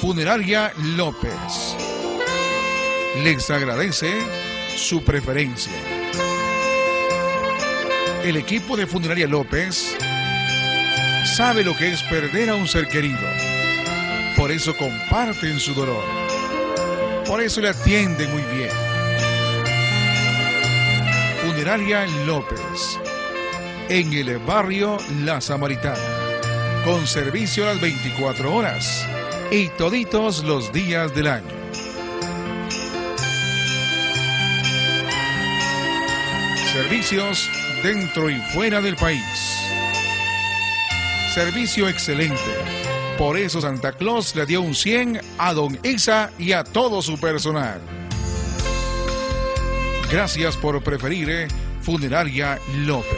Funeraria López. Les agradece su preferencia. El equipo de Funeraria López sabe lo que es perder a un ser querido. Por eso comparten su dolor. Por eso le atienden muy bien. Funeraria López, en el barrio La Samaritana, con servicio a las 24 horas y toditos los días del año. Servicios dentro y fuera del país. Servicio excelente. Por eso Santa Claus le dio un 100 a Don Isa y a todo su personal. Gracias por preferir eh, Funeraria López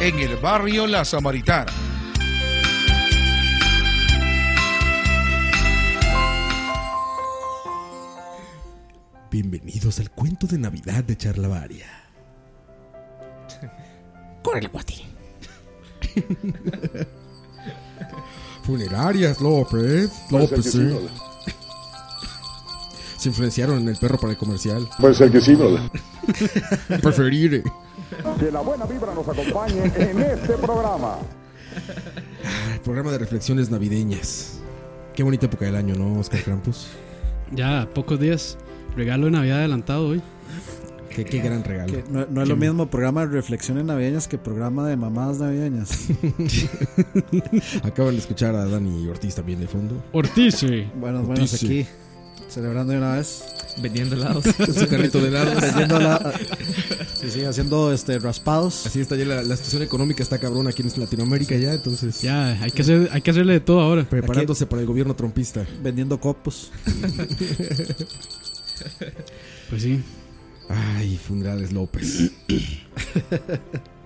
en el barrio La Samaritana. Bienvenidos al cuento de Navidad de Charlavaria. Córrele, cuati. Funerarias López. López, sí. Se influenciaron en el perro para el comercial. Puede ser que sí, ¿verdad? Preferir. eh. Que la buena vibra nos acompañe en este programa. El programa de reflexiones navideñas. Qué bonita época del año, ¿no, Oscar Krampus? Ya, pocos días. Regalo de Navidad adelantado hoy. Qué, qué gran regalo. Que no, no es lo mismo programa de reflexiones navideñas que programa de mamadas navideñas. Acaban de escuchar a Dani Ortiz también de fondo. Ortiz, sí. Buenas, buenas Noticia. aquí. Celebrando de una vez. Vendiendo helados. Con su carrito de helados. Yendo a la- sí, sí, haciendo este, raspados. Así está ya la, la situación económica está cabrón aquí en este Latinoamérica ya, entonces Ya, hay que, hacer, hay que hacerle de todo ahora. preparándose para el gobierno trompista. Vendiendo copos. Pues sí. Ay, funerales López.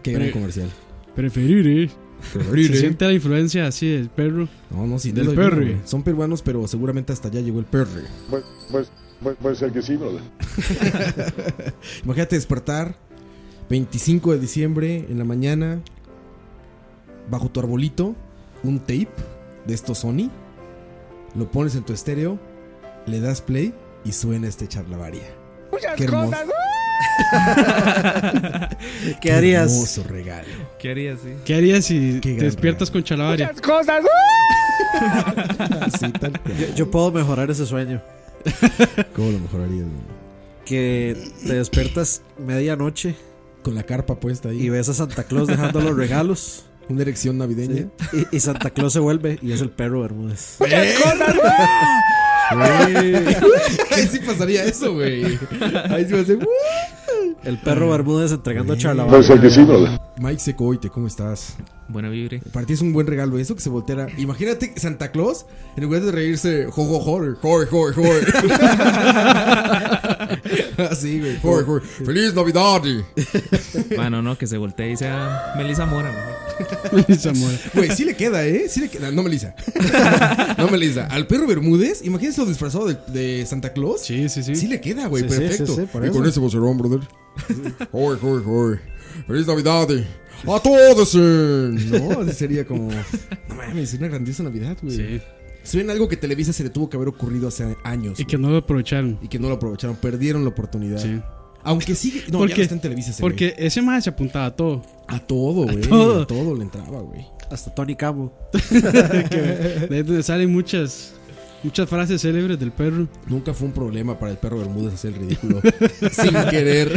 qué gran comercial. Preferir, ¿eh? Preferir, Se eh. siente la influencia así del perro. No, no, sin Del duda alguna, perre. güey. Son peruanos, pero seguramente hasta allá llegó el perre. Puede, puede- puede- puede ser pues, que sí, ¿verdad? Imagínate despertar 25 de diciembre en la mañana bajo tu arbolito un tape de estos Sony, lo pones en tu estéreo, le das play y suena este charlavaria. Qué hermoso, ¿Qué harías? hermoso regalo. ¿Qué haría así? ¿Qué harías si Qué te gran despiertas con chalabaria? Sí, tal cual. Yo, yo puedo mejorar ese sueño. ¿Cómo lo mejorarías? güey? Que te despertas medianoche Con la carpa puesta ahí. y ves a Santa Claus dejando los regalos. Una erección navideña. Y, y Santa Claus se vuelve y es el perro Bermúdez. Ahí sí pasaría eso, güey. Ahí sí va a ser. El Ah. perro Bermúdez entregando Sí. Puede charlavaria. ser que sí, ¿verdad? Mike Secoite, ¿cómo estás? Bueno, vibre. Para ti es un buen regalo eso que se volteara. Imagínate Santa Claus en lugar de reírse, jo, jo, joder, joder, joder, joder. Así, güey. joder, joder. ¡Feliz Navidad! eh! Mano, no, que se voltee y sea Melissa Mora, mejor. Zamora. Güey, sí le queda, ¿eh? Sí le queda. No, Melissa. No, Melissa. Al perro Bermúdez, imagínese lo disfrazado de, de Santa Claus. Sí, sí, sí. Sí le queda, güey, Sí, sí, perfecto. sí, sí, por y eso. con ese vocerón, brother. Joder, joder, joder. ¡Feliz Navidad! eh! ¡A todos! eh! No, así sería como. No mames, es una grandiosa Navidad, güey. Sí. Suena algo que Televisa se le tuvo que haber ocurrido hace años. Y güey, que no lo aprovecharon. no lo aprovecharon, perdieron la oportunidad. Sí. Aunque sigue. No, ya no Porque- está en Televisa. ese Porque ese más se apuntaba a todo. güey. A todo, güey. A todo. todo. le entraba, güey. Hasta Tony Camo. De ahí donde salen muchas, muchas frases célebres del perro. Nunca fue un problema para el perro Bermúdez hacer el ridículo. sin querer.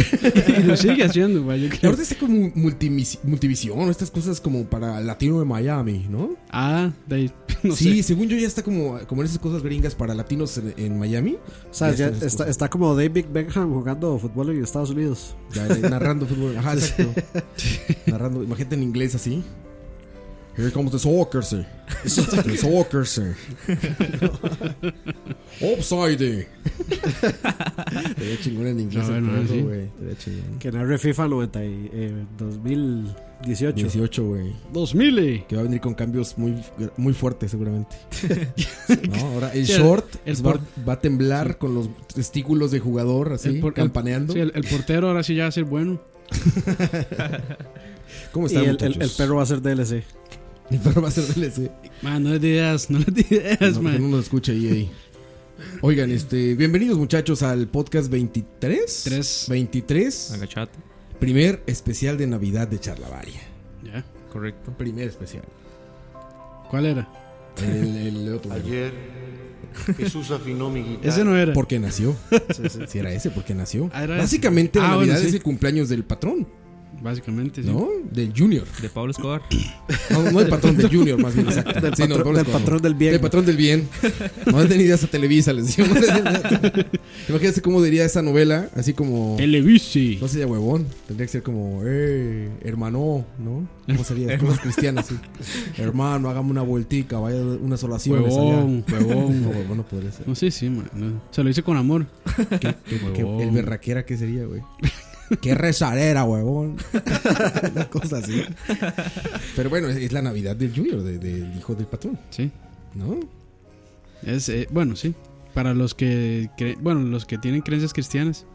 Y lo sigue haciendo, güey. yo Y creo. ahorita está como multimis- multivisión, estas cosas como para latino de Miami, ¿no? Ah, de ahí. No sí, sé. según yo ya está como, como en esas cosas gringas para latinos en, en Miami. O sea, Ya ya estás está, jugando. está como David Beckham jugando fútbol en Estados Unidos. Ya, eh, narrando fútbol. Ajá, exacto. narrando, imagínate en inglés así. Here comes the soccer, sir. The soccer, sir. Offside. eh. Estaría chingón en inglés. No, el bueno, pedo, sí. güey. Estaría chingón. Que narre FIFA 90 y, eh, 2018. 18, güey. 2000. eh. Que va a venir con cambios muy, muy fuertes, seguramente. No, ahora el Sí, el- short el va, va a temblar con los testículos de jugador así, por- campaneando. Sí, el, el portero ahora sí ya va a ser bueno. ¿Cómo Y están, el, el- muchachos? el perro va a ser DLC. Mi perro va a ser DLC. Man, no les digas, no les digas, No, porque man. no nos escucha EA. Oigan, este, bienvenidos muchachos al podcast 23. Tres. 23. Agachate. Primer especial de Navidad de Charlavaria. Ya. Correcto. Primer especial. ¿Cuál era? El, el otro. Ayer Jesús afinó mi guitarra. Ese no era. Porque nació. Si era ese, porque nació. Ah, era ese. Básicamente la Ah, bueno, Navidad es sí. el cumpleaños del patrón, Básicamente, sí. ¿no? Del Junior. De Pablo Escobar. No, no del patrón del Junior, más bien, exacto. Del Sí, no, patrón- Pablo del Escobar, no. patrón del bien. Del patrón del bien. No han tenido ideas a Televisa, les digo. Imagínense cómo diría esa novela, así como. Telebici. No sería huevón, tendría que ser como, eh, hermano, ¿no? ¿Cómo sería? Cosas cristianas, sí. Hermano, hagamos una vueltica, vaya unas oraciones Huevón, allá. huevón. No, huevón no podría ser. No, sí, sí, man. no. Se lo hice con amor. ¿Qué- qué- Huevón. el berraquera, ¿qué sería, güey? Qué rezadera, huevón. Una cosa así. Pero bueno, es, es la Navidad del Junior, de- del hijo del patrón, Sí. ¿no? Es, eh, bueno, sí. Para los que cre- bueno, los que tienen creencias cristianas,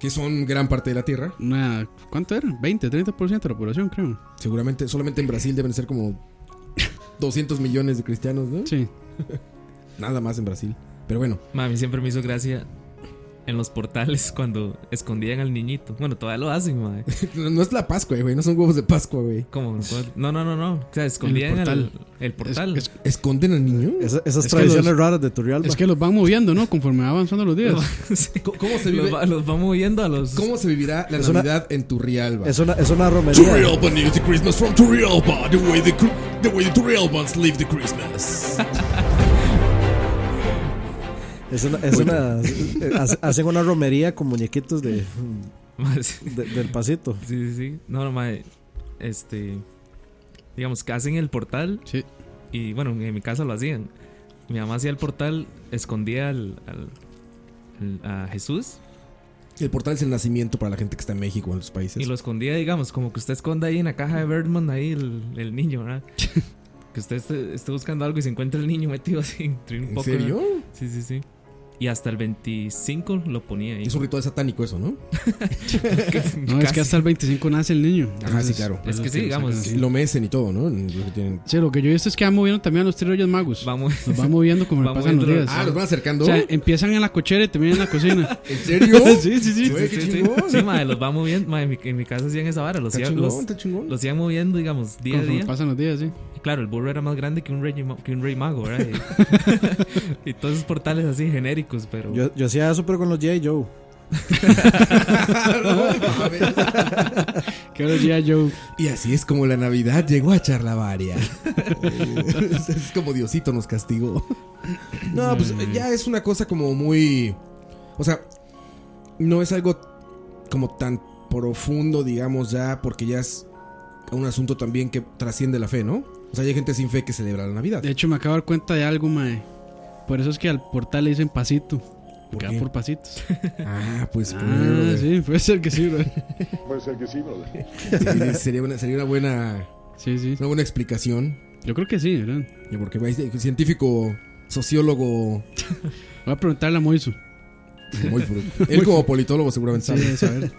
Que son gran parte de la tierra. una ¿cuánto era? 20, 30% de la población, creo. Seguramente, solamente en Brasil deben ser como 200 millones de cristianos, ¿no? Sí. Nada más en Brasil. Pero bueno, Mami siempre me hizo gracia en los portales cuando escondían al niñito. Bueno, todavía lo hacen, madre. no no es la Pascua, güey. No son huevos de Pascua, güey. Como, no, no, no, no. O sea, escondían portal. al- el portal. Es- es- ¿Esconden al niño? Esa- esas Es que tradiciones los- raras de Turrialba. es que los van moviendo, ¿no? Conforme va avanzando los días. Sí. Co- ¿Cómo se, Los, vive- va, los va moviendo a los. ¿Cómo se vivirá la Es una- Navidad en Turrialba? es, una, es una romería. Music Christmas from Turrialba, the way the, way the Turrialbans live the Christmas. Es una, es una- eh, hace- hacen una romería con muñequitos de, Mae, sí. de- del pasito. Sí, sí, sí. No, no, mae. Este. Digamos, que hacen el portal. Sí. Y bueno, en mi casa lo hacían. Mi mamá hacía el portal, escondía al, al- al- a Jesús El portal es el nacimiento para la gente que está en México o en los países. y lo escondía, digamos, como que usted esconda ahí en la caja de Birdman, ahí el, el niño, ¿verdad? que usted esté, esté buscando algo y se encuentra el niño metido así entre un ¿En poco. serio? ¿verdad? Sí, sí, sí. Y hasta el 25 lo ponía ahí. Es un ritual satánico eso, ¿no? No, es que hasta el 25 nace el niño. Ajá, Ah, sí, claro. por Es eso que sí, digamos, sacan así. Lo mecen y todo, ¿no? Lo que tienen- Sí, lo que yo he visto es que van moviendo también a los tres reyes magos. Vamos. Los van moviendo como Va pasan los moviendo- días. Ah, los van acercando. o sea, empiezan en la cochera y terminan en la cocina. ¿En serio? sí, sí, sí. Güey, qué Sí, sí, chingón. sí, mae, los va moviendo. mae, en, mi, en mi casa hacían esa vara, los, Está iba- chingón, los, está chingón. los iban moviendo, digamos, día a Conforme día. pasan los días, sí. Y Claro, el burro era más grande que un rey, ma- que un rey mago, ¿verdad? Y, y todos esos portales así genéricos, pero. Yo, yo hacía eso, pero con los J. Joe. Qué hora ya, Joe. Y así es como la Navidad llegó a Charlavaria. es, es como Diosito nos castigó. No, pues Mm. ya es una cosa como muy... O sea, no es algo como tan profundo, digamos, ya, porque ya es un asunto también que trasciende la fe, ¿no? O sea, ya hay gente sin fe que celebra la Navidad. De hecho, me acabo de dar cuenta de algo, mae. Por eso es que al portal le dicen pasito. ¿Por Porque va qué? por pasitos. Ah, pues... Ah, brother. sí, puede ser que sí, bro. Puede ser que sí, brother. Sí, sería una, sería una buena, Sí, sí. una buena explicación. Yo creo que sí, ¿verdad? Y Porque hay científico, sociólogo... Voy a preguntarle a Moiso. Muy fruto. Él como politólogo seguramente Sí, sabe. a ver.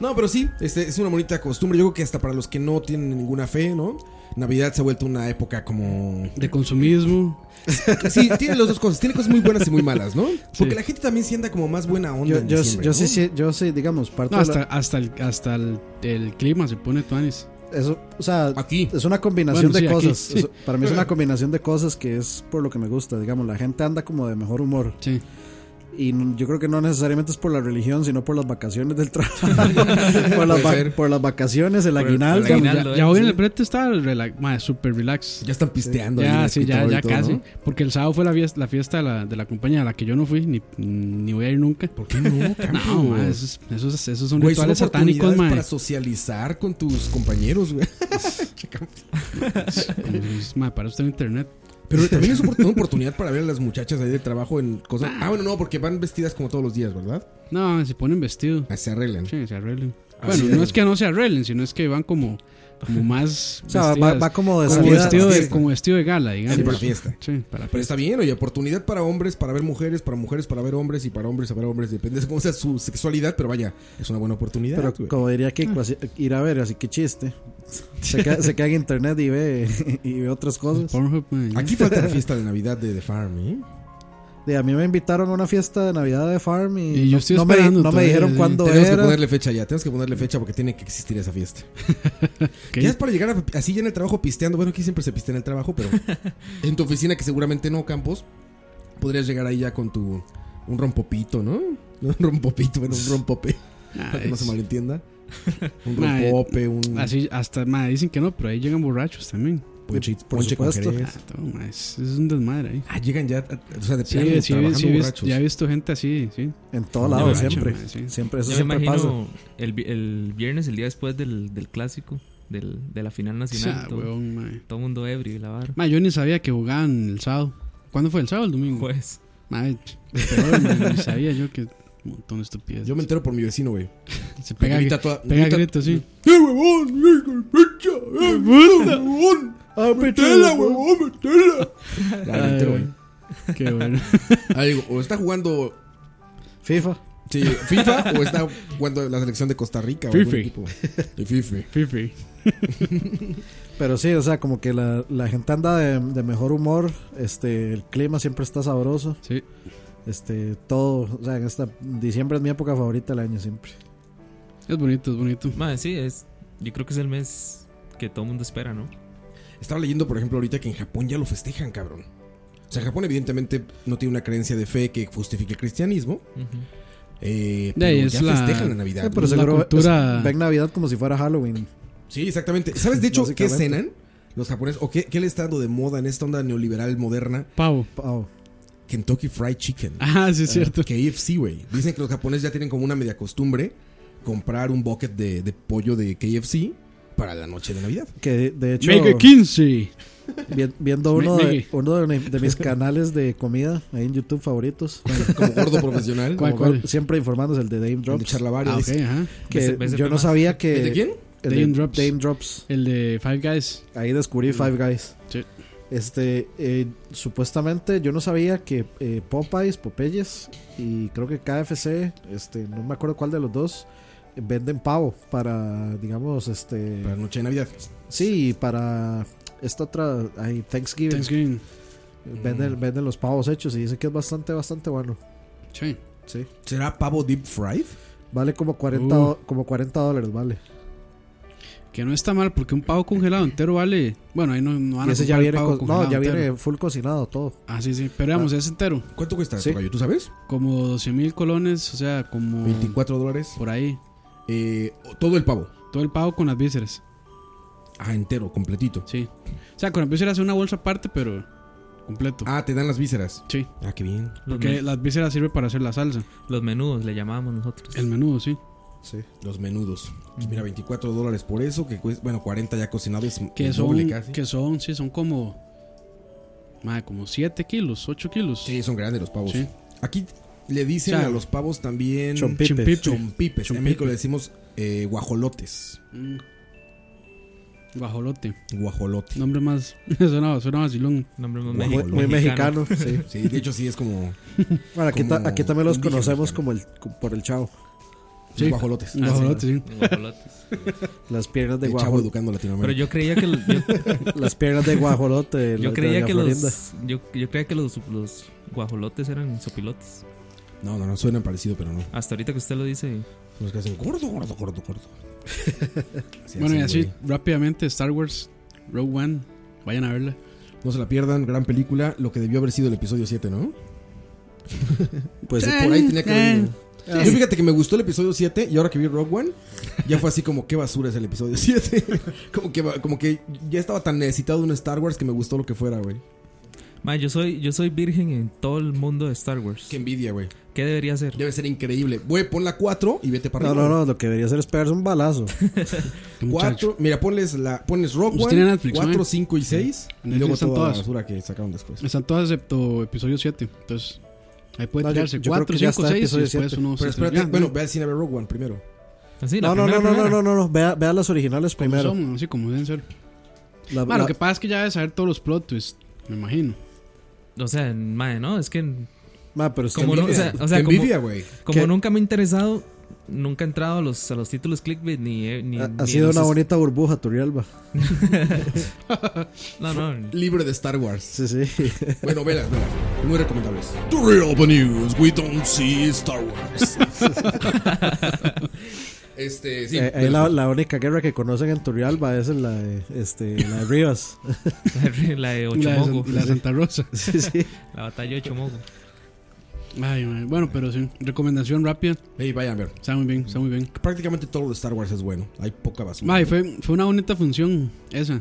No, pero sí, este, es una bonita costumbre. Yo creo que hasta para los que no tienen ninguna fe, ¿no? Navidad se ha vuelto una época como... De consumismo. Sí, tiene las dos cosas. Tiene cosas muy buenas y muy malas, ¿no? Porque la gente también sienta como más buena onda Yo, en yo, diciembre, yo ¿no? sí, sí- yo sí, digamos, parte No, de la- hasta, hasta, el, hasta el, el clima se pone tuanis. eso, o sea, Aquí. es una combinación Bueno, sí, de aquí, cosas. sí. Eso- para mí es una combinación de cosas que es por lo que me gusta, digamos, la gente anda como de mejor humor Sí. y n- yo creo que no necesariamente es por la religión, sino por las vacaciones del trabajo, por, las Puede va- ser. por las vacaciones, el Por el- aguinaldo. por el Ya, Aguinaldo, ya ¿eh? hoy en Sí. el brete está relax, mae, super relax. Ya están pisteando. ahí en Ya, el sí, ya, escritorio y ya todo, casi. ¿no? Porque el sábado fue la fiesta, la fiesta de, la, de la compañía a la que yo no fui, ni, ni voy a ir nunca. ¿Por qué no? Campo? No, mae, esos, esos, esos son Güey, son rituales satánicos, mae. oportunidades para socializar con tus compañeros, güey. Es- mae, para usted en internet. Pero también es opor- una oportunidad para ver a las muchachas ahí de trabajo en cosas... Ah, bueno, no, porque van vestidas como todos los días, ¿verdad? No, se ponen vestido. Ah, Se arreglan. Ah, Sí, se arreglen. Así Bueno, es. no es que no se arreglen, sino es que van como, como más. O sea, va, vestidas- va como de como salida. vestido de, fiesta. como vestido de gala, digamos. Sí, para la fiesta. Sí, para la Pero fiesta. está bien, oye, oportunidad para hombres, para ver mujeres, para mujeres, para ver hombres y para hombres, para ver hombres. Depende de cómo sea su sexualidad, pero vaya, es una buena oportunidad. Pero Ah. güey. como diría que ir a ver, así que chiste. Se queda, se queda en internet y ve, y ve otras cosas. Pues Pornhub, man, ya. Aquí falta la fiesta de Navidad de The Farm, ¿eh? Y a mí me invitaron a una fiesta de Navidad de Farm y, Y yo no, estoy no me, di- esperando no me todavía, dijeron sí. cuándo Tenemos que era. ponerle fecha ya, tenemos que ponerle fecha porque tiene que existir esa fiesta. Ok. Ya es para llegar a- así ya en el trabajo pisteando. Bueno, aquí siempre se pistea en el trabajo, pero en tu oficina, que seguramente no, Campos, podrías llegar ahí ya con tu. Un rompopito, ¿no? Un rompopito, bueno, un rompope. Ah, para que no se es- malentienda. Un Ma, eh, rompope, un Así, hasta, ma, dicen que no, pero ahí llegan borrachos también. ponche, por ponche con supuesto. jerez. Ah, todo, ma, es, es un desmadre ahí. Ah, llegan ya, o sea, de Sí, plano, sí, trabajando sí, he vis- borrachos. ya he visto gente así, sí. En todo Ya lado, borracho, siempre. man, sí. Siempre, eso Yo me siempre pasa. imagino el, vi- el viernes, el día después del, del clásico, del, de la final nacional. Ah, todo, weón, ma. todo mundo ebrio y la vara. Ma, yo ni sabía que jugaban el sábado. ¿Cuándo fue el sábado? El domingo. Jueves. Ma, peor, ma, ni sabía yo que. Un montón de estupidez. Yo me entero por mi vecino, güey. Se pega, grita gri- toda- pega grita- grito, sí. ¡Eh, huevón! ¡Eh, fecha! ¡Eh, puta, huevón! ¡Metela, Ah, huevón! ¡Metela! Ya, me Ay, entero, güey. Qué bueno. Ah, digo, o está jugando FIFA. sí, FIFA o está jugando la selección de Costa Rica. o algún Fifi. equipo. De FIFA. Fifi. Pero sí, o sea, como que la, la gente anda de, de mejor humor. Este, el clima siempre está sabroso. Sí. Este, todo. O sea, en esta, diciembre es mi época favorita del año siempre. Es bonito, es bonito. Madre, sí, es, yo creo que es el mes que todo mundo espera, ¿no? Estaba leyendo, por ejemplo, ahorita que en Japón ya lo festejan, cabrón. O sea, Japón evidentemente no tiene una creencia de fe que justifique el cristianismo. Ujú. Eh, De ahí pero es ya la- festejan la Navidad. Eh, güey. pero Ah, la seguro cultura- es- ven Navidad como si fuera Halloween. Sí, exactamente. ¿Sabes de hecho qué Básicamente. cenan los japoneses? ¿O qué, qué le está dando de moda en esta onda neoliberal moderna? Pavo. Pau. Kentucky Fried Chicken. Ah, sí, es cierto. Que KFC, güey. Dicen que los japoneses ya tienen como una media costumbre comprar un bucket de, de pollo de KFC para la noche de Navidad. Que de, de hecho, Mega 15. vi- viendo Me- uno, Miggy. de, uno de, mi- de mis canales de comida ahí en YouTube favoritos, Como gordo profesional. ¿Cuál, como cuál? cual siempre informándose, el de Dame gordo de Drops. charlavaria. Ah, ok, dice. ajá. Que Ves- ves el yo no tema. sabía que. ¿De quién? el Dame de Drops. Dame Drops. El de Five Guys. Ahí descubrí Five Guys. Sí. Este, eh, supuestamente yo no sabía que eh, Popeyes, Popeyes y creo que KFC, este, no me acuerdo cuál de los dos, eh, venden pavo para, digamos, este. Para la noche de Navidad. Sí, para esta otra, ahí, Thanksgiving. Thanksgiving. Mm. Venden, venden los pavos hechos y dice que es bastante, bastante bueno. Sí. Sí. ¿Será pavo deep fried? Vale como 40, Uh. do- como 40 dólares, vale. Que no está mal porque un pavo congelado entero vale. Bueno, ahí no, no van Y a ese ya comprar el viene, pavo co- no, congelado ya entero. viene full cocinado todo. Ah, sí, sí. Pero vamos, es entero. ¿Cuánto cuesta, Sí. Tocayo? ¿Tú sabes? Como 12 mil colones, o sea, como. 24 dólares. Por ahí. Eh, todo el pavo. Todo el pavo con las vísceras. Ah, entero, completito. Sí. O sea, con las vísceras es una bolsa aparte, pero completo. Ah, te dan las vísceras. Sí. Ah, qué bien. Los, Porque men- las vísceras sirven para hacer la salsa. los menudos le llamábamos nosotros. El menudo, sí. Sí. Los menudos. Pues mira, 24 dólares por eso, que cuesta, bueno, 40 ya cocinado es Que el son, doble casi. que son, sí, son como. Madre, como 7 kilos, 8 kilos. Sí, son grandes los pavos. Sí. Aquí le dicen O sea, a los pavos también Chompipes. Chimpipes. chompipes. Chompipe. En México le decimos eh, guajolotes. Mm. Guajolote. Guajolote. Nombre más. suena, suena vacilón. Nombre muy, Guajolote. Muy, mexi- muy mexicano, sí. Sí, de hecho sí es como Bueno, aquí, Como ta- aquí también los indígena conocemos mexicano. como el como por el chavo. Ah, los guajolotes. Un Guajolote, sí. Guajolotes. Las piernas de El chavo guajolote. educando a Pero Latinoamérica. yo creía que el- yo, Las piernas de guajolote. de- yo de creía doña que Florinda. los yo, yo creía que los, los guajolotes eran sopilotes. No, no, no, suenan parecido, pero no. Hasta ahorita que usted lo dice, Son Los que hacen gordo, gordo, gordo, gordo. Así Bueno, y hacen, así güey. rápidamente, Star Wars, Rogue One, vayan a verla. No se la pierdan, gran película. Lo que debió haber sido el episodio 7, ¿no? Pues Sí, por ahí tenía que haber ido. Ah. Yo fíjate que me gustó el episodio 7 y ahora que vi Rogue One, ya fue así como qué basura es el episodio 7. como, que, va- como que ya estaba tan necesitado de un Star Wars que me gustó lo que fuera, güey. "Ma, yo soy yo soy virgen en todo el mundo de Star Wars. Qué ¿Qué, envidia, güey. debería hacer? Debe ser increíble. Güey, pon la 4 y vete para No, arriba. no, no, lo que debería hacer es pegarse un balazo. Muchacho. 4, mira, ponles la ponles Rogue Pues One, tiene Netflix, 4, ¿no? 5 y 6 y Netflix luego están toda la todas. basura que sacaron después. Están todas excepto episodio 7. Entonces, ahí puede No, yo- tirarse yo creo 4, que ya 5, está 6 y episodio después siete. uno Pero se espérate, termina. bueno, ve al cine a ver Rogue One primero. Así, Ah, la No, no, no, primera, no, no, primera. no, no, no. Vea, vea las originales Como primero. son, así como deben ser. La- Ma, lo la- que pasa es que ya debes saber todos los plot twists, me imagino. O sea, mae, no, es que ma, pero usted- Pues Como no- o sea, Envidia. o sea, Qué como- envidia, güey. como ¿Qué? nunca me ha interesado, nunca he entrado a los, a los títulos clickbait ni. he- ni Ha, ha ni sido los una es- bonita burbuja, Turrialba. No, no. Libre de Star Wars. Sí, sí. Bueno, velas, velas. Muy recomendables. The real news, we don't see Star Wars. Este, sí. Eh, ahí velas, la, velas. la única guerra que conocen en Turrialba es la de, este, la de Rivas. La de La, de Ochomogo. San- la de Santa Rosa. Sí, sí. La batalla de Ochomogo. Ay, mae. bueno, pero sí. Recomendación rápida. Ey, vayan a ver. Está muy bien, está muy bien. Prácticamente todo lo de Star Wars es bueno. Hay poca basura. Mae, fue, fue una bonita función esa.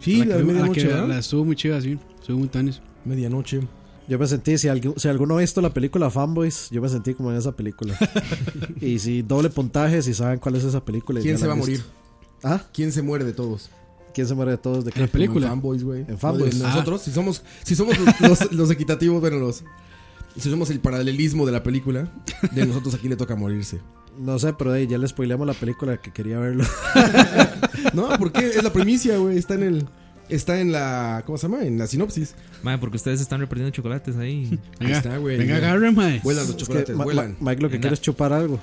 sí, la, que- de medianoche, que- ¿verdad? la estuvo muy chida, sí. Estuvo muy tanis. Medianoche. Yo me sentí, si, algu- si alguno ha visto la película Fanboys, yo me sentí como en esa película. y si doble puntaje, si saben cuál es esa película. y ¿Quién ya se la va a han morir? visto. ¿Ah? ¿Quién se muere de todos? ¿Quién se muere de todos? ¿De qué? La película. Como En fanboys, güey. En fanboys. No, de Ah. Nosotros, si somos, si somos los, los- los equitativos, bueno, los. Si somos el paralelismo de la película, de nosotros aquí le toca morirse. No sé, pero ahí ya les spoileamos la película que quería verlo. No, porque es la primicia, güey. Está en el. Está en la. ¿Cómo se llama? En la sinopsis. Mae, porque ustedes están repartiendo chocolates ahí. Ahí está, güey. Venga, Mira. agarre, mae. Vuelan los Es que chocolates, Ma- vuelan. Ma- Mike lo que Venga. quiere es chupar algo.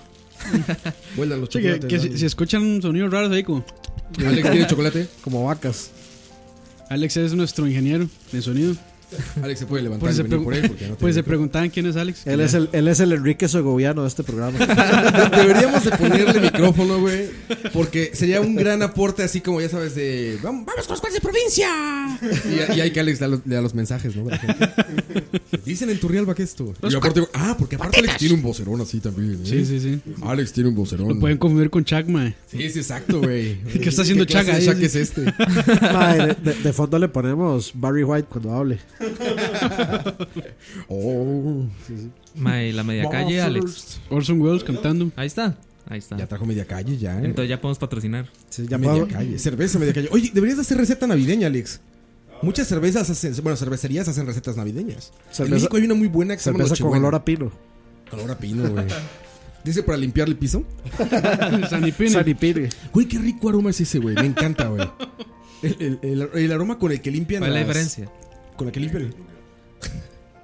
Vuelan los Sí, que, chocolates. que si, si escuchan sonidos raros ahí, como ¿vale? Alex tiene chocolate. Como vacas. Alex es nuestro ingeniero de sonido. Alex se puede levantar Pues y se, venir pregun- por él porque pues no se tiene micrófono. preguntaban quién es Alex. Él es, el, él es el Enrique Segoviano de este programa. De- Deberíamos de ponerle micrófono, güey. Porque sería un gran aporte, así como ya sabes, de. Vamos, vamos con los cuales de provincia. Y, y hay que Alex da los- le da los mensajes, ¿no? De la gente. Dicen en Turrialba que esto. Y aparte, ah, porque aparte Alex tiene un vocerón así también. ¿eh? Sí, sí, sí. Alex tiene un vocerón. Lo pueden confundir con Chuck, mae. Sí, sí, exacto, güey. ¿Qué está haciendo clase Chaga eh, de ahí? Chaga es este? Ma, de, de- de fondo le ponemos Barry White cuando hable. Oh. Mae, la media calle, Alex. Orson Welles cantando. Ahí está. Ahí está. Ya trajo media calle, ya. ¿eh? Entonces ya podemos patrocinar. Sí, Ya ya media puedo- calle. Cerveza media calle. Oye, deberías de hacer receta navideña, Alex. Muchas cervezas hacen, bueno, cervecerías hacen recetas navideñas. en Cerveza- México hay una muy buena que se llama cerveza con Nochebuena. olor a pino. Con olor a pino, güey. Dice para limpiar el piso. Sanipine. Sanipire. Güey, qué rico aroma es ese, güey. Me encanta, güey. El, el- el- el aroma con el que limpian. ¿Cuál es la las- diferencia? Con la que limpian.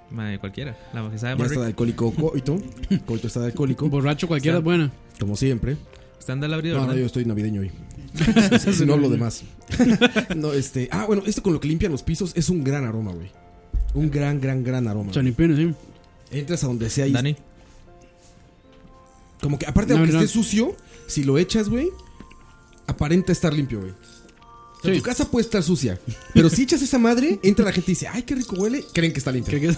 Mae, cualquiera. La que sabe Ya más está de rico. alcohólico coito. Coito está de alcohólico. Borracho cualquiera es buena. Como siempre. Están del abridor, No, no, ¿verdad? yo estoy navideño hoy. si no hablo de más. no, este. Ah, bueno, esto con lo que limpian los pisos es un gran aroma, güey. Un gran, gran, gran aroma. Sanipine, sí. Entras a donde sea y. Dani. Como que aparte, No, aunque no. esté sucio, si lo echas, güey, aparenta estar limpio, güey. O sea, Sí. Tu casa puede estar sucia, pero si echas esa madre, entra la gente y dice, ay, qué rico huele, creen que está limpio. Creo que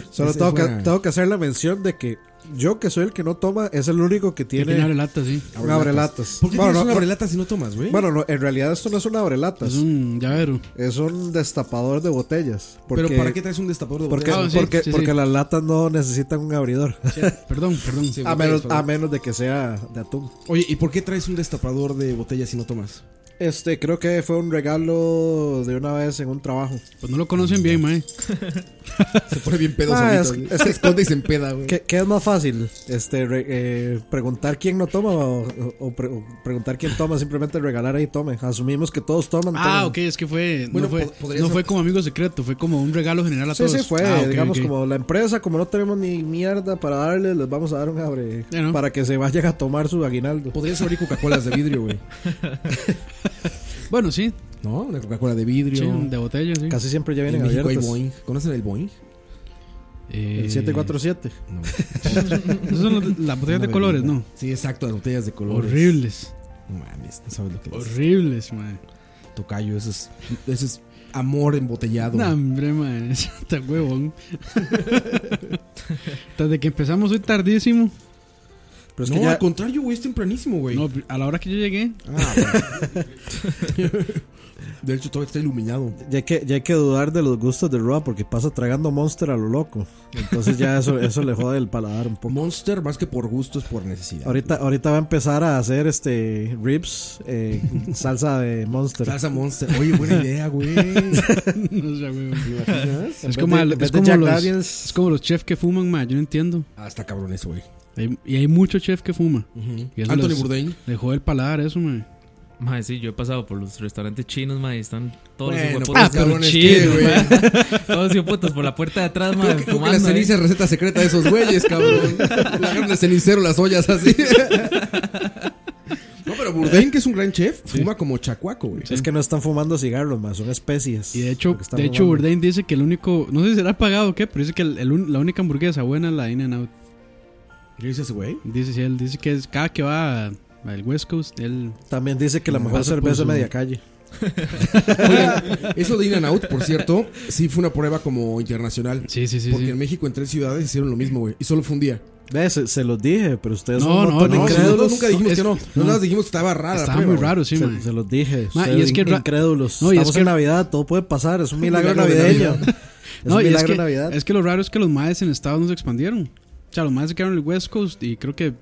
es- Solo Esa tengo es que, buena. tengo que hacer la mención de que yo, que soy el que no toma, es el único que tiene abre tiene lata, sí. un abrelatas. ¿Por qué Bueno, tienes no, una relata si no tomas, güey? bueno, no, en realidad esto no es un abrelatas. Es un llavero. Es un destapador de botellas. Porque, pero ¿para qué traes un destapador de Porque, botella? Ah, sí, porque, sí, sí. porque las latas no necesitan un abridor. Perdón, perdón. Sí, a, botellas, menos, perdón. a menos de que sea de atún. Oye, ¿y por qué traes un destapador de botella si no tomas? Este, creo que fue un regalo de una vez en un trabajo. Pues no lo conocen bien, mae. Se pone bien pedo solito, Ah, es- güey. se esconde y se empeda, güey. ¿Qué, qué es más fácil? Este, re- eh, preguntar quién no toma o, o- o pre- o preguntar quién toma, simplemente regalar ahí tome. Asumimos que todos toman. Ah, tomen. ok, es que fue. Bueno, no fue, po- podría no ser- fue como amigo secreto, fue como un regalo general a Sí, todos. sí, fue, Ah, ok, digamos, ok. como la empresa, como no tenemos ni mierda para darles, les vamos a dar un abre Ya, ¿no? para que se vayan a tomar su aguinaldo. Podrías abrir Coca-Colas de vidrio, güey. Bueno, sí. ¿No? Una Coca-Cola de sí, vidrio. de botella, sí. Casi siempre ya en vienen México hay abiertas. Boeing. ¿Conocen el Boeing? Eh, El 747. Esas son las- las botellas de Una colores, bebida. ¿no? Sí, exacto, las botellas de colores. Horribles. No mames, no sabes lo que es. Horribles, mae. Tocayo, eso es, eso es amor embotellado. No, hombre, mae. Está huevón. Desde que empezamos hoy tardísimo. Pero es no, que ya, al contrario, güey, es tempranísimo, güey. No, a la hora que yo llegué. Ah, güey. de hecho, todavía está iluminado. ya hay que, ya hay que dudar de los gustos de Roa porque pasa tragando Monster a lo loco. Entonces ya eso, eso le jode el paladar un poco. Monster, más que por gusto, es por necesidad. Ahorita, ahorita va a empezar a hacer este ribs eh, salsa de Monster. Salsa Monster. Oye, buena idea, güey. No sé, huevón. En Es vez como, de- al- en es, vez de como Jack los, Daniels. es como los chefs que fuman, mae. Yo no entiendo. Ah, está cabrón eso, güey. Hay- y hay mucho chef que fuma. Ujú. Y eso Anthony les- Bourdain. Le jode el paladar eso, mae. Mae, sí, yo he pasado por los restaurantes chinos, mae, y están todos Bueno, los pues, hijueputas con cabrones, chinos, ¿qué, güey? mae. Todos los hijueputas por la puerta de atrás, mae, Creo que, creo que la fumando, ¿eh? ceniza es receta secreta de esos güeyes, cabrón. La carne de cenicero, las ollas así. No, pero Burdain, que es un gran chef, fuma como chacuaco, güey. Es que no están fumando cigarros, más son especies. Y de hecho, lo que están de hecho fumando. Bourdain dice que el único, no sé si será pagado o qué, pero dice que el- el un- la única hamburguesa buena es la In and Out. ¿Qué dices, güey? Dice sí, él, dice que es cada que va al West Coast, él También dice que la Mm, mejor pasa por cerveza su- es media calle. Eso de In and Out, por cierto, sí fue una prueba como internacional. sí, sí, sí, porque sí. en México en tres ciudades hicieron lo mismo, güey. Y solo fue un día. Ve, se, se los dije, pero ustedes No, son un no, montón de no, si incrédulos. nosotros nunca dijimos es- que no. no. Nosotros dijimos que estaba rara. la estaba prueba, muy güey. raro, sí, se, man. se los dije. Ma, y ustedes es que ra- incrédulos. No, y es Estamos que- en Navidad, todo puede pasar. Es un milagro, milagro de navideño. es No, un y milagro es que, eh, Navidad. es que lo raro es que los maes en Estados no se expandieron. O sea, los maes se quedaron en el West Coast y creo que,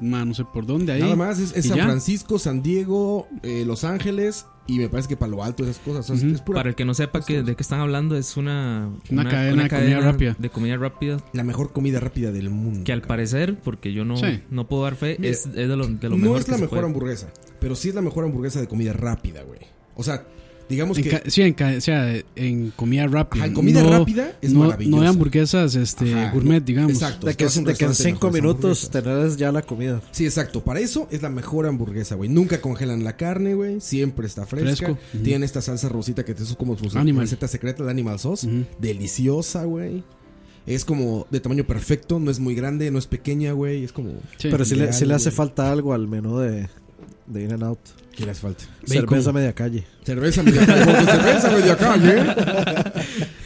ma, no sé por dónde ahí. Nada más, es, es Y San ya. Francisco, San Diego, eh, Los Ángeles y me parece que Palo Alto, esas cosas. O sea, es- Ujú. es pura- Para el que no sepa que, de qué están hablando, es una, Una cadena de comida rápida. De comida rápida. la mejor comida rápida del mundo. Que al parecer, porque yo no, Sí. no puedo dar fe, Mira, es, es de lo, de lo no mejor. es que la se mejor puede. hamburguesa, pero sí es la mejor hamburguesa de comida rápida, güey. O sea, digamos En que ca- sí, en, ca- o sea, en comida rápida. Ajá, en comida No- rápida es no, maravillosa. no de hamburguesas este, Ajá, gourmet, no, digamos. exacto. de que, Estás en un de que en restaurante, cinco mejores minutos hamburguesas. tenés ya la comida. Sí, exacto. Para eso es la mejor hamburguesa, güey. Nunca congelan la carne, güey. Siempre está fresca. Fresco. Ujú. Tienen esta salsa rosita que te- es como su Animal. receta secreta de Animal Sauce. Ujú. Deliciosa, güey. Es como de tamaño perfecto. No es muy grande, no es pequeña, güey. Es como... Sí. pero sí le, ideal, sí le hace güey. falta algo al menú de, de In and Out. ¿Qué le hace falta? Cerveza media calle. Cerveza medio calle. Con tu cerveza medio calle.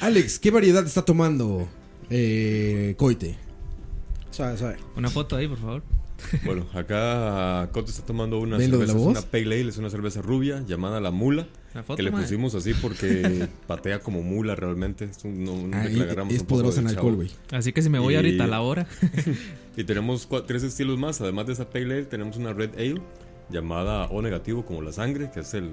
Alex, ¿qué variedad está tomando eh, Coite? Sabe, sabe. Una foto ahí, por favor. Bueno, acá Cote está tomando una ¿Ven lo de cerveza, la es voz? una pale ale, es una cerveza rubia llamada La Mula, Una foto, que le mae. pusimos así porque patea como mula realmente, es un- no- no le Ahí agarramos es un poco poderosa de en chavo. alcohol, güey. Así que si me voy Y- ahorita a la hora, Y tenemos cua- tres estilos más, además de esa pale ale, tenemos una red ale llamada O negativo como la sangre, que es el,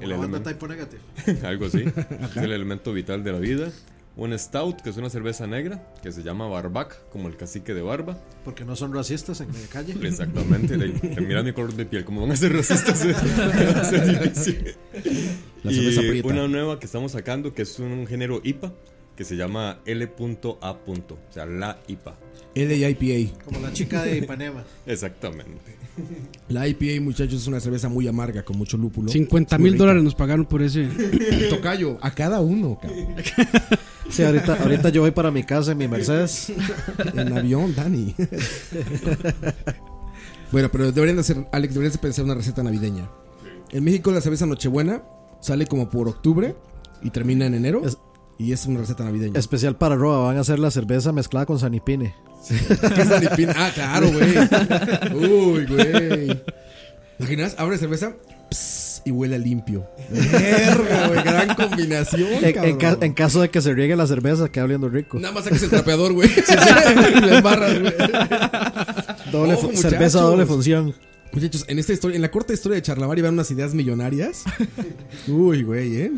el elemento, algo así, es el elemento vital de la vida. Un stout, que es una cerveza negra, que se llama barbac, como el cacique de barba. Porque no son racistas en media calle. Exactamente, le- le- mira mi color de piel, como van a ser racistas, eh. va a ser difícil. La y cerveza prieta. una nueva que estamos sacando, que es un género IPA, que se llama L.A. O sea, la IPA. LAIPA. Como la chica de Ipanema. Exactamente. La IPA, muchachos, es una cerveza muy amarga con mucho lúpulo. 50 Muy mil rica. dólares nos pagaron por ese. Tocayo, a cada uno, cabrón. Sí, ahorita, ahorita yo voy para mi casa en mi Mercedes. En avión, Dani. bueno, pero deberían de hacer, Alex, deberías de pensar una receta navideña. En México la cerveza Nochebuena sale como por octubre y termina en enero. Es- y es una receta navideña. Especial para Roa. Van a hacer la cerveza mezclada con Sanipine. ¿Qué es Sanipina? Ah, claro, güey. Uy, güey. ¿Imaginas? Abre cerveza pss, y huele a limpio. Verga, güey. Gran combinación, En, en ca- cabrón. en caso de que se riegue la cerveza, queda oliendo rico. Nada más sacas el trapeador, güey. Y la embarras, güey. Doble Ojo, fu- cerveza muchachos. doble función. Muchachos, en esta historia, en la corta historia de Charlavari van unas ideas millonarias. Uy, güey, ¿eh?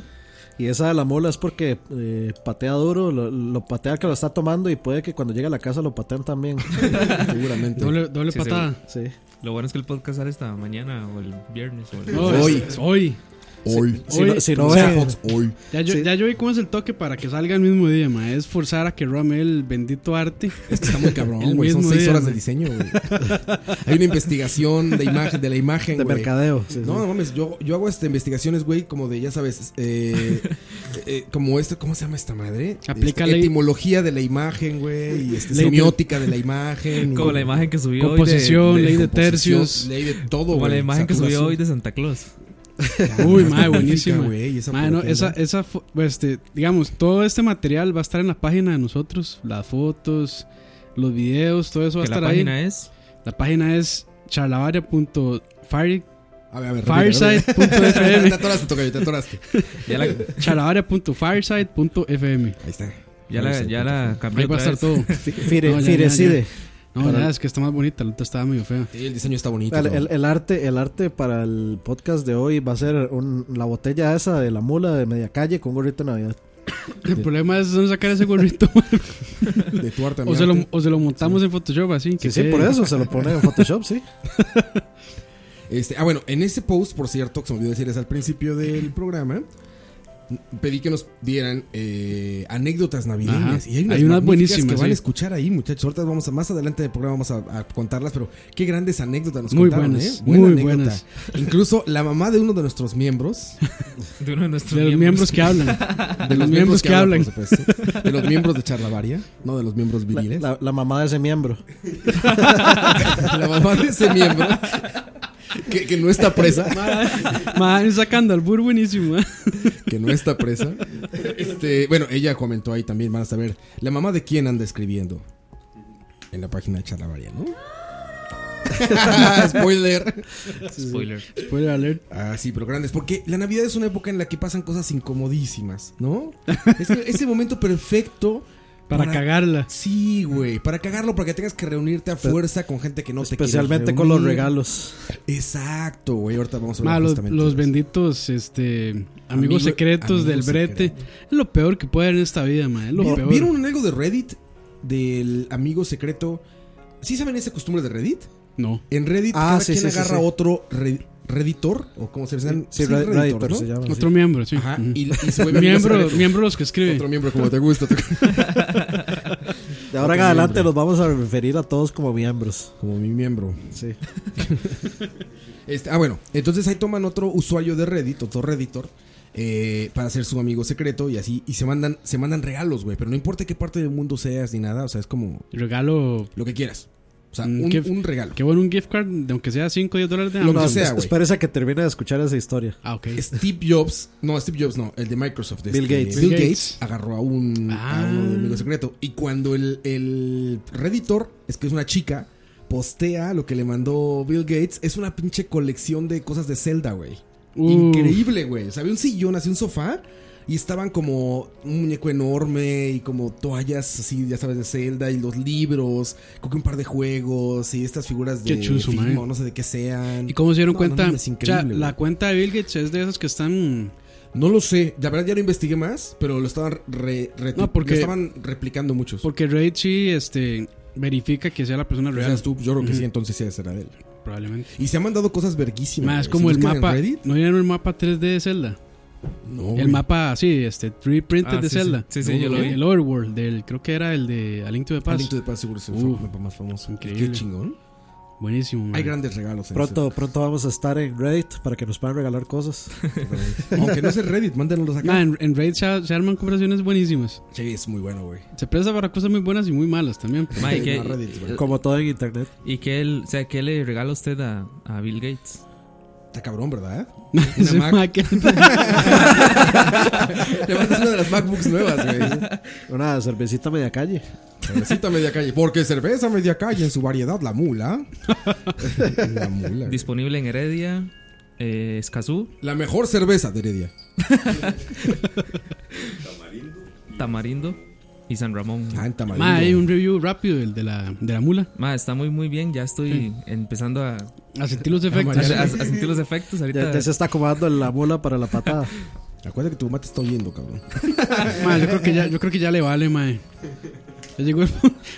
Y esa de la mola es porque eh, patea duro, lo, lo patea el que lo está tomando y puede que cuando llegue a la casa lo patean también. Seguramente. Doble, doble Sí, patada. Sí. lo bueno es que el podcast sale esta mañana o el viernes. O el- No, Hoy. es- hoy. Hoy. Si no, si no O sea, ve- Fox, hoy. Ya yo, ya yo vi cómo es el toque para que salga el mismo día, ma. Es forzar a que Rome el bendito arte. Es que está muy cabrón, El güey. Son mismo seis día, horas de güey. diseño, güey. Hay una investigación de, imagen, de la imagen, de güey. mercadeo. sí, No, sí. no mames, yo, yo hago este, investigaciones, güey, como de, ya sabes, eh, eh, como este, ¿cómo se llama esta madre? Aplica Este, ley- etimología de la imagen, güey, y este, Ley de- semiótica de la imagen. Como y- la imagen que subió hoy. de- Composición, ley de composición, tercios. Ley de todo, Como güey, la imagen que subió saturación. hoy de Santa Claus. Uy, Ah, mae, buenísima. magnífica, güey, esa Mae, no, fotografía. esa, esa, fo- este, digamos, todo este material va a estar en la página de nosotros. Las fotos, los videos, todo eso va a Que la estar ahí. página es. La página es charlavaria.fire A ver, a ver. Fireside.fm. Te atoraste, tocayo, te atoraste. Ya la, charlavaria.fireside.fm. Ahí está. ya la, ya la cambié Ahí va a otra estar vez. todo. Fi- Fire, No, ya, firecide. No, Para- ya, es que está más bonita, la otra estaba medio fea. Sí, el diseño está bonito. El, ¿no? el- el arte, el arte para el podcast de hoy va a ser un- la botella esa de la mula de media calle con un gorrito de Navidad. El problema es dónde sacar ese gorrito. de tu arte, o, mi se lo, arte. o se lo montamos en Photoshop así. Sí, Que sí, quede- por eso se lo pone en Photoshop, sí. Este, ah, bueno, en ese post, por cierto, que se me olvidó decir, es al principio del programa. Pedí que nos dieran eh, anécdotas navideñas. Ajá. Y hay unas, Hay unas magníficas buenísimas, que van sí. a escuchar ahí, muchachos. Ahorita vamos a, más adelante del programa vamos a, a contarlas, pero qué grandes anécdotas nos Muy contaron, buenas, ¿eh? Buena muy anécdota. buenas. Incluso la mamá de uno de nuestros miembros, De uno de nuestros De los miembros que hablan. De los miembros que hablan. por supuesto. de los miembros de Charlavaria, no de los miembros La, viriles. la- la mamá de ese miembro. la mamá de ese miembro que, que no está presa, Man, sacando al burro buenísimo. ¿eh? que no está presa. Este, bueno, ella comentó ahí también, van a saber, la mamá de quién anda escribiendo en la página de Charlavaria, ¿no? Spoiler. Spoiler. Spoiler alert. Ah, sí, pero grandes. Porque la Navidad es una época en la que pasan cosas incomodísimas, ¿no? Es que ese momento perfecto Para, cagarla. Sí, güey. Para cagarlo, para que tengas que reunirte a fuerza con gente que no te quiere Especialmente con los reunir. regalos. Exacto, güey. Ahorita vamos a hablar Ma, los, justamente los de eso. benditos este, amigos Amigo- secretos amigos del brete. secretos. Es lo peor que puede haber en esta vida, man. Es lo ¿Vieron- peor. ¿Vieron un algo de Reddit? Del amigo secreto. ¿Sí saben esa costumbre de Reddit? No. En Reddit, Ah, cada sí, quien sí, sí, agarra sí. otro re- Redditor, o como se llaman. Sí, Red- Redditor ¿no? se llama. sí. Otro miembro, sí. Ajá, Ujú. Ah, y, y se vuelve amigo miembro, secreto. miembro los que escribe. Otro miembro, como te gusta. tú- De ahora en otro adelante miembro. los vamos a referir a todos como miembros. Como mi miembro. Sí. Este, ah, bueno, entonces ahí toman otro usuario de Reddit, otro Redditor, eh, para ser su amigo secreto y así, y se mandan, se mandan regalos, güey, pero no importa qué parte del mundo seas ni nada, o sea, es como Regalo. lo que quieras. O sea, Mm, un, qué- un regalo. Qué bueno un gift card, de aunque sea 5 o 10 dólares de Lo que Amazon. sea, es- güey. espérese a que termine de escuchar esa historia. Ah, ok. Steve Jobs, no, Steve Jobs no, el de Microsoft. este, Bill Gates. Bill Bill Gates Gates. agarró a, un, a Ah. uno de amigo secreto. Y cuando el, el Redditor, es que es una chica, postea lo que le mandó Bill Gates, es una pinche colección de cosas de Zelda, güey. Uf. Increíble, güey. O sea, había un sillón, así un sofá. Y estaban como un muñeco enorme y como toallas así, ya sabes, de Zelda y los libros. Creo que un par de juegos y estas figuras de Qué chuzo, film man. o no sé de qué sean. ¿Y cómo se dieron No, no cuenta? mames, increíble, O sea, güey. la cuenta de Bill Gates es de esas que están. No lo sé, la verdad ya no investigué más, pero lo estaban re, re- No, porque- lo estaban replicando muchos. Porque Reddit sí este, verifica que sea la persona O sea, real. tú, yo creo que sí, entonces sí será de él. Probablemente. Y se han mandado cosas verguísimas. Más güey. como Si el buscan en mapa. Reddit, ¿No vieron el mapa 3D de Zelda? no, el güey. mapa, sí, este, 3 printed Ah, de sí, Zelda. sí. Sí, sí, yo lo vi. El Overworld, del, creo que era el de A Link to the A Past. Link to the Past seguro es el Uh, fa- mapa más famoso. increíble. Qué chingón. Buenísimo, man. Hay grandes regalos en Pronto, pronto vamos a estar en Reddit para que nos puedan regalar cosas. ese- Aunque no sea Reddit, mándenlos acá. Ma, en, en Raid se, se arman conversaciones buenísimas. Sí, es muy bueno, güey. Se presta para cosas muy buenas y muy malas también. pero- Ma, ¿y qué- No, Reddit, eh, güey. Como todo en internet. ¿Y qué, el- o sea, qué le regala usted a, a Bill Gates? Está cabrón, ¿verdad? Sí, Mac. ma, que- Le mandas una de las MacBooks nuevas, güey. Una cervecita media calle. Cervecita media calle. Porque cerveza media calle en su variedad, la mula. la mula. güey. Disponible en Heredia, eh, Escazú, La mejor cerveza de Heredia. Tamarindo y San Ramón. Ah, en Tamarindo. Ma, hay un review rápido del de la, de la mula. Ma, está muy muy bien, ya estoy empezando a, A sentir Ah, los a- efectos. a- a sentir los efectos Ya, ahorita. ya se está acomodando la bola para la patada. Acuérdate que tu mamá te está oyendo, cabrón. Ma, yo, creo que ya, yo creo que ya le vale, mae. Ya llegó el...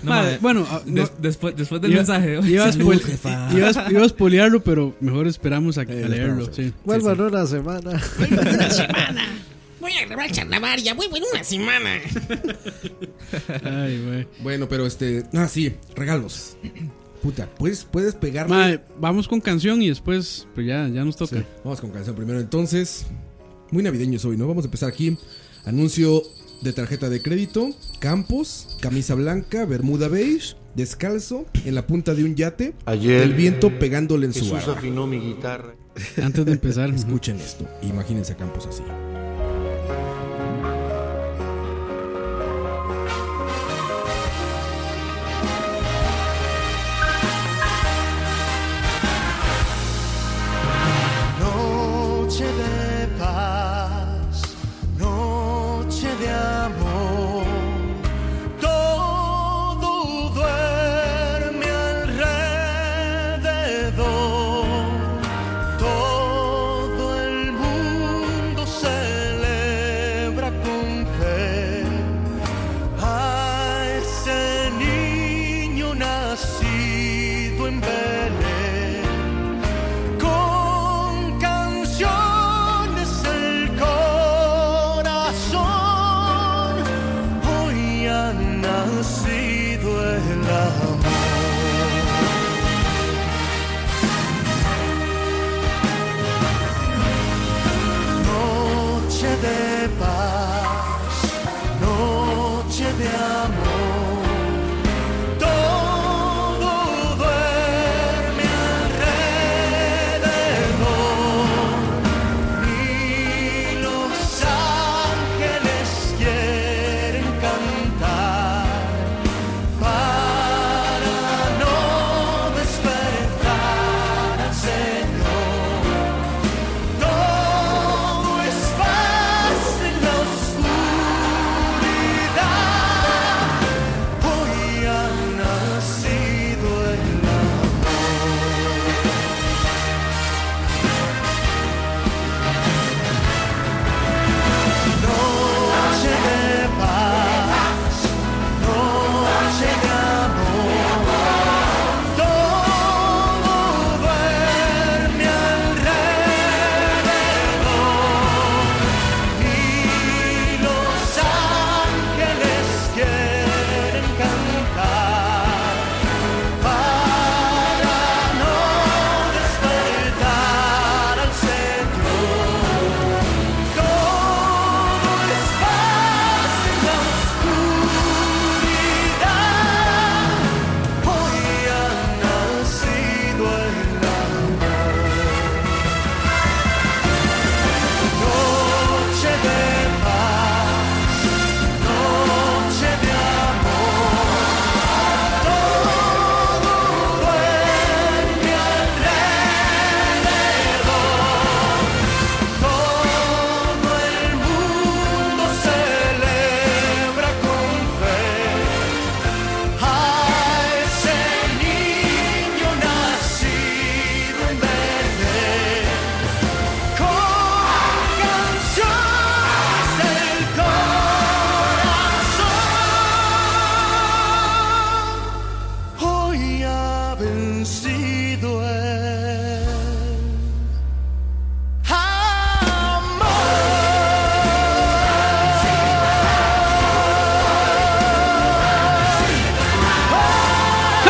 Ma, ma, bueno, ah, no- Des- después, después del iba- mensaje de hoy. Iba a Salud. spoil- iba a sp- iba a spoilearlo, pero mejor esperamos a, a lo leerlo. Eh, esperamos. sí. Vuelvan una semana. Voy a grabar charlavaria, vuelvo en una semana. Ay, güey. Bueno, pero este. Ah, sí, regalos. Puta, puedes, puedes pegarme. Ma, vamos con canción y después, pues ya, ya nos toca. Vamos con canción primero. Entonces, muy navideños hoy, ¿no? Vamos a empezar aquí. Anuncio de tarjeta de crédito, campos, camisa blanca, bermuda beige, descalzo, en la punta de un yate, Ayer eh, el viento pegándole en su Jesús barba. afinó mi guitarra. Antes de empezar. ujú. Escuchen esto, imagínense a campos así. Noche de paz, noche de amor. Todo duerme alrededor. Todo el mundo celebra con fe a ese niño nacido en Belén. Con de paz, noche de amor. Todo duerme alrededor. Ni los ángeles quieren cantar para no despertar al Señor. Todo es paz en la oscuridad. Hoy ha nacido el amor. Noche de paz, noche de amor, todo verme alrededor y los ángeles quieren cantar para no despertar al Señor. Todo es paz en la oscuridad. Hoy ha nacido el amor. Noche de paz, noche de amor. Todo duerme alrededor. Todo el mundo celebra con fe a ese niño nacido en Belén. Con canciones del corazón, hoy ha vencido el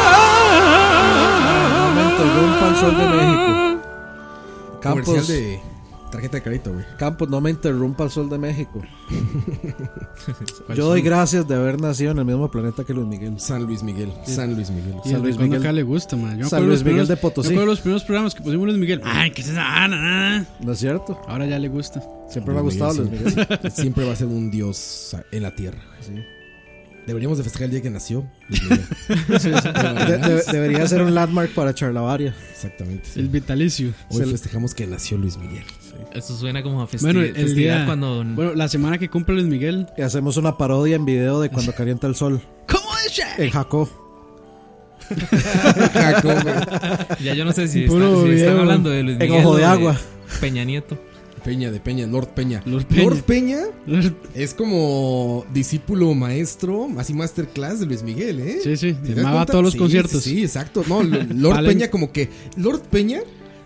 Ah. Momento, rumpa al sol de México. Comercial Campos, de tarjeta de crédito, güey. Campos, no me interrumpa el sol de México. Yo doy gracias de haber nacido en el mismo planeta que Luis Miguel. San Luis Miguel. San Luis Miguel. Y San el Luis Rincón de Miguel. acá le gusta, man. Yo me San acuerdo Luis los Miguel de primeros- Potosí. Yo me acuerdo los primeros programas que pusimos Luis Miguel. Ay, que se ah, na, na, na. ¿No es cierto? Ahora ya le gusta. Siempre me ha gustado Luis Miguel. Siempre, siempre va a ser un dios en la tierra. güey. Deberíamos de festejar el día que nació. Luis Miguel. De- de- debería ser un landmark para Charlavaria. Exactamente. sí. El vitalicio. Hoy festejamos que nació Luis Miguel. Eso suena como a festi- Bueno, el festividad día. cuando. Bueno, la semana que cumple Luis Miguel. Y hacemos una parodia en video de cuando calienta el sol. ¿Cómo es? En Jacó. Jaco, güey. Ya yo no sé si, Puro está- si están video. hablando de Luis En Miguel. Ojo de o Agua. Peña Nieto. Peña de Peña, Lord Peña. Lord Peña. Lord Peña es como discípulo maestro, así masterclass de Luis Miguel, ¿eh? Sí, sí, ¿Te das llamaba a cuenta? todos los Sí, conciertos. Sí, sí, exacto. No, L- Lord Palen- Peña como que Lord Peña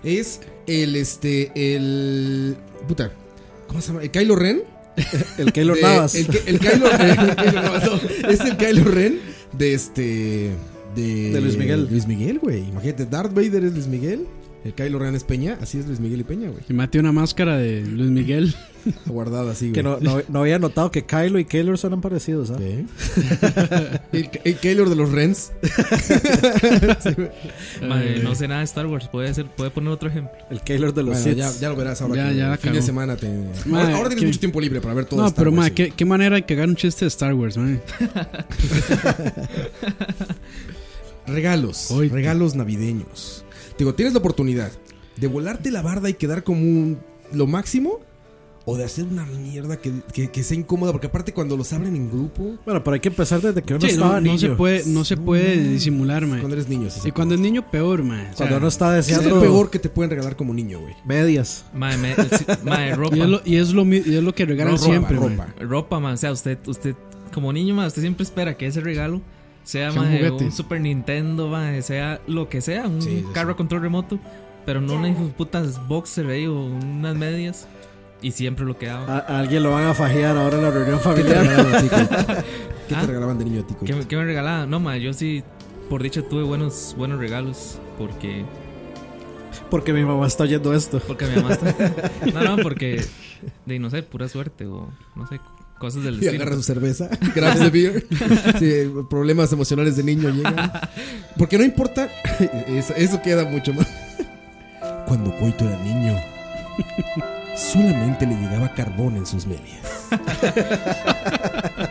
es el este el puta, ¿cómo se llama? El Kylo Ren. El Keylor de- Navas. El, que- el Kylo Ren. el Kylo Navas, no, es el Kylo Ren de este de, De Luis Miguel. Luis Miguel, güey. Imagínate, Darth Vader es Luis Miguel. El Kylo Ren es Peña, así es Luis Miguel y Peña, güey. Y mate una máscara de Luis Miguel. Guardado así, güey. Que no, no- no había notado que Kylo y Keylor suenan parecidos. ¿ah? ¿Qué? el, el Keylor de los Rens. Madre, no sé nada de Star Wars. Puede, ser, puede poner otro ejemplo. El Keylor de los Eh. Bueno, Sith. ya, ya lo verás ahora. Ya- que ya la el fin de cagó. semana te. Madre, ahora, ahora tienes que- mucho tiempo libre para ver todo No, Star pero Wars, ma, güey. ¿qué, qué manera de cagar un chiste de Star Wars, man. Regalos. Hoy- regalos navideños. Digo, tienes la oportunidad de volarte la barda y quedar como un, lo máximo. O de hacer una mierda que, que, que sea incómoda. Porque aparte, cuando los abren en grupo. Bueno, pero hay que empezar desde que uno Sí, estaba no, no niño. se puede, no se puede disimular, Cuando man. eres niño. sí se Y cuando es niño, peor, man. O sea, Cuando uno está puede. ¿Qué es deseando lo peor que te pueden regalar como niño, güey? medias. Madre, me- sí, madre, ropa. y es lo, y es lo, mi- y es lo que regalan No, ropa, siempre, ropa. man. Ropa, man. O sea, usted, usted como niño, man, usted siempre espera que ese regalo sea, Sea un mae, un, juguete. Super Nintendo, man, sea lo que sea, un Sí, sí, carro sí. a control remoto, pero no unas putas boxer ahí o unas medias. Y siempre lo que hago. A, a alguien lo van a fajear ahora en la reunión ¿Qué te familiar. regalaban, de tico? ¿Qué Ah. te regalaban de niño, Tico? ¿Qué, me- qué me regalaban? No, man, yo sí, por dicho, tuve buenos, buenos regalos. Porque Porque mi mamá está oyendo esto. Porque mi mamá está. No, no, porque de no sé, pura suerte o no sé, cosas del Y destino. agarra su cerveza, grabs the beer. Sí, problemas emocionales de niño llegan. Porque no importa, eso, eso queda mucho más. Cuando Coito era niño, solamente le llegaba carbón en sus medias.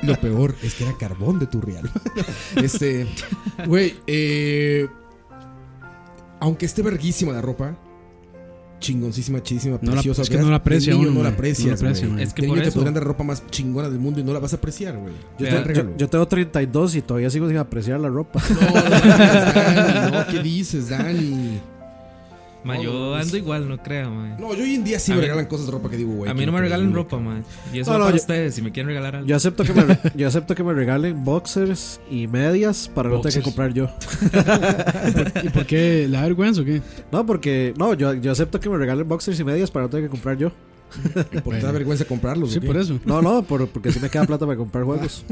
Lo peor es que era carbón de tu real. Este, güey, eh, aunque esté verguísima la ropa, chingoncísima, chidísima, No la- preciosa. es que no ¿verdad? la aprecia De niño uno, no la güey. No aprecias, la aprecia, güey. güey. Es que De niño por te eso. podrían dar ropa más chingona del mundo y no la vas a apreciar, güey. Te Yo, dan te- yo- yo tengo 32 y todavía sigo sin apreciar la ropa. No, no, Dani, no, ¿qué dices, Dani? Ma, No, no, yo no, ando es- igual, no crea, ma. No, yo hoy en día sí A me mí- regalan cosas de ropa que digo, güey. a mí qué no me regalan increíble. ropa, ma. Y eso No, no, para yo- ustedes, si me quieren regalar algo. Yo acepto que me, yo acepto que me regalen boxers y medias para no tener que Boxers. comprar yo. ¿Y por qué? ¿La vergüenza o qué? No, porque no, yo, yo acepto que me regalen boxers y medias para no tener que comprar yo. ¿Por qué te da vergüenza comprarlos? Sí, o qué? por eso. No, no, por- porque si me queda plata para comprar juegos.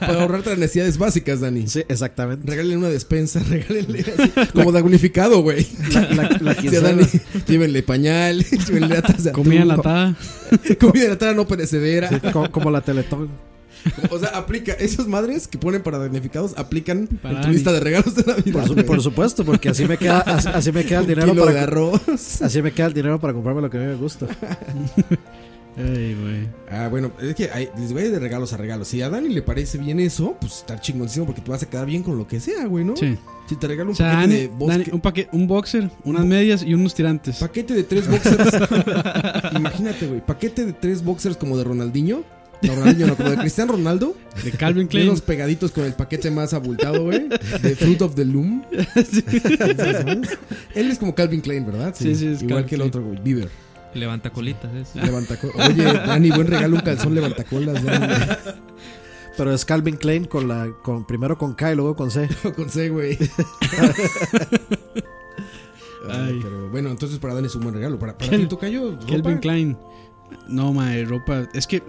Para ahorrarte las necesidades básicas, Dani. Sí, exactamente. Regálenle una despensa, regálenle así, como damnificado, güey. La, la, la Sí, a quincena- Dani, llévenle pañal, llévenle latas de atún, Comida pa- enlatada. Comida enlatada no perecedera. sí, co- como, la Teletón. O sea, aplica. Esas madres que ponen para damnificados aplican Para en tu Dani. lista de regalos de Navidad. Por, su- güey. por supuesto, porque así me queda, as- así, me queda el Un dinero kilo de para arroz. así me queda el dinero para comprarme lo que a mí me gusta. Ay, güey. Ah, bueno, es que hay- les voy de regalos a regalos. Si a Dani le parece bien eso, pues está chingoncísimo porque te vas a quedar bien con lo que sea, ah, güey, ¿no? Sí. Si te regalo O un sea, paquete Dani- de bosque, Dani, un, paque- un boxer, unas medias y unos tirantes. paquete de tres boxers. Imagínate, güey, paquete de tres boxers como de Ronaldinho. No, Ronaldinho, no, como de Cristiano Ronaldo. De Calvin Y Klein. unos pegaditos con el paquete más abultado, güey. De Fruit of the Loom. Él es como Calvin Klein, ¿verdad? Sí, sí, es Calvin Igual que el Klein. otro, güey. Bieber. Levanta colitas, eso. Levantacolas. Oye, Dani, buen regalo, un calzón levantacolas. Dani. Pero es Calvin Klein con la con primero con K y luego con C. con C, güey. Ay, Ay. Pero bueno, entonces para Dani es un buen regalo. Para, para Kel- ti, Tocayo, Kelvin ropa. Klein. No, mae, ropa. Es que,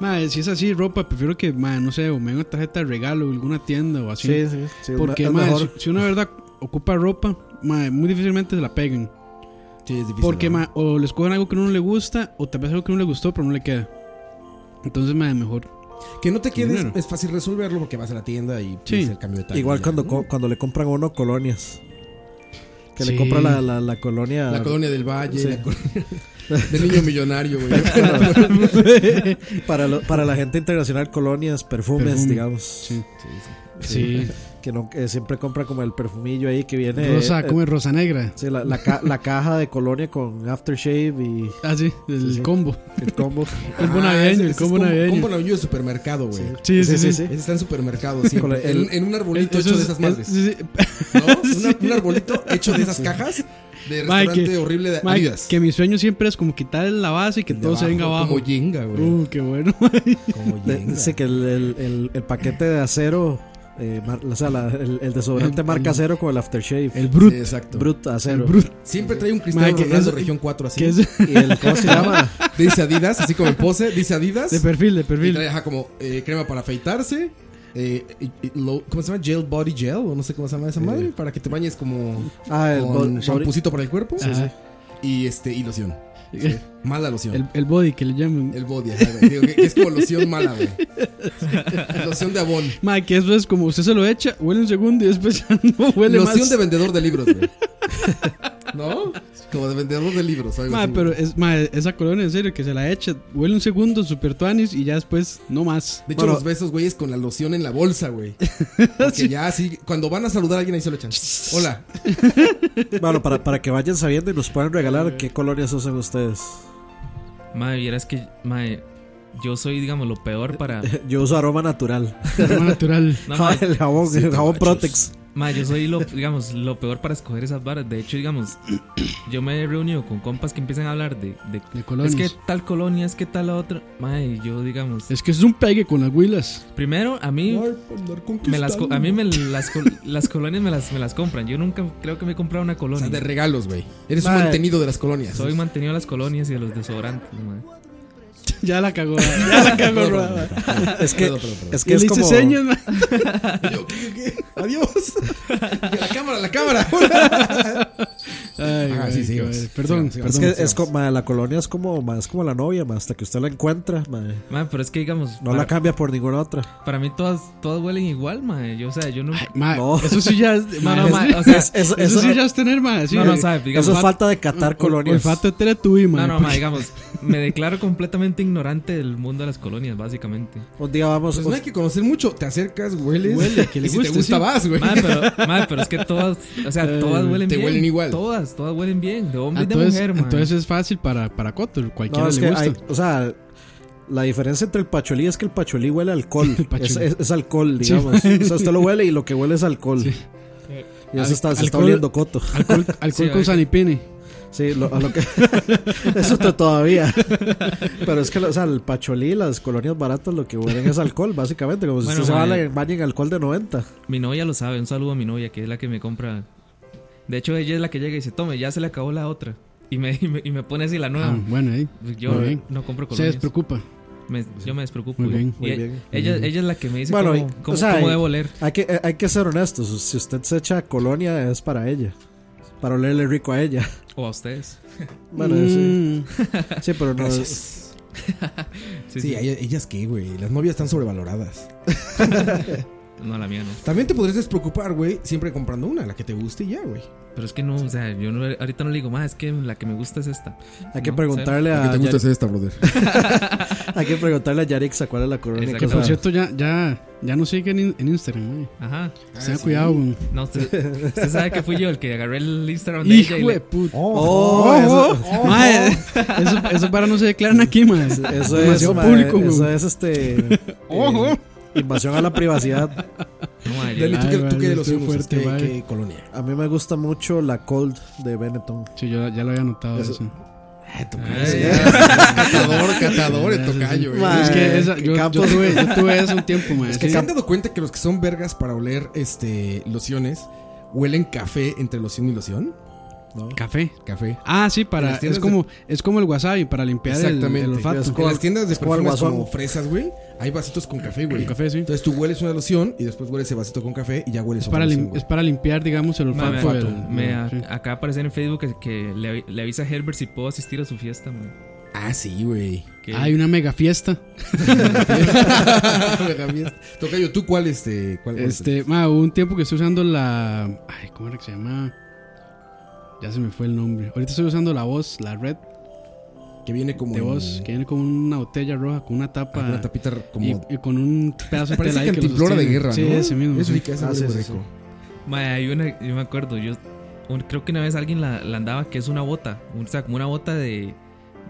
mae, si es así, ropa, prefiero que, mae, no sé, o me den una tarjeta de regalo, alguna tienda o así. Sí, sí, sí. Porque, es mae, mejor. si, si una verdad ocupa ropa, mae, muy difícilmente se la peguen. Sí, es difícil. Porque, ¿no? mae, o les cogen algo que no le gusta, o tal vez algo que no le gustó, pero no le queda. Entonces, mae, mejor. Que no te quedes, Dinero. es fácil resolverlo porque vas a la tienda y Sí. pides el cambio de talla. Igual ya, cuando, ¿no? co- cuando le compran a uno colonias. Que Sí. le compra la, la, la colonia. La colonia del Valle, Sí. la colonia del niño millonario, güey. para, lo- para la gente internacional, colonias, perfumes, Perfume. digamos. Sí. Sí. Que no, que siempre compra como el perfumillo ahí que viene. Rosa, eh, como es rosa negra. sí, la, la, ca- la caja de colonia con aftershave y Ah, sí, el Sí, sí. combo. el combo. El combo Ah, navideño, ese- ese el es combo como- navideño. Combo navideño de supermercado, güey. Sí, sí, sí. Ese está en supermercado, siempre. Con el- en, en un arbolito Eso hecho de es- esas es- madres. sí, sí. ¿no? Una- sí. Un arbolito hecho de esas cajas Mike, de restaurante horrible de Mae, Adidas. que mi sueño siempre es como quitar la base y que De todo se venga abajo. Como Jenga, güey. Uh, qué bueno. como De- Jenga. Eh, dice que el, el, el- el paquete de acero. eh, mar- o sea, la- el, el desodorante El- marca el- acero con el aftershave. El brut. Sí, exacto. brut acero. Siempre trae un Cristiano Mike, Ronaldo es- región 4 así. Que es Y el, ¿Cómo se llama? Dice Adidas, así como en pose, dice Adidas. de perfil, de Y perfil. trae ajá, como eh, crema para afeitarse. eh, y- y lo- ¿Cómo se llama? Gel body gel, o no sé cómo se llama esa madre, para que te bañes como Ah, el con bo- body- champucito para el cuerpo. Ajá. Y este, y loción. Mala loción. El, El, el body que le llaman. body, ajá, güey. Digo que- que es como loción mala, güey. loción de abón. Mae, que eso es como usted se lo echa, huele un segundo y después ya no huele Loción más. de vendedor de libros, güey. ¿No? Como de vendedor de libros. algo Mae, así, pero güey. es, mae, esa colonia en serio que se la echa, huele un segundo super tuanis y ya después no más. De hecho, Bueno. los besos, güey, es con la loción en la bolsa, güey. Porque ya así, cuando van a saludar a alguien ahí se lo echan. Hola. Bueno, para, para que vayan sabiendo y nos puedan regalar qué colonias usan ustedes. Madre, vieras que, madre, yo soy, digamos, lo peor para. Yo uso aroma natural. Aroma natural. No, mae, el jabón, el jabón Protex. mae, yo soy lo, digamos, lo peor para escoger esas varas. De hecho, digamos, yo me he reunido con compas que empiezan a hablar de. de- De es colonias. que tal colonia, es que tal otra. Madre, yo, digamos. Es que es un pegue con las huilas. Primero, a mí. Me las, co- a mí me las, co- las colonias me las, me las compran. Yo nunca creo que me he comprado una O colonia. sea, de regalos, güey. Eres un Madre. mantenido de las colonias. Soy mantenido de las colonias y de los desodorantes, madre. Ya la cagó, ya la cagó, Roa. Es que, Perdón, perdón, perdón. es Y que es le hice como. señas, ma. Yo, ¿qué, qué, qué? Adiós. la cámara, la cámara. Ay, Ah, güey, sí, sí, qué vas. mal. Perdón, Sí, vas, sí, perdón. vas. Es que es sigamos. como, ma, la colonia es como, ma, es como la novia, ma, hasta que usted la encuentra, ma, Ma, pero es que digamos, no la para, cambia por ninguna otra. para mí todas, todas huelen igual, mae. Yo, o sea, yo no. Ay, ma, No. Eso sí ya es. ma, No, no, es- ma, o sea, Es- es- eso, eso- sí ya es tener, ma. Sí, no, no, sabe, digamos. Eso es falta de catar colonias. Olfato de Teletubby, ma. no, no, ma, digamos, me declaro completamente ignorante del mundo de las colonias, básicamente. Un día vamos. Pues no hay que conocer mucho. Te acercas, hueles. Huele, que le y si guste, te gusta, sí. vas, güey. Madre, pero, madre, pero es que todas, o sea, Eh, todas huelen te bien. huelen igual. Todas, todas huelen bien, de hombre Ah, y de entonces, mujer, madre. entonces es fácil para, para Cotter, cualquiera No, es le que gusta. hay, o sea, la diferencia entre el pacholí es que el pacholí huele a alcohol. El pacholí. es, es- es alcohol, digamos. O sea, usted lo huele y lo que huele es alcohol. Y eso Al- está, se está alcohol- oliendo coto. Alcohol, alcohol Sí, con hay- sanipini. Sí, lo, a lo que, eso to- todavía. Pero es que, o sea, el pacholí, las colonias baratas, lo que huelen es alcohol, básicamente. Como si Bueno, usted se mae. baña en- baña en alcohol de 90. Mi novia lo sabe, un saludo a mi novia, que es la que me compra. De hecho, ella es la que llega y dice, tome, ya se le acabó la otra. Y me, y me, y me pone así la nueva. Pues Ah, bueno, ahí. yo muy bien. no compro Se colonias. despreocupa. Me- yo me despreocupo. Muy yo. bien, Y muy e- bien. Ella, ella es la que me dice Bueno, cómo, y- cómo- o sea, cómo y- debo oler. Hay que, eh, hay que ser honestos. Si usted se echa colonia, es para ella. Para olerle rico a ella. O a ustedes. Bueno, sí. Mm, Sí, pero no. Sí, Sí, sí. ellas, ellas qué, güey. Las novias están sobrevaloradas. No, la mía no. También te podrías despreocupar, güey, siempre comprando una, la que te guste y ya, güey. Pero es que no, o sea, yo no- ahorita no le digo más, es que la que me gusta es esta. Hay que No, preguntarle a. Yari- esta, brother. Hay que preguntarle a Yarixa cuál es la colonia que Exacto. que por usa. cierto, ya, ya, ya no siguen en, en Instagram, güey. Ajá. Tenga Ah, cuidado, güey. No, usted, usted sabe que fui yo el que agarré el Instagram de ella y Hijo le- de puta. Oh, eso, Mae, eso, eso para no se declaran aquí, mae. eso es, Demasiado ma, público, güey. eso es este. eh, Ojo. invasión a la privacidad. No, madre, Dale, tú, Ay, que- tú vale, que de los estoy últimos, fuerte, ¿qué- vale. qué colonia. A mí me gusta mucho la Cold de Benetton. Sí, yo ya lo había notado eso. Eso- Eh, Ay, catador, catador, el Eso sí. tocayo, güey. Ma, Es que esa- que yo, yo Campos- tuve, yo tuve eso un tiempo, mae. Es que sí. se han dado cuenta que los que son vergas para oler este lociones huelen café entre loción y loción. Café. Café. Ah, sí, para, Las tiendas es como, es como el wasabi para limpiar el- el, Exactamente. Es olfato. como- En las tiendas de es como el perfumes guasón. como fresas, güey, hay vasitos con café, güey. Con café, sí. Entonces tú hueles una loción y después hueles ese vasito con café y ya hueles Es otra para, lim- loción, güey. es para limpiar, digamos, el madre, olfato. del- me- me a- sí. Acá aparece en Facebook que, que le, avi- le avisa a Herbert si puedo asistir a su fiesta, man. Ah, sí, güey. Que- Hay una mega fiesta. tocayo, ¿tú cuál este? Cuál, cuál Este, ma, hubo un tiempo que estoy usando la. Ay, ¿cómo era que se llama? Ya se me fue el nombre. Ahorita estoy usando la voz, la red este? que viene como de en- voz, que viene con una botella roja, con una tapa. con una tapita y, como y con un pedazo de parece tela ahí que lo cantimplora de sostiene. guerra, Sí, ¿no? ese mismo. Eso sí. sí que hace Ah, sí, muy sí, sí. rico. Madre, hay una, yo me acuerdo, yo un- creo que una vez alguien la, la andaba que es una bota, un- o sea, como una bota de...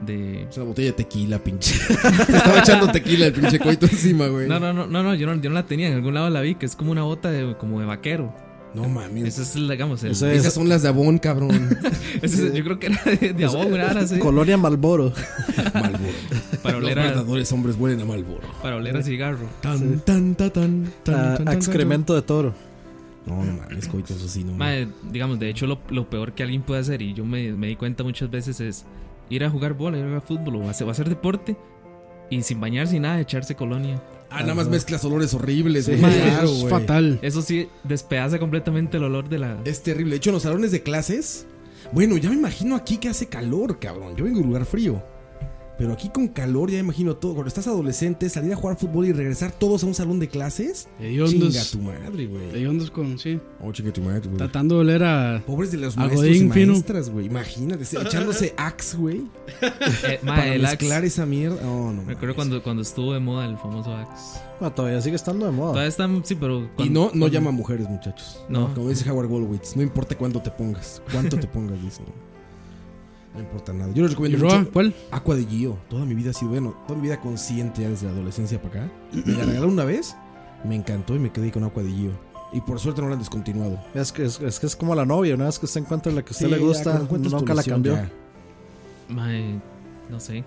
de Es una botella de tequila, pinche. Te estaba echando tequila el pinche coito encima, güey. no, no, no, no, no, yo no, yo no la tenía, en algún lado la vi, que es como una bota de, como de vaquero. No mames. Esa es, digamos, el, Eso es- Esas Este, son las de Avon, cabrón. ese es- yo creo que era de, de abón, una vara así, Colonia Malboro. Malboro. para Los oler a, verdaderos hombres huelen a Malboro. para oler a cigarro. Tan, tan, ta, tan, tan, a- tan, a tan, excremento de toro. tan. No, no mames, coito, eso sí, no. Mae, Mm. digamos, de hecho, lo, lo peor que alguien puede hacer, y yo me, me di cuenta muchas veces, es ir a jugar bola, ir a jugar fútbol o hacer, o hacer deporte y sin bañarse y nada, echarse colonia. Ah, nada más mezclas olores horribles, Sí, güey. Madre, Claro, es güey. fatal. Eso sí, despedaza completamente el olor de la. Es terrible. De hecho, en los salones de clases. Bueno, ya me imagino aquí que hace calor, cabrón. Yo vengo de un lugar frío. Pero aquí con calor ya me imagino todo. Cuando estás adolescente, salir a jugar fútbol y regresar todos a un salón de clases. Hediondos. Chinga tu madre, güey. Hediondos eh, con, sí. Oh, chinga tu madre, güey. Tratando de oler a. Pobres de los A maestros y Godín fino. maestras, güey. Imagínate, se- echándose axe, güey. Eh, mae, Para el Axe. mezclar esa mierda. Oh, no. Me mames. acuerdo cuando, cuando estuvo de moda el famoso Axe. Bueno, Ah, todavía sigue estando de moda. Todavía están, sí, pero. Y cuando- no, no cuando- llama a mujeres, muchachos. No. Como dice Howard Wolowitz, no importa cuánto te pongas, cuánto te pongas, dice. No importa nada. Yo ¿Y les recomiendo Roa? mucho ¿Cuál? Aqua de Gio. Toda mi vida ha sido, bueno, toda mi vida consciente ya desde la adolescencia para acá. Me la regalaron una vez, me encantó y me quedé con Aqua de Gio. Y por suerte no la han descontinuado. Es que es, es que es como la novia. Una vez que usted encuentra la que a usted Sí, le ya gusta, cuando encuentras tu nunca la loción, cambió. ya. Mae, no sé.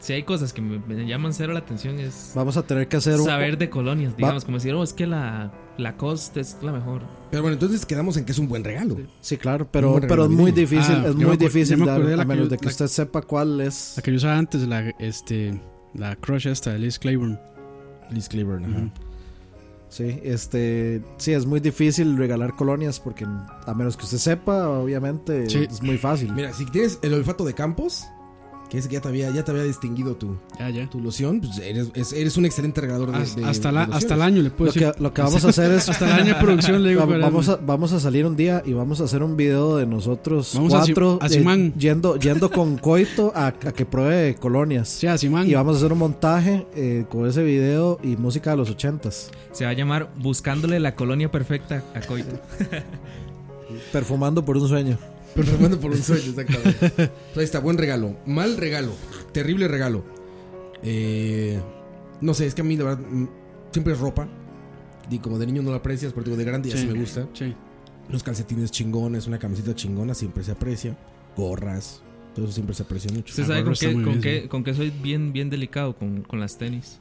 si hay cosas que me, me llaman cero la atención, es Vamos a tener que hacer un. saber de colonias, digamos, como decir, oh, es que la, la cost es la mejor. Pero bueno, entonces quedamos en que es un buen regalo. Sí, claro, Un pero, buen pero es regalo muy navideño. difícil. Ah, es yo me muy acu- yo difícil me dar, acordé de la a que menos yo- de que la- usted sepa cuál es. La que yo usaba antes, la este. La crush esta, Liz Claiborne. Liz Claiborne, ajá. Sí, este, sí, es muy difícil regalar colonias porque a menos que usted sepa, obviamente Sí. es muy fácil. Mira, si tienes el olfato de campos, que es que ya te había, ya te había distinguido tu, Ah, Ya, ya. tu loción, pues eres, es- eres un excelente regalador de, Hasta, de- hasta de la- lociones. hasta el año le puedo Lo que, decir. lo que vamos a hacer es Hasta el año de producción le digo. Va- para- vamos, a, vamos a salir un día y vamos a hacer un video de nosotros Vamos a cuatro Sim- eh, a Simán. yendo, yendo con Coito a, a que pruebe colonias. Sí, a Simán. Y vamos a hacer un montaje eh, con ese video y música de los ochentas. Se va a llamar Buscándole la colonia perfecta a Coito. Perfumando por un sueño. Perfumando por un sueño, exactamente. Entonces, ahí está, buen regalo. Mal regalo. Terrible regalo. Eh, no sé, es que a mí, la verdad, mm, siempre es ropa. Y como de niño no la aprecias, pero digo, de grande ya sí me gusta. Sí. Los calcetines chingones, una camiseta chingona, siempre se aprecia. Gorras, todo eso siempre se aprecia mucho. ¿Usted La sabe gorra con está qué, muy con, bien, qué, con qué soy bien, bien delicado con, con las tenis?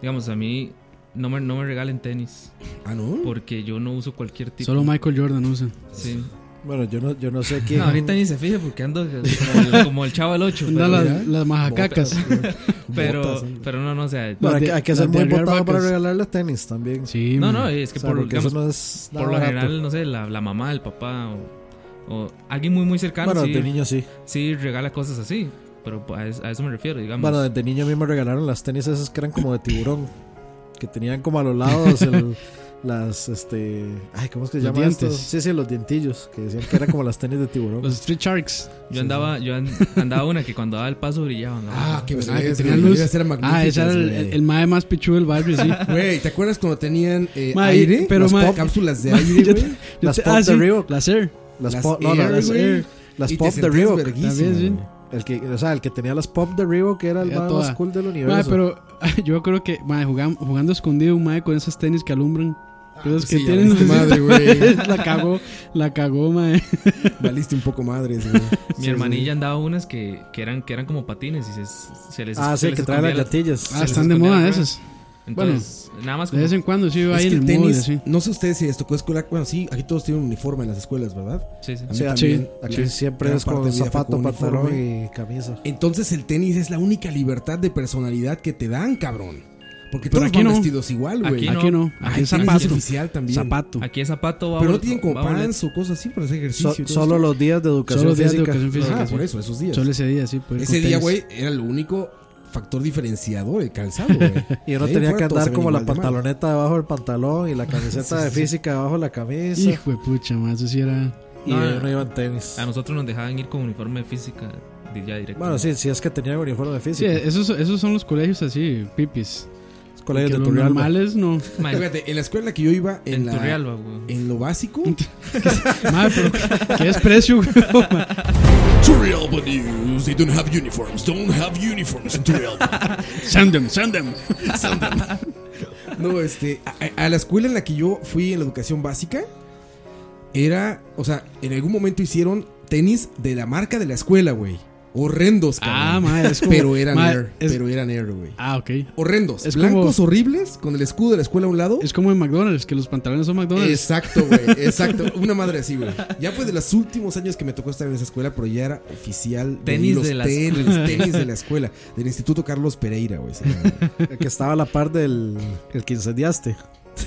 Digamos, a mí no me, no me regalen tenis Ah, ¿no? porque yo no uso cualquier tipo. Solo Michael Jordan usa. Sí. Bueno, yo no, yo no sé quién. No, ahorita ni se fija porque ando como el, como el chavo del 8. Anda Pero, las, las majacacas. pero, Botas, ¿eh? pero no, no, o sea. Bueno, hay, Las que- de- hay que ser las de muy arrear votado para vacas. regalarle tenis también. Sí, No, man. no, es que O sea, por, porque eso digamos, no es nada por lo barato. general, no sé, la, la mamá, el papá o, o alguien muy, muy cercano bueno, sí, de niño sí. sí regala cosas así. Pero a es- a eso, me refiero, digamos. Bueno, desde niño a mí me regalaron las tenis esas que eran como de tiburón. Que tenían como a los lados el- las, este... Ay, ¿cómo es que se Los llama esto? dientes. Sí, sí, los dientillos. Que decían que eran como las tenis de tiburón. Los Street Sharks. yo andaba yo an- andaba una que cuando daba el paso brillaban. ¿no? Ah, Pues, que, Ah, que beleza, tenía güey. luz. Debes ser Ah, ese era el, magníficas, el, el mae más pichudo del barrio, sí. güey. Güey, ¿te acuerdas cuando tenían eh, Ma, aire? pero, las ma- pop- cápsulas de aire, Yo te- güey. yo Las te- Pop de Reebok. Las Air. Las, Las pop, no, Air, las, güey. Air, las Y te pop de sentías Reebok. verguísima, También, sí. güey. El que, o sea, el que tenía las pop de Reebok que era el Era más, toda. más cool del universo. Mae, pero yo creo que mae, jugam- jugando escondido un mae con esas tenis que alumbran. Esos que sí, ya tienen valiste madre, güey. la cagó, la cagó, mae. Valiste un poco madres, güey. Mi hermanilla andaba unas que, que eran que eran como patines y se, se les ah, se sí, les que trae escondía las la- latillas. Ah, les están escondía de la moda rueda. esas. Entonces, nada más De vez en como cuando sí va Es ahí que en el el tenis, mall, sí. no sé ustedes si les tocó escuela, bueno, sí, aquí todos tienen un uniforme en las escuelas, ¿verdad? sí, sí. A mí Sí, también, Aquí gran- siempre gran es parte con de mi vida fue zapato, con pantalón uniforme. y camisa. Entonces el tenis es la única libertad de personalidad que te dan, cabrón. Porque Pero todos aquí van no. vestidos igual, güey. Aquí Aquí no, Ah, aquí el es tenis zapato. es oficial también. Zapato. Aquí es zapato va Pero no bolet- tienen como va bolet. pants o cosas así para hacer ejercicio. So- y todo solo esto. los días de educación Solo días de física. educación física. Ah, sí. por eso, esos días. Solo ese día, sí. pues. puede ir Ese con día, tenis. güey, era el único factor diferenciador, el calzado, güey. Y uno De ahí tenía fuera todos que se andar ven como la igual de mal. pantaloneta debajo del pantalón y la camiseta de física debajo de la camisa. Hijo de pucha, mae. Eso sí era. Y eh, No, yo no. no iba en tenis. A nosotros nos dejaban ir con uniforme de física de ya directo. Bueno, sí, sí es que tenía uniforme de Sí, física. esos, esos son los colegios así, pipis. Los Que colegios de los Turrialba. normales no. Ma, Fíjate, en la escuela en la que yo iba, en, en la- Turrialba, güey. en lo básico, Mae, pero ¿qué desprecio, güey? Turrialba News, they don't have uniforms, don't have uniforms in Turrialba. Send them, send them. no, este, a, a la escuela en la que yo fui en la educación básica, era, o sea, en algún momento hicieron tenis de la marca de la escuela, güey. Horrendos, Ah, cabrón. mae, es como. pero eran mae, Air, es- pero eran Air, güey. Ah, ok. Horrendos, es como- blancos horribles, con el escudo de la escuela a un lado. Es como en McDonald's, que los pantalones son McDonald's. Exacto, güey, exacto. Una madre así, güey. Ya fue de los últimos años que me tocó estar en esa escuela, pero ya era oficial. Tenis los de la tenis, tenis de la escuela. Del Instituto Carlos Pereira, güey. se llama, güey. El que estaba a la par del el quinceañaste.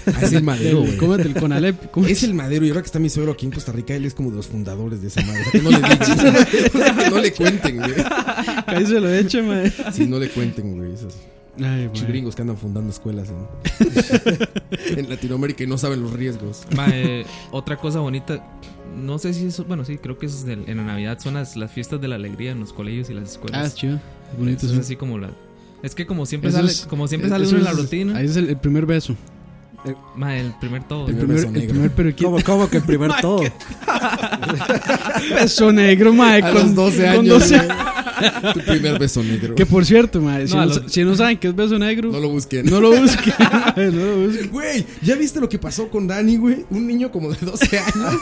Ah, Es el madero, Del- güey. ¿Cómo es el Conalep? ¿Cómo Es el madero. Y ahora que está mi suegro aquí en Costa Rica, él es como de los fundadores de esa madre. O sea, que no le digan. O sea, que no le cuenten, güey. Ahí se lo eche, mae. Sí, no le cuenten, güey. Esos Ay, mae. chigringos que andan fundando escuelas en, en Latinoamérica y no saben los riesgos. Ma, eh, otra cosa bonita, no sé si eso, bueno, sí, creo que eso es del- en la Navidad son las, las fiestas de la alegría en los colegios y las Ah, es escuelas. chido. Bonito, Eso es sí. así como la es que como siempre Eso sale, es- como siempre eh, sale eso uno en la es- rutina, Ahí es el, el primer beso. ma, el primer todo. El Eh, Primer primer, beso el negro. primer periquito. ¿Cómo, cómo que el primer todo? Beso negro, mae. A con- los 12 con años. 12 güey. Tu primer beso negro. Que por cierto, mae, si, No, a no, los- sa- si no saben qué es beso negro, No lo busquen. no lo busquen. mae, no lo busquen. Güey, ¿ya viste lo que pasó con Dani, güey? Un niño como de 12 años.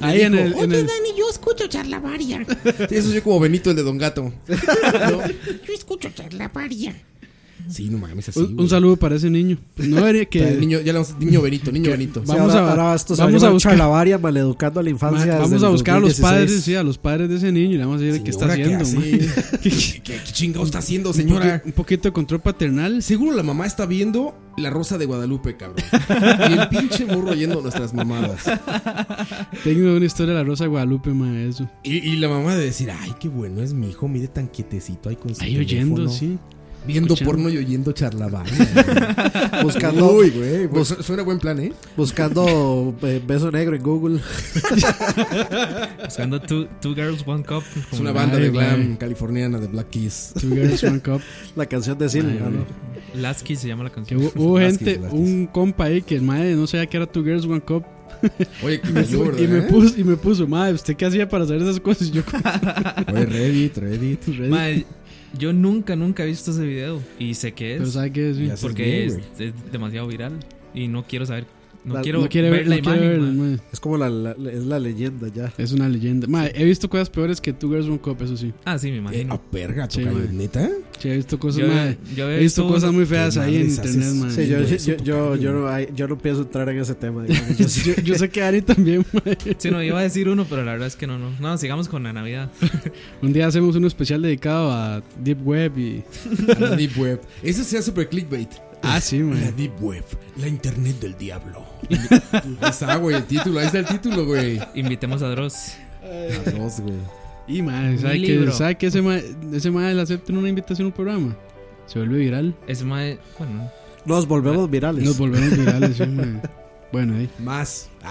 Ahí en el, en Oye, el- Dani, yo escucho charlavaria. Eso soy como Benito, el de Don Gato. ¿No? Yo escucho charlavaria. Sí, no mames, así. Un, güey. un saludo para ese niño. No debería que. Está el niño, ya le vamos- niño Benito, niño Benito. Sí, ahora, ahora estos vamos vamos a a buscar- charlavaria maleducando a Ma- la infancia. vamos desde a el buscar a los 2016. padres, sí, a los padres de ese niño y le vamos a decir qué está haciendo. ma. ¿Qué, qué, qué chingado está haciendo, señora? Un poquito de control paternal. Seguro la mamá está viendo La Rosa de Guadalupe, cabrón. Y el pinche burro oyendo nuestras mamadas. Tengo una historia de la Rosa de Guadalupe, ma, eso. Y, y la mamá de decir, ay, qué bueno es mi hijo, mire tan quietecito ahí con su Ahí oyendo, teléfono". sí. Viendo Escuchando. porno y oyendo charlavaria. Buscando, Uy, güey. pues, suena buen plan, ¿eh? buscando eh, beso negro en Google. Buscando two, two Girls, One Cup. Es como una la- banda Ay, de glam güey. californiana de Black Keys. Two girls, one cup. La canción de Silvia. Ay, ¿no? güey. Lasky se llama la Que canción. hubo hubo Velázquez, gente, Velázquez. un compa ahí que el madre no sabía que era Two Girls One Cup. Oye, ¿eh? que cayó, ¿verdad? y, me puso, y me puso, madre, ¿usted qué hacía para saber esas cosas? Y yo con Oye, Reddit, Reddit. Reddit. Mae, yo nunca, nunca he visto ese video. Y sé qué Pero es. sabe qué es, sí. Ya sé. Porque bien, es, es demasiado viral. Y no quiero saber. No La- quiero No quiere ver, ver, la no quiere imagen. ver, mae. mae. Es como la, la- la- es la leyenda ya. Es una leyenda. Mae, he visto cosas peores que Two Girls One Cup, eso sí. Ah, sí, me Eh, imagino. a verga, Sí, tocayo, güey. ¿neta? Sí, he visto cosas, Yo- mae. yo He visto cosas muy feas ¿Qué ahí en madres internet, haces? mae. Sí, yo, Ay, yo, eso, yo, yo, tocayo. yo no, ay, yo no pienso entrar en ese tema. digamos. Yo sí- yo, yo sé que Ari también, mae. Sí, no, iba a decir uno, pero la verdad es que no, no. No, sigamos con la Navidad. Un día hacemos un especial dedicado a Deep Web y. A la Deep Web. Eso sea super clickbait. Ah, sí, La mae. Deep Web, la Internet del Diablo. Está, güey, el título. Ahí está el título, güey. Invitemos a Dross. Las dos, güey. Y, mae, ¿sabe Un que, libro. ¿sabe que ese mae, ese mae le aceptan una invitación a un programa? Se vuelve viral. Es más. Bueno, Nos volvemos virales. Nos volvemos virales, sí, mae. Bueno, ahí. Más.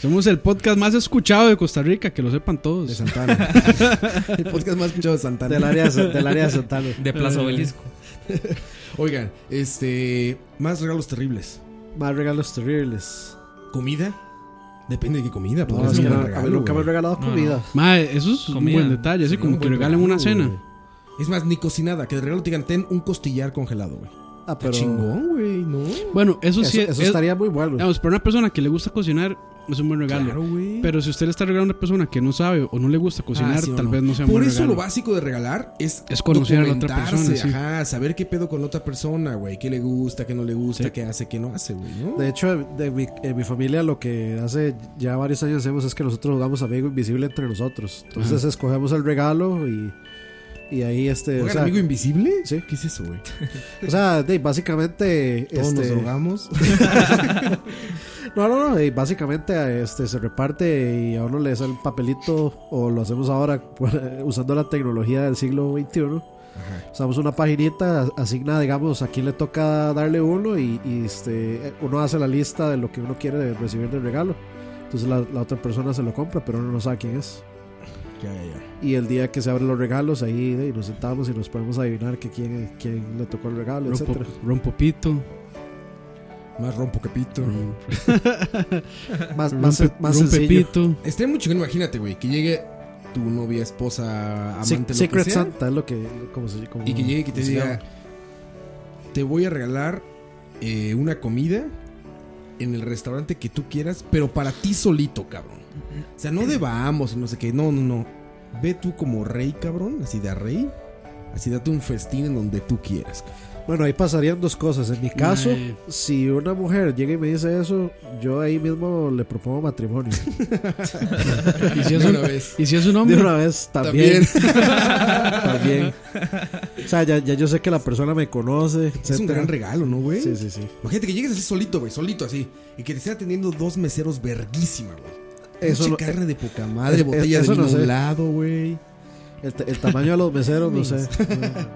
Somos el podcast más escuchado de Costa Rica, que lo sepan De todos. Santana. El podcast más escuchado de Santana. del área, de- del área de Santana. de Eh, Plaza Obelisco. Eh. Oigan, este. Más regalos terribles. Más regalos terribles. Comida. Depende de qué comida. No, podría es ser que un no, buen a mí regalo, nunca me han güey. regalado No, comida. Mae, eso es Comida. un buen detalle, así Sí, como un que buen regalen una regalo, cena. güey. Es más, ni cocinada. Que de regalo te digan ten un costillar congelado, güey. Ah, Está pero chingón, güey, ¿no? Bueno, eso eso, sí eso es- estaría muy bueno. digamos, para una persona que le gusta cocinar, es un buen regalo. Claro, güey. Pero si usted le está regalando a una persona que no sabe o no le gusta cocinar, Ah, sí o tal vez no sea un Por buen eso regalo. lo básico de regalar es, Es conocer a la otra documentarse, persona, sí. Ajá, saber qué pedo con la otra persona, güey. Qué le gusta, qué no le gusta, qué hace, qué no hace, güey, ¿no? De hecho, de mi, en mi familia lo que hace ya varios años hacemos es que nosotros jugamos amigo invisible entre nosotros. Entonces escogemos el regalo y, y ahí este... O ¿Juegan sea, amigo invisible? Sí. ¿Qué es eso, güey? o sea, de- básicamente... Todos nos este, drogamos. no, no, no. y básicamente este, se reparte y a uno le sale el papelito o lo hacemos ahora eh, usando la tecnología del siglo XXI. Usamos una paginita, asigna, digamos, a quién le toca darle uno y, y, este, uno hace la lista de lo que uno quiere recibir del regalo. Entonces la, la otra persona se lo compra, pero uno no sabe quién es. ya, ya, ya. Y el día que se abren los regalos, ahí de, y nos sentamos y nos podemos adivinar que quién, quién le tocó el regalo, Rompo, etc. rompopito. Más rompo capito. Más, más, rompe- más sencillo. rompepito. Estaría muy chingón, imagínate, güey, que llegue tu novia, esposa, amante, Se- lo que Secret sea, Santa es lo que. Como se, como- Y que llegue y que te como se diga, llama. te voy a regalar eh, una comida en el restaurante que tú quieras, pero para ti solito, cabrón. O sea, no de vamos y no sé qué, no, no, no. Ve tú como rey, cabrón, así de a rey. Así date un festín en donde tú quieras. cabrón. Bueno, ahí pasarían dos cosas. En mi caso, Mae. si una mujer llega y me dice eso, yo ahí mismo le propongo matrimonio. ¿Y si es De un, una vez. y si es un De hombre? una vez, también. También. O sea, ya, ya yo sé que la persona me conoce. Es un etcétera. gran regalo, ¿no, güey? Sí, sí, sí. Imagínate que llegues así solito, güey, solito así. Y que te estén atendiendo dos meseros verguísima, güey. Eso Eso no- carne de poca madre, es- botella eso de no vino a sé. un lado, güey. El, ta- el tamaño de los meseros, no sé.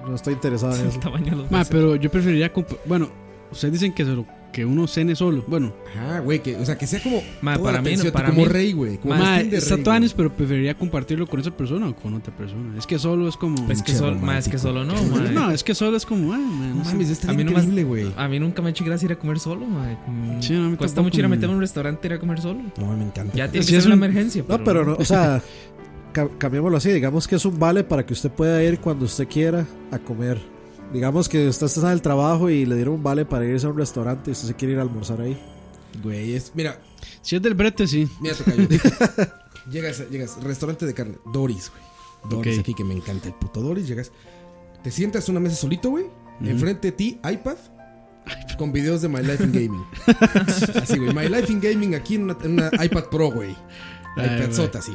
No, no estoy interesado en El eso. tamaño de los Mae, besos. pero yo preferiría... comp- Bueno, ustedes dicen que, se lo- que uno cene solo. Bueno, Ajá, güey, que, o sea, que sea como Ma, toda para la mí no, atención, para como mí- rey, güey, como mae, festín de está rey, todo güey. anís, pero preferiría compartirlo con esa persona o con otra persona. Es que solo es como... Pues Es que Pinche solo, mae, es que solo no, mae. no, es que solo es como... ah, mae, no No sé. mames, está A mí bien no me- increíble, güey. A mí nunca me ha hecho gracia ir a comer solo, mae. Mm, Sí, no, a mí Cuesta tampoco, mucho ir a mae. meterme a un restaurante y ir a comer solo. No, me encanta. Ya güey. tiene si que es ser una un- emergencia. No, pero pero no, o sea, ca- cambiémoslo así. Digamos que es un vale para que usted pueda ir cuando usted quiera a comer. Digamos que usted está en el trabajo y le dieron un vale para irse a un restaurante y usted se quiere ir a almorzar ahí. Güey, es, mira, Si es del brete, sí. mira tocayo. llegas, llegas, restaurante de carne, Doris, güey. Doris Ok. aquí que me encanta el puto Doris, llegas. Te sientas en una mesa solito, güey. Enfrente de ti, iPad. Con videos de My Life in Gaming. así, güey. My Life in Gaming aquí en una, en una iPad Pro, güey. Ay, iPad sota, así,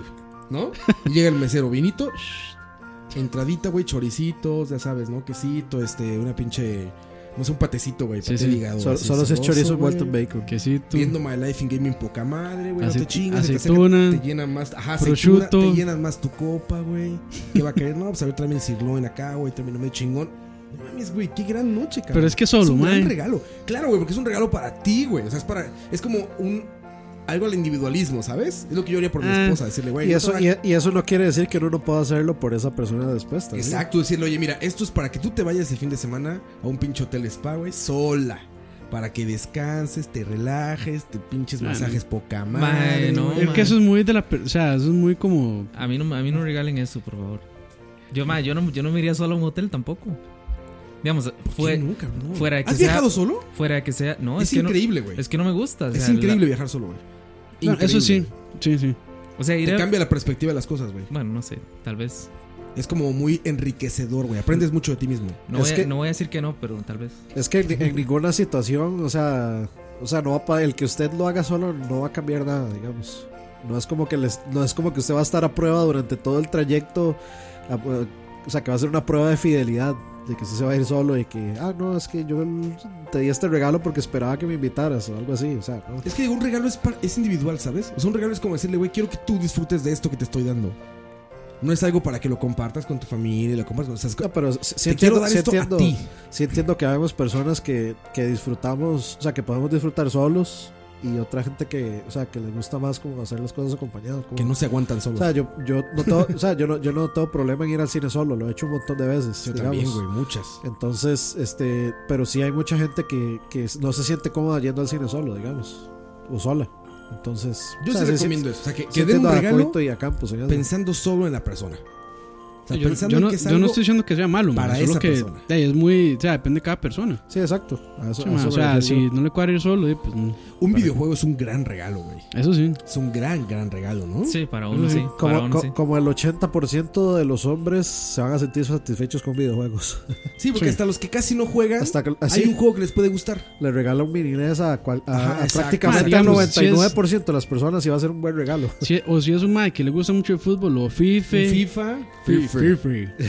¿no? Y llega el mesero, vinito. shh, Entradita, güey, choricitos, ya sabes, ¿no? Quesito, este, una pinche. No sé, un patecito, güey. Sí, Pate sí. de hígado. Solo- así, solo si es sabroso, chorizo güey. Walton Bacon. Que sí, tú. Viendo My Life in Gaming, poca madre, güey. No te Aceit- chingas, se te acerca, aceituna, Te llenan más. Ajá, aceituna, prosciutto. Te llenas más tu copa, güey. ¿Qué va a querer? No, pues a ver, tráeme el sirloin acá, güey. Tráeme medio chingón. No mames, güey. Qué gran noche, cabrón. Pero es que solo, Es un gran mae. regalo. Claro, güey, porque es un regalo para ti, güey. O sea, es para. Es como un. Algo al individualismo, ¿sabes? Es lo que yo haría por mi Ah. esposa. Decirle, güey. Y no eso, te va- y, e-, y eso no quiere decir que uno no pueda hacerlo por esa persona después. también. Exacto, decirle, oye, mira, esto es para que tú te vayas el fin de semana a un pinche hotel spa, güey, sola. Para que descanses, te relajes, te pinches Ah, no. masajes poca Mae, madre. no, güey. Es que eso es muy de la. per- O sea, eso es muy como. A mí no, a mí no me regalen eso, por favor. Yo, ma, yo, no, yo no me iría solo a un hotel tampoco. Digamos, fue, Sí, nunca, no. fuera de que ¿Has sea- viajado solo? fuera de que sea. No, es, es, que no- increíble, güey. es que no me gusta. o es sea, la- increíble viajar solo, güey. No, eso Increíble. sí. Sí, sí. o sea, ir Te a- cambia la perspectiva de las cosas, güey. Bueno, no sé, tal vez. Es como muy enriquecedor, güey. Aprendes mucho de ti mismo. No, Es voy, a- que- no voy a decir que no, pero tal vez. Es que en, en ninguna situación, o sea, o sea, no va pa- el que usted lo haga solo no va a cambiar nada, digamos. No es como que les, no es como que usted va a estar a prueba durante todo el trayecto, a- o sea, que va a ser una prueba de fidelidad, de que usted se va a ir solo y que, ah, no, es que yo te di este regalo porque esperaba que me invitaras o algo así, o sea, no. Es que digo, un regalo es, par- es individual, ¿sabes? O sea, un regalo es como decirle, güey, quiero que tú disfrutes de esto que te estoy dando. No es algo para que lo compartas con tu familia, lo compartas con... o sea, es No, co- pero sí, sí te quiero entiendo, dar sí esto entiendo- a ti. sí entiendo que habemos personas que, que disfrutamos, o sea, que podemos disfrutar solos y otra gente que, o sea, que les gusta más como hacer las cosas acompañados. como- Que no se aguantan solos. O sea, yo, yo, no tengo, o sea, yo, no, yo no tengo problema en ir al cine solo, lo he hecho un montón de veces. Yo digamos. también, güey, muchas. Entonces, este, pero sí hay mucha gente que, que no se siente cómoda yendo al cine solo, digamos, o sola. Entonces, Yo o sea, sí sí recomiendo sí- eso. O sea, que, sí que den un entiendo a regalo Coito y a Campos, señor. pensando solo en la persona. O sea, Yo, pensando yo no, en que es yo algo- no estoy diciendo que sea malo, para man, solo esa que persona. ey, es muy, o sea, depende de cada persona. Sí, exacto. A Ah, eso- Sí, a man, eso o me sea, refiero si no le cuadra ir solo, eh, pues no. Un videojuego es un gran regalo, güey. eso sí. Es un gran, gran regalo, ¿no? Sí, para uno Sí, sí. yo. Para Como, uno co- sí. como el 80% de los hombres se van a sentir satisfechos con videojuegos. Sí, porque Sí. hasta los que casi no juegan, Hasta que- ah, hay así. un juego que les puede gustar. Le regala un mini NES a, cual- a- Ajá, a exacto. prácticamente Ah, digamos, el si es- 99% de las personas y va a ser un buen regalo. Si- o si es un mae que le gusta mucho el fútbol, o FIFA. Un FIFA, Fi- FIFA,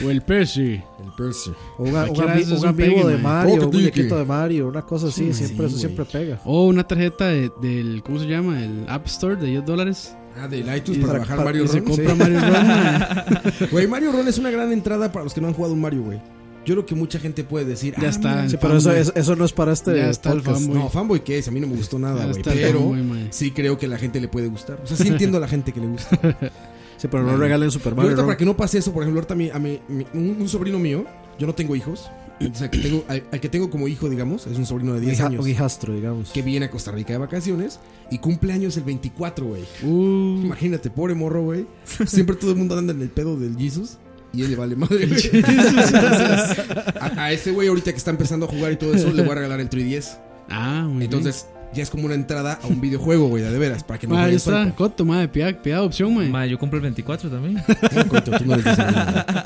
O el Percy. el Percy. O un, un, Cualquiera de esos ami- es un un amigo pegue, de man. Mario, Oh, que un te dije. muñequito de Mario, una cosa así, Sí, siempre, eso güey. siempre pega. O una tarjeta de- del, ¿cómo se llama? El App Store de 10 dólares. Ah, del iTunes Y para, para- bajar para- Mario y se Ron. compra Sí. Mario Ron, man. Güey, Mario Ron es una gran entrada para los que no han jugado un Mario, güey. Yo creo que mucha gente puede decir, Ya ah, está. mira, Sí, el pero eso, fanboy. eso, eso no es para este Ya está el podcast. fanboy. No, fanboy qué es, a mí no me gustó nada, Ya güey. está el Pero fanboy, mae. sí creo que la gente le puede gustar. O sea, sí entiendo a la gente que le gusta. Sí, pero no regalen Super Yo Mario. ahorita Ron. para que no pase eso, por ejemplo, ahorita mi- a mi- mi- un, un sobrino mío, yo no tengo hijos, entonces al que tengo, al- al que tengo como hijo, digamos, es un sobrino de Un 10 hija- años un hijastro, digamos. que viene a Costa Rica de vacaciones y cumple años el 24, güey. Uh, Imagínate, pobre morro, güey. Siempre todo el mundo anda en el pedo del Jesus. Y él le vale madre. güey. Entonces, ah, ah, a, a ese güey ahorita que está empezando a jugar y todo eso, le voy a regalar el 3DS. ah, muy bien. Entonces, ya es como una entrada a un videojuego, güey, de veras, para que no Ma, ahí juegues está, solo. Coto, madre, piada, piada opción, mae. Ma, yo compro el 24 también. No, Coito, tú no eres de ese mundo.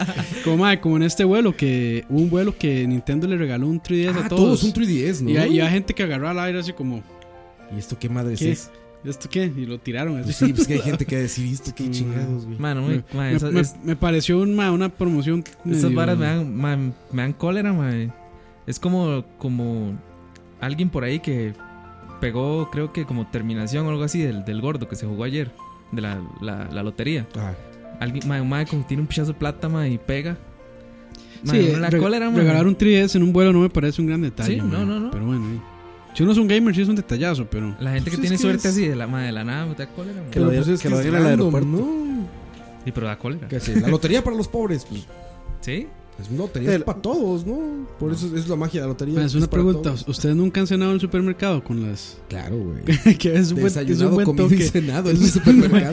Como, mae, como en este vuelo, que hubo un vuelo que Eh, Nintendo le regaló un 3DS Ah, a todos todos. un 3DS, ¿no? y, hay, y hay gente que agarró al aire así como, ¿Y esto qué madres ¿Qué? es? ¿esto qué? Y lo tiraron así. Mm. Pues sí, pues que hay gente que va a decir esto, qué chingados, güey. Ma, no me, me, ma, me- esas, me- es- me pareció un- ma, una promoción. esas medio- varas me dan, ma, me dan cólera, ma. Es como, como alguien por ahí que pegó, creo que como terminación o algo así del, del gordo que se jugó ayer, de la, la, la lotería. Ah, Alguien, ma, un ma, como tiene un pichazo de plata, ma, y pega. Ma, Sí, la reg- cólera, ma. Regalar un 3DS en un vuelo no me parece un gran detalle. Sí, ma. no, no, no. Pero bueno, eh. si uno es un gamer, sí es un detallazo, pero. La gente que Pues tiene es que suerte es- así de la, ma, de la nada, me da cólera, ma. Que lo Pero, den- pues, es que lo es den al random, aeropuerto. ¿no? Sí, pero da cólera. ¿Qué haces? La lotería para los pobres, pues. ¿Sí? Es lotería es El- para todos, ¿no? Por eso es, es la magia de la lotería. Ma, es una para pregunta. todos. ¿Ustedes nunca han cenado en el supermercado con las.? Claro, güey. que es un buen, es un Desayunado, buen comido y toque. cenado en un supermercado.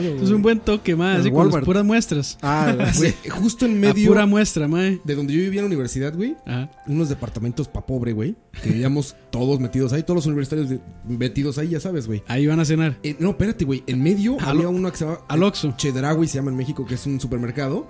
Es un güey. buen toque, ma. En Así con las Walmart. puras muestras. Ah, Güey, justo en La medio pura muestra, ma. de donde yo vivía en la universidad, güey. Ajá. Unos departamentos pa' pobre, güey. Que vivíamos todos metidos ahí, todos los universitarios de- metidos ahí, ya sabes, güey. Ahí van a cenar. Eh, no, espérate, güey. En medio Al- había uno que se llamaba Al Oxxo. Chedraui, se llama en México, que es un supermercado.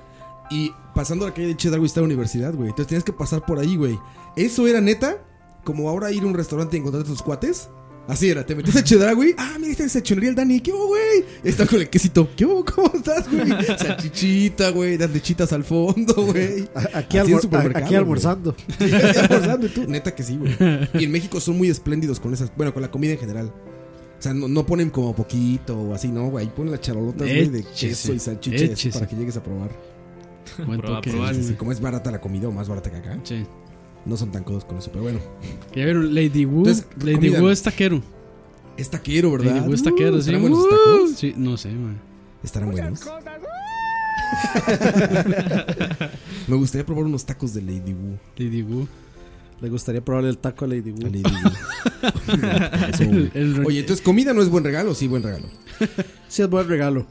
Y pasando la calle de Chedraui está la universidad, güey. Entonces tienes que pasar por ahí, güey. Eso era neta, como ahora ir a un restaurante y encontrarte a tus cuates. Así era, te metías a Chedraui. Ah, mira, esta seccionaría el Dani. ¿Qué hubo, güey? Está con el quesito. ¿Qué hubo? ¿Cómo estás, güey? Salchichita, güey. Las lechitas al fondo, güey. Aquí, Así en almor- supermercado, aquí almorzando. güey. Sí, aquí almorzando. y tú, neta que sí, güey. Y en México son muy espléndidos con esas. Bueno, con la comida en general. O sea, no, no ponen como poquito o así, no, güey. Ahí Ponen las charolotas, güey, de Échese, queso y salchichas échese. para que llegues a probar. Buen Proba, toque. proba. Sí, sí, sí. Como es barata la comida o más barata que acá, Sí. no son tan codos con eso. Pero bueno, Ya vieron, Lady Wu. Entonces, Lady comida, Wu ¿no? es taquero. es taquero, ¿verdad? Lady Wu es taquero, Uh, sí. ¿Estarán buenos Uh, los tacos? Sí, no sé, man. Estarán buenos. Me gustaría probar unos tacos de Lady Wu. Lady Wu. Le gustaría probarle el taco a Lady Wu. a Lady Wu. Eso, güey. El re- Oye, entonces comida no es buen regalo, sí, buen regalo. Sí, es buen regalo.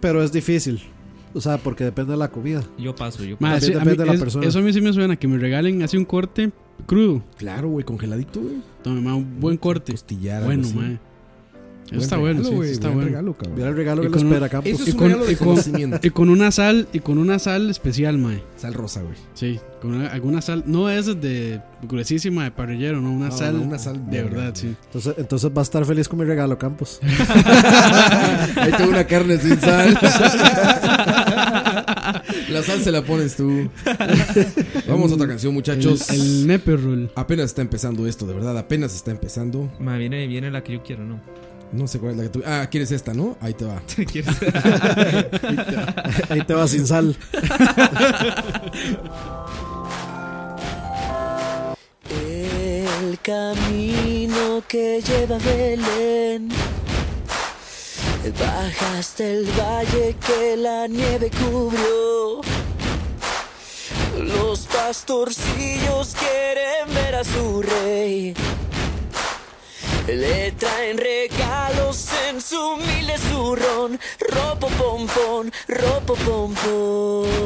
Pero es difícil. O sea, porque depende de la comida. Yo paso, yo Ma, también sí, a depende de la es- persona. Eso a mí sí me suena, que me regalen así un corte crudo. Claro, güey, congeladito, güey. Tome, ma, un buen corte. Costillar. Bueno, algo así. man. Eso Buen está regalo, bueno, sí, güey, está buen bueno. regalo, cabrón. Mira el regalo Y que le con un- espera a Campos. Eso es Y un con- regalo de y con- conocimiento. Y con una sal, y con una sal especial, mae. Sal rosa, güey. Sí, con una- alguna sal, no esas de gruesísima de parrillero, no, una No, sal. no, una sal de verga, verdad, sí. Entonces, entonces va a estar feliz con mi regalo, Campos. Ahí tengo una carne sin sal. la sal se la pones tú. Vamos a otra canción, muchachos. El, el nepe roll. Apenas está empezando esto, de verdad, apenas está empezando. Ma, viene, viene la que yo quiero, ¿no? No sé cuál es la que tú. Ah, quieres esta, ¿no? Ahí te va. ¿Quieres? Ahí te va sin sal. El camino que lleva a Belén baja hasta el valle que la nieve cubrió. Los pastorcillos quieren ver a su rey. Le traen regalos en su humilde zurrón, ropo pompón, ropo pompón.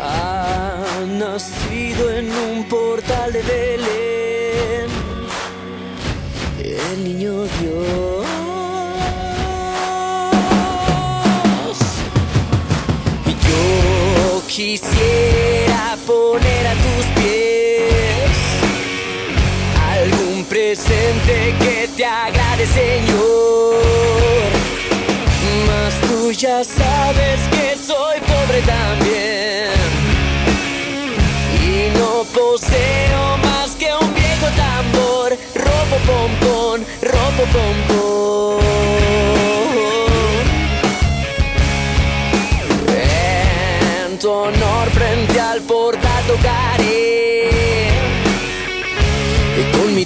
Ha nacido en un portal de Belén. El niño Dios. Y Yo quisiera poner a tus pies algún presente que te agrade, Señor. Mas tú ya sabes que soy pobre también. Y no poseo más que un viejo tambor. Robo pompón, robo pompón. En tu honor frente al portal tocaré. Y con mi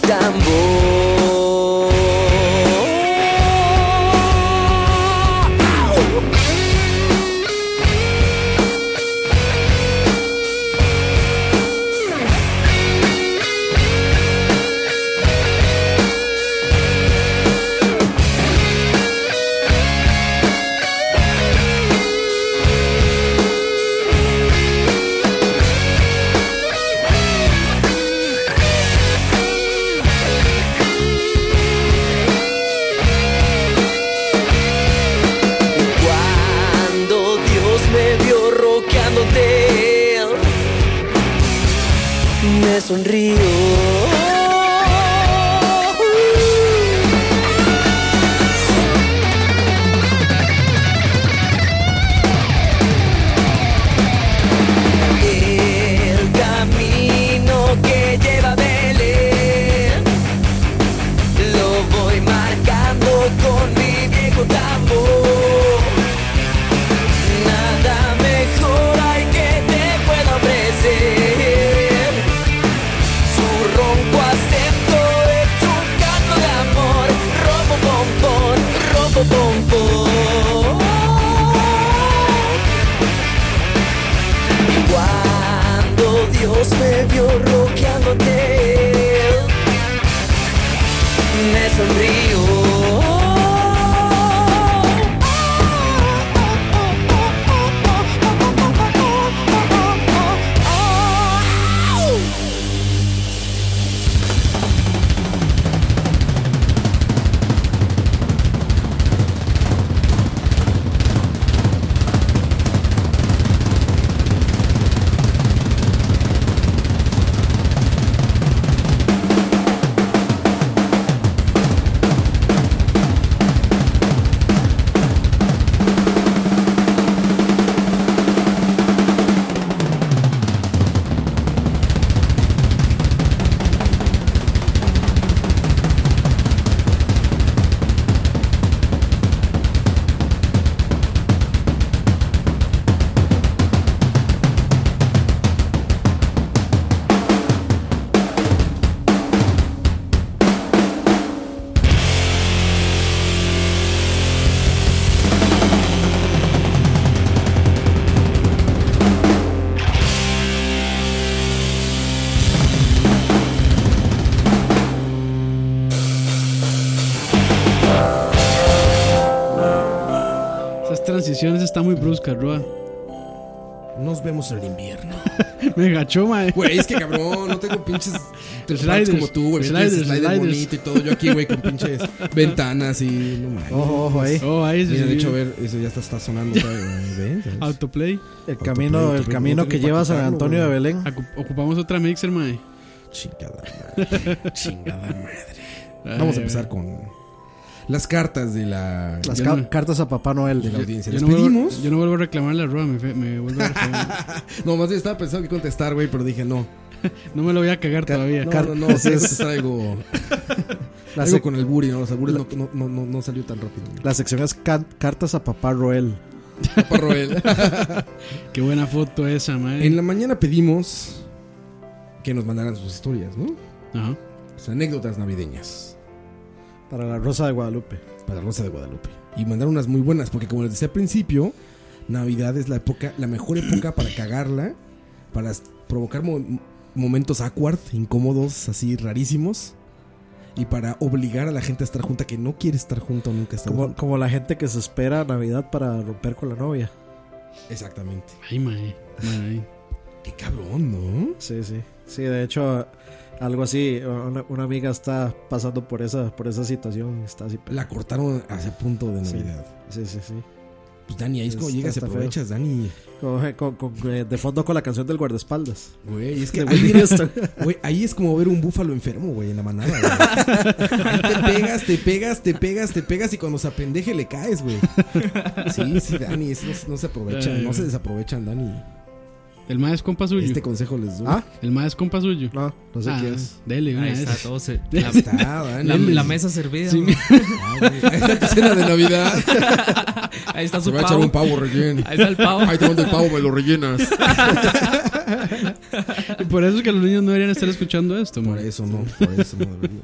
tambor. ¡Au! Cuando Dios me vio roqueándote, me sonrió. El camino que lleva a Belén lo voy marcando con mi viejo tambor. Nada mejor hay que te pueda ofrecer. Su ronco acento es un canto de amor. Robo pompón, robo pompón. Y cuando Dios me vio roqueándote me sonrío. decisiones está muy brusca, Roa. Nos vemos el invierno. Me gachó, mae. Güey, es que cabrón, no tengo pinches eh. Sliders, sliders como tú, güey. Sliders, sliders, sliders, sliders. bonito y todo. Yo aquí, güey, con pinches ventanas y no mames. Ojo, ojo ahí. Oh, ahí se Mira, de sí. hecho, a ver, eso ya está, está sonando. otra vez, güey, ¿ves? ¿Ves? Autoplay. El camino, el Autoplay, camino autoplay, que no lleva a San quitarlo, Antonio de güey. Belén. Acu- Ocupamos otra mixer, mae. Chingada madre. Chingada madre. Ay, Vamos a güey. empezar con las cartas de la, Las Yo ca- no- cartas a Papá Noel. de la audiencia. Yo Las no, vuelvo, pedimos. yo no vuelvo a reclamar la Roa, me, fe- me vuelvo a reclamar. No, más bien estaba pensando que contestar, güey, pero dije no. No me lo voy a cagar todavía. No, Car- no, no, sí, es algo, La, algo sec- con el buri, ¿no? Los albures no, no, no, no, no salió tan rápido. la sección es can- cartas a Papá Roel. Papá Roel. Qué buena foto esa, mae. en la mañana pedimos que nos mandaran sus historias, ¿no? Ajá. Sus anécdotas navideñas Para la Rosa de Guadalupe. para Rosa de Guadalupe. Y mandaron unas muy buenas, porque como les decía al principio, Navidad es la época, la mejor época para cagarla, para s- provocar mo- momentos awkward, incómodos, así rarísimos. Y para obligar a la gente a estar junta que no quiere estar junta o nunca está Como, como la gente que se espera a Navidad para romper con la novia. Exactamente. Ay, mae. Mae. Qué cabrón, ¿no? Sí, sí. Sí, de hecho, algo así. Una, una amiga está pasando por esa, por esa situación. Está así. La cortaron hacia punto de Sí. Navidad. Sí, sí, sí. Pues Dani, ahí es como Está- llegas y está feo. aprovechas, Dani. Con- con- con- eh, de fondo con la canción del guardaespaldas. Güey, es que De ahí, Whitney Houston. güey, ahí es como ver un búfalo enfermo, güey, en la manada. güey. Ahí te pegas, te pegas, te pegas, te pegas y cuando se apendeje le caes, güey. Sí, sí, Dani, es- no, no se aprovechan, Ay, no güey. se desaprovechan, Dani. Eh. El mae es compa suyo. Este consejo les doy. Ah, El mae es compa suyo. No, no sé Ah, quién es. Dele, una Ahí vez. está todo. se- la, Ahí está, Dani. la- la mesa servida. Sí, güey. Ah, güey. Ahí está tu cena de Navidad. Ahí está Se su va a echar un pavo. pavo relleno. Ahí está el pavo. Ahí te mando el pavo, me lo rellenas. Por eso es que los niños no deberían estar escuchando esto, Por mae. eso no, por eso no debería.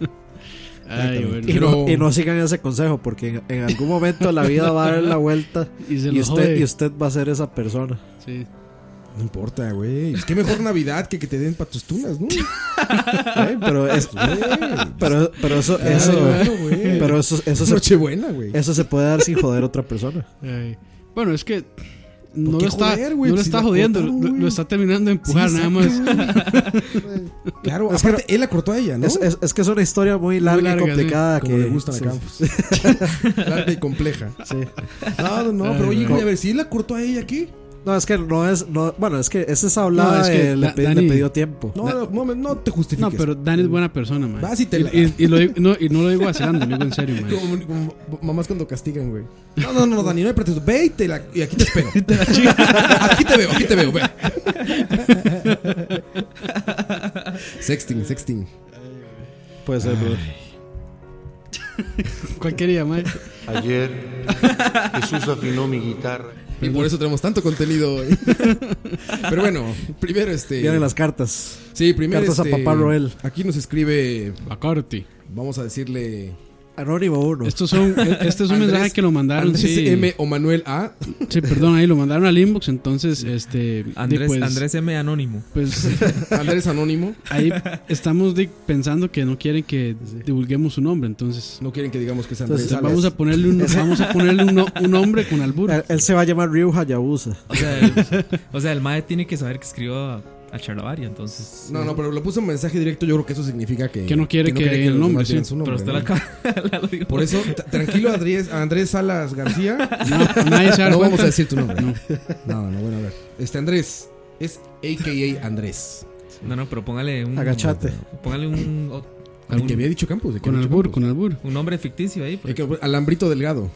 Ay, bueno. Exactamente. Y no, Pero- y no sigan ese consejo porque en, en algún momento la vida va a dar la vuelta Y se y lo usted, jode. y usted va a ser esa persona. Sí. No importa, güey. Es que mejor Navidad que que te den pa' tus tunas, ¿no? Pues, Ay, Pero, es- pero, pero eso, Ay, eso, bueno, güey. pero eso, eso, Es se, Nochebuena, güey. eso se puede dar sin joder a otra persona. Ay. Bueno, es que no qué lo está, joder, güey? no lo Si está la jodiendo, cortaron, lo, güey. lo está terminando de empujar Sí, nada exacto. más. Claro, Es que aparte, él la cortó a ella, ¿no? Es, es- es que es una historia muy larga, larga, y complicada. Como que, le gustan sí, a Campos. Larga y compleja. sí. No, no, no, Ay, pero oye, güey. güey, a ver, si él la cortó a ella, ¿qué? No, es que no es. No, bueno, es que es esa hablada No, es que de le, Da- pe- le Dani- pidió tiempo. No, no, no, no te No, justifiques. pero Dan es buena persona, man. Vas y te la- y, y lo digo- no, y no lo digo vacilando, lo digo en serio, man. Como, como mamás cuando castigan, güey. No, no, no, Dani, no hay pretexto. Ve y, te la, y aquí te espero. aquí te veo, aquí te veo, ve. sexting, sexting. Puede ser, bro. Cualquier día, man. Ayer Jesús afinó mi guitarra. Y por eso tenemos tanto contenido hoy. Pero bueno, primero este. Vienen las cartas. Sí, primero cartas a este, Papá Noel. Aquí nos escribe, Bacarti. vamos a decirle Anónimo 1. Estos son, este es un Andrés- mensaje que lo mandaron, Andrés sí. M o Manuel A. Sí, perdón, ahí lo mandaron al inbox, entonces, este. di, Andrés, pues, Andrés M. Anónimo. Pues Andrés Anónimo. ahí estamos di, pensando que no quieren que divulguemos su nombre, entonces. No quieren que digamos que es Andrés. Entonces, entonces vamos Salas. a ponerle un, vamos a ponerle un, no- un nombre con albur. Él, él se va a llamar Ryu Hayabusa. O sea, el, o sea, el mae tiene que saber que escribió a, a Charlavaria, entonces. No, no, pero lo puso en mensaje directo. Yo creo que eso significa que. Que no quiere que el los nombre, demás digan sí. su pero nombre, usted ¿no? la acaba. la lo dijo. Por eso, t- tranquilo, Andrés, a Andrés Salas García. No, nadie se va a dar No vamos cuenta. a decir tu nombre. No. No, no, bueno, a ver. Este Andrés es AKA Andrés. No, no, pero póngale un. Agachate. Póngale un. o- Al que un- había dicho Campos. el que Con había dicho albur, Campos. con albur. un nombre ficticio ahí. pues. El porque- que- Alambrito Delgado.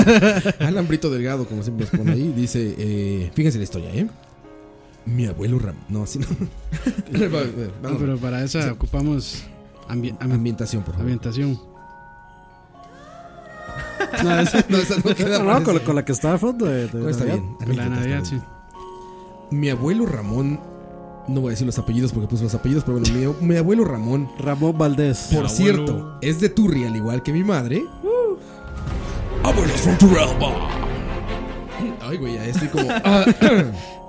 Alambrito Delgado, como siempre nos pone ahí, dice, eh, fíjense la historia, ¿eh? Mi abuelo Ram... No, así no. No, pero para esa ocupamos ambi- ambi- ambientación, por favor. ambientación. No, esa- No, esa no queda No, para no, eso. con, la- con la que está de fondo. de- de No, está Navidad. bien. la anécdota, Navidad, está sí. bien. Mi abuelo Ramón... No voy a decir los apellidos porque puso los apellidos, pero bueno, mi, mi abuelo Ramón, Ramón Valdés. por cierto, es de Turri, al igual que mi madre. Abuelos from Turralba. Ay, güey, ya estoy como... Ah.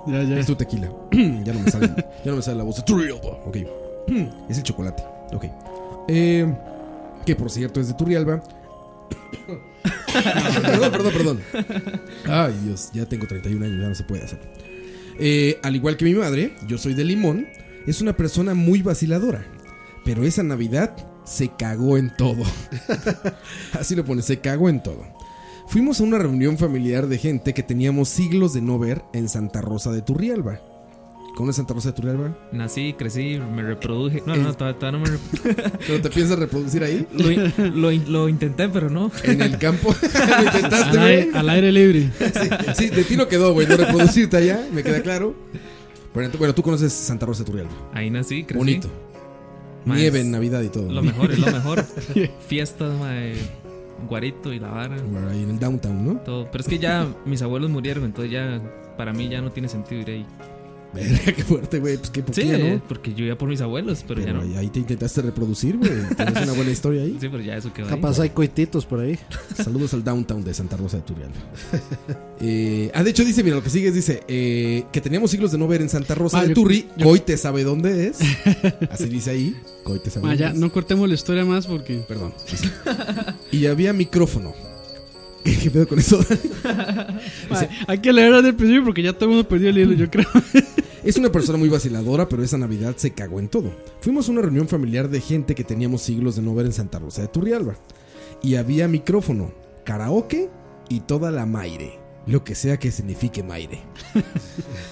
Ya, ya. Es tu tequila. ya, no me sale, ya no me sale la voz. de Turrialba. Ok. es el chocolate. Ok. Eh, que por cierto es de Turrialba. perdón, perdón, perdón. Ay, Dios, ya tengo 31 años, ya no se puede hacer. Eh, al igual que mi madre, yo soy de Limón, es una persona muy vaciladora. Pero esa Navidad se cagó en todo. Así lo pone, se cagó en todo. Fuimos a una reunión familiar de gente que teníamos siglos de no ver en Santa Rosa de Turrialba. ¿Cómo es Santa Rosa de Turrialba? Nací, crecí, me reproduje. No, no, todavía, todavía no me. rep- ¿Pero te piensas reproducir ahí? Lo, in- lo in- lo intenté, pero no. En el campo. Lo intentaste, Al aire- güey. al aire libre. Sí, sí, de ti no quedó, güey. No reproducirte allá, me queda claro. Bueno, tú, bueno, tú conoces Santa Rosa de Turrialba. Ahí nací, crecí. Bonito. Ma, Nieve es en Navidad y todo. Lo mejor, es lo mejor. Fiestas, mae, guarito y la vara. Ahí en el downtown, ¿no? Todo. Pero es que ya mis abuelos murieron, entonces ya para mí ya no tiene sentido ir ahí. Verga, qué fuerte, güey. Pues qué Sí, poquilla, ¿no? porque yo iba por mis abuelos, pero, ya Pero no. ahí, ahí te intentaste reproducir, güey. Tienes una buena historia ahí. Sí, pero ya eso quedó ahí. Capaz hay coititos por ahí. Saludos al downtown de Santa Rosa de Turrialba. Eh, ah, de hecho, dice, mira, lo que sigue es, dice, eh, que teníamos siglos de no ver en Santa Rosa Ma, de yo- Turri. yo- Hoy te sabe dónde es. Así dice ahí. Hoy te sabe Ma, dónde ya, es. no cortemos la historia más porque. Perdón. Y había micrófono. ¿Qué, qué pedo con eso? Ma, hay que leer desde el principio porque ya todo el mundo perdió el hilo, yo creo. Es una persona muy vaciladora, pero esa Navidad se cagó en todo. Fuimos a una reunión familiar de gente que teníamos siglos de no ver en Santa Rosa de Turrialba. Y había micrófono, karaoke y toda la maire. Lo que sea que signifique maire.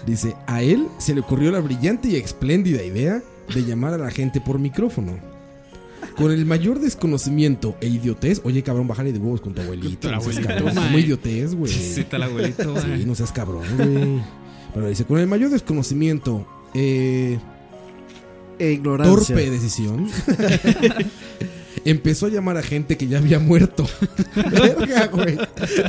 Dice, a él se le ocurrió la brillante y espléndida idea de llamar a la gente por micrófono. Con el mayor desconocimiento e idiotez. Oye, cabrón, bájale de huevos con tu abuelito. tu no seas abuelito, cabrón, mae. Como idiotez, güey. Sí, tal abuelito, mae. Sí, no seas cabrón, güey. Pero dice, con el mayor desconocimiento eh, e ignorancia. Torpe decisión. Empezó a llamar a gente que ya había muerto. Verga, güey.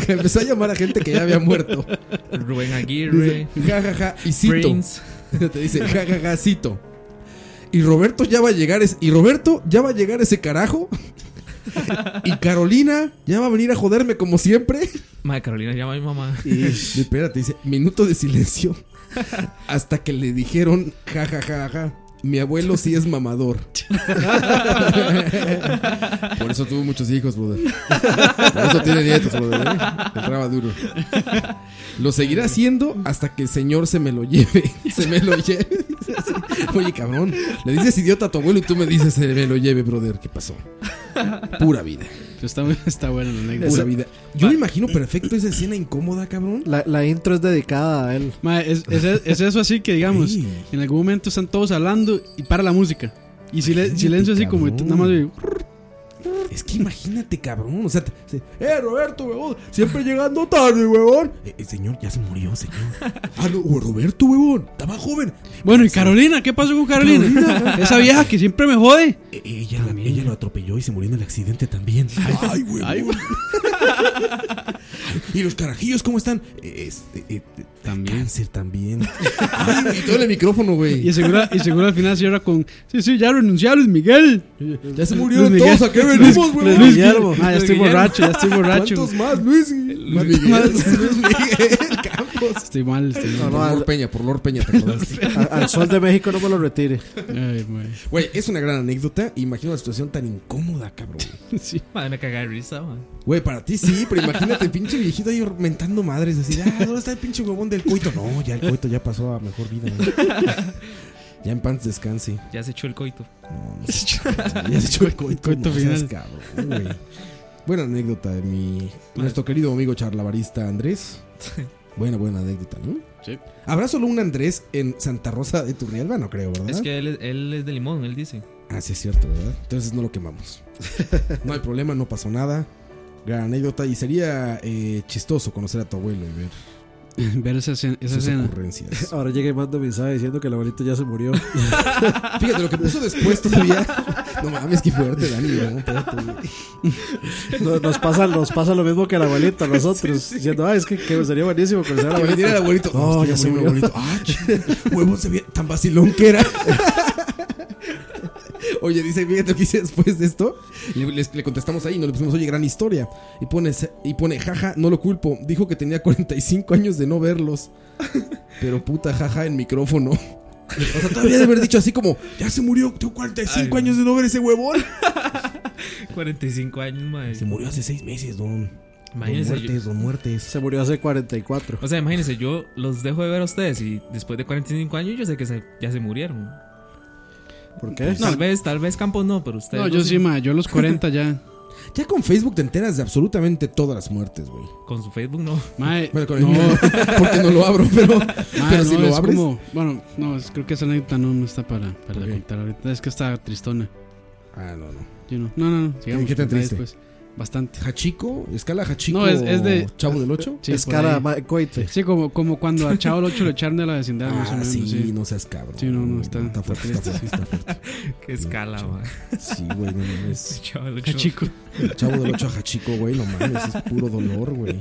Empezó a llamar a gente que ya había muerto. Rubén Aguirre. Dice, ja, ja, ja, y cito. Prince. Te dice, ja, ja, ja, cito. Y Roberto ya va a llegar es, y Roberto ya va a llegar ese carajo. y Carolina ya va a venir a joderme como siempre. Mae, Carolina llama a mi mamá. Y espérate, dice, minuto de silencio. Hasta que le dijeron, ja, ja, ja, ja, mi abuelo sí es mamador. Por eso tuvo muchos hijos, brother. Por eso tiene nietos, brother. ¿eh? Entraba duro. Lo seguirá haciendo hasta que el señor se me lo lleve. Se me lo lleve. Dice así. Oye, cabrón. Le dices idiota a tu abuelo y tú me dices se me lo lleve, brother. ¿Qué pasó? Pura vida. Pues Está, está bueno la anécdota. Pura vida. Yo me imagino perfecto esa escena incómoda, cabrón. La, la intro es dedicada a él. Ma, es, es- es eso así que digamos, Sí. en algún momento están todos hablando y para la música. Y sile- silencio así como cabrón. nada más de- Es que imagínate, cabrón. O sea, te- se- eh, Roberto, huevón. Siempre llegando tarde, huevón. Eh, eh, señor, ya se murió, señor. Ah, no, o Roberto, huevón. Estaba joven. Bueno, y Carolina, ¿qué pasó con Carolina? Carolina. Esa vieja que siempre me jode. Eh, ella, la- ella lo atropelló y se murió en el accidente también. Ay, huevón. ¿Y los carajillos cómo están? Eh, es- eh, eh, eh, Cáncer también. Ay, y todo en el micrófono, güey. Y seguro, y seguro al final cierra con, sí, sí, ya renunciaron, Luis Miguel. Ya se murieron todos, ¿a qué venimos, Luis- huevón? Luis Guillermo. Ah, ya estoy Luis Guillermo. borracho, ya estoy borracho. ¿Cuántos más, Luis? Luis Miguel. Luis Miguel Campos. Estoy mal, estoy mal. Por Lord Peña, por Lord Peña, te acordaste. A- al sol de México no me lo retire. Ay, güey. Güey, es una gran anécdota. Imagino la situación tan incómoda, cabrón. Sí. Mae, me cagué de risa, mae. Güey, para ti sí, pero imagínate, pinche viejito ahí mentando madres. Así, ah, ¿dónde está el pinche huevón del coito? No, ya el coito ya pasó a mejor vida. ¿no? Ya en pants descanse. Ya se echó el coito. No, no se echó el coito, ya se echó el coito. Coito no seas final. cabrón, güey. Buena anécdota de mi. Nuestro querido amigo charlabarista Andrés. Buena, buena anécdota, ¿no? Sí. ¿Habrá solo un Andrés en Santa Rosa de Turrialba? No creo, ¿verdad? Es que él, él es de limón, él dice. Ah, sí, es cierto, ¿verdad? Entonces no lo quemamos. No hay problema, no pasó nada. Gran anécdota. Y sería eh, chistoso conocer a tu abuelo y ver Ver esa escena. esa sus escena. ocurrencias. Ahora llega y manda mensaje diciendo que el abuelito ya se murió. Fíjate lo que puso después todavía. No mames, qué fuerte, Dani. ¿no? Espérate, güey. Nos, nos pasa, nos pasa lo mismo que el abuelito a nosotros. Diciendo, ah, es que, que sería buenísimo conocer al Que abuelito. viniera el abuelito. No, Hostia, ya se murió murió. el abuelito. Ah, ch- huevón, se veía tan vacilón que era. Oye, dice, fíjate lo que hice después de esto. Le, les- le contestamos ahí, no le pusimos, oye, gran historia. Y pone, y pone, jaja, no lo culpo. Dijo que tenía 45 años de no verlos. Pero puta, jaja, en micrófono. O sea, todavía de haber dicho así como, ya se murió, tengo 45 años de no ver ese huevón. 45 años, madre. Se murió hace 6 meses, don. Imagínese, don muertes, yo- don muertes. Se murió hace 44. O sea, imagínense, yo los dejo de ver a ustedes y después de 45 años yo sé que se- ya se murieron. Pues, ¿Por qué? tal No. vez, tal vez Campos no, pero ustedes. No, yo sí, ma, yo a los 40 ya. Ya con Facebook te enteras de absolutamente todas las muertes, güey. Con su Facebook no. Mae, Bueno, con el mío, porque no lo abro, pero- pero si lo es abres- como- bueno, no, es- creo que esa anécdota no, no está para, para contar ahorita. Es que está tristona. Ah, no, no. Yo no. No, no, no. sigamos, ¿Qué tan ya triste? después. Bastante. ¿Hachico? ¿Escala Hachico? No, es, es de. ¿Chavo del 8? Sí, por ahí. Sí, como, como cuando a Chavo del 8 lo echaron de la vecindad. más o Ah, menos, sí, no seas cabrón. Sí, no, no, está, Está fuerte, está fuerte, triste, está sí. fuerte. Qué escala, No, man. Sí, güey, no mames. Chavo del ocho. Hachico. El chavo del 8 a Hachico, güey, no mames. Es puro dolor, güey.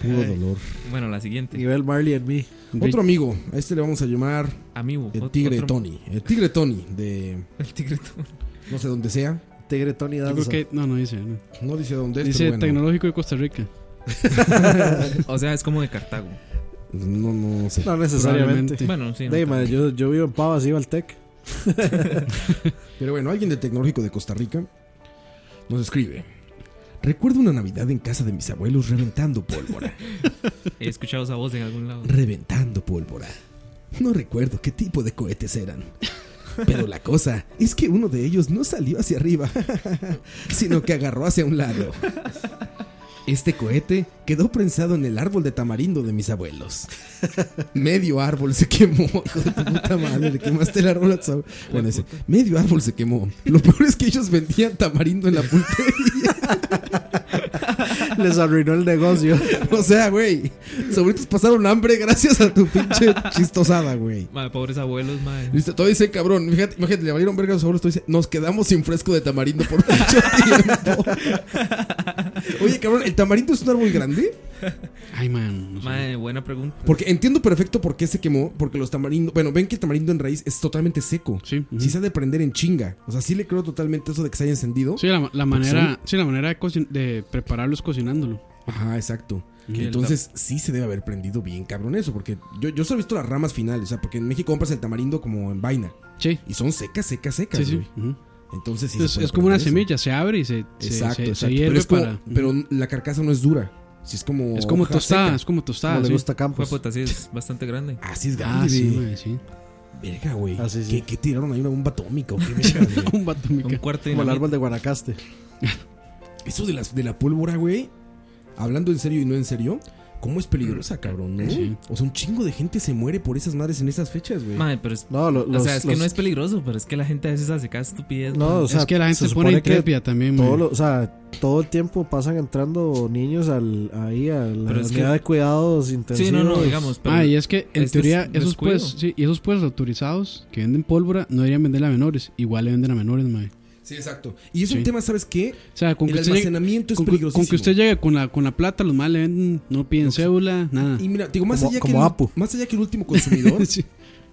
Puro Ay. dolor. Bueno, la siguiente. Nivel Marley and Me. Otro amigo, a este le vamos a llamar. Amigo. El ot- Tigre otro- Tony. El Tigre Tony de. El Tigre Tony. No sé dónde sea. Tigre Tony Yo creo que. No, no dice. No, No dice dónde es, Dice pero bueno. Tecnológico de Costa Rica. o sea, es como de Cartago. No, no sé. No necesariamente. Probablemente. Bueno, sí, no Dey, madre, yo, yo vivo en Pavas, iba al Tec. Pero bueno, alguien del Tecnológico de Costa Rica nos escribe. Recuerdo una Navidad en casa de mis abuelos reventando pólvora. He escuchado esa voz en algún lado. reventando pólvora. No recuerdo qué tipo de cohetes eran. Pero la cosa es que uno de ellos no salió hacia arriba, sino que agarró hacia un lado. Este cohete quedó prensado en el árbol de tamarindo de mis abuelos. Medio árbol se quemó. Hijo de tu puta madre, le quemaste el árbol a tus abuelos. Bueno, ese, medio árbol se quemó. Lo peor es que ellos vendían tamarindo en la pulpería. Les arruinó el negocio. O sea, güey, sobritos pasaron hambre gracias a tu pinche chistosada, güey. Madre, pobres abuelos, madre. Listo, todo dice cabrón. Fíjate, imagínate, le valieron verga a los abuelos. Todo dice, nos quedamos sin fresco de tamarindo por mucho tiempo. Oye, cabrón, ¿el tamarindo es un árbol grande? Ay, man. no sé. Madre, buena pregunta. Porque entiendo perfecto por qué se quemó. Porque los tamarindos. Bueno, ven que el tamarindo en raíz es totalmente seco. Sí. Sí se ha de prender en chinga. O sea, sí le creo totalmente eso de que se haya encendido. Sí, la, la Porque manera, son- sí, la manera de, cocin- de prepararlo es cocinándolo. Ajá, exacto. Y el Entonces sí se debe haber prendido bien cabrón eso, porque yo, yo solo he visto las ramas finales, o sea, porque en México compras el tamarindo como en vaina. Sí. Y son secas, secas, secas. Sí, sí. güey. Entonces sí se es, puede es como una prender eso. semilla, se abre y se, se, Exacto, se- se exacto. hierve pues. pero, es como- para... pero la carcasa no es dura. Sí, es como. Es como hoja tostada, seca. es como tostada, Como sí. Fue puta, sí, es bastante grande. Así es Ah, grande, sí, güey. güey, sí. Verga, güey. Ah, sí, sí. ¿Qué, qué tiraron ahí? ¿Una bomba atómica? o qué verga, güey? Un vato me Un cuarto de Como el dinamita. árbol de Guanacaste. Eso de, las, de la pólvora, güey. Hablando en serio y no en serio. ¿Cómo es peligrosa, cabrón? ¿no? Sí. O sea, un chingo de gente se muere por esas madres en esas fechas, güey. Madre, pero es. No, lo- los- o sea, es que los- no es peligroso, pero es que la gente a veces hace cada estupidez. No, madre. o sea, que la gente se pone supone que intrépida también, Todo man. lo- o sea, todo el tiempo pasan entrando niños al, ahí a la Pero unidad es que- de cuidados intensivos. Sí, no, no, digamos. Pero Ah, y es que en este teoría es esos descuido. pues, sí, y esos pues autorizados que venden pólvora no deberían venderla a menores, igual le venden a menores, mae. Sí, exacto. Y es un Sí. tema, ¿sabes qué? O sea, con El que usted llegue- almacenamiento es con que- peligrosísimo. Con que usted llegue con la con la plata, los más le venden, no piden cédula, nada. Y mira, digo, más, Como- allá, como que el, Apu. más allá que el último consumidor, Sí.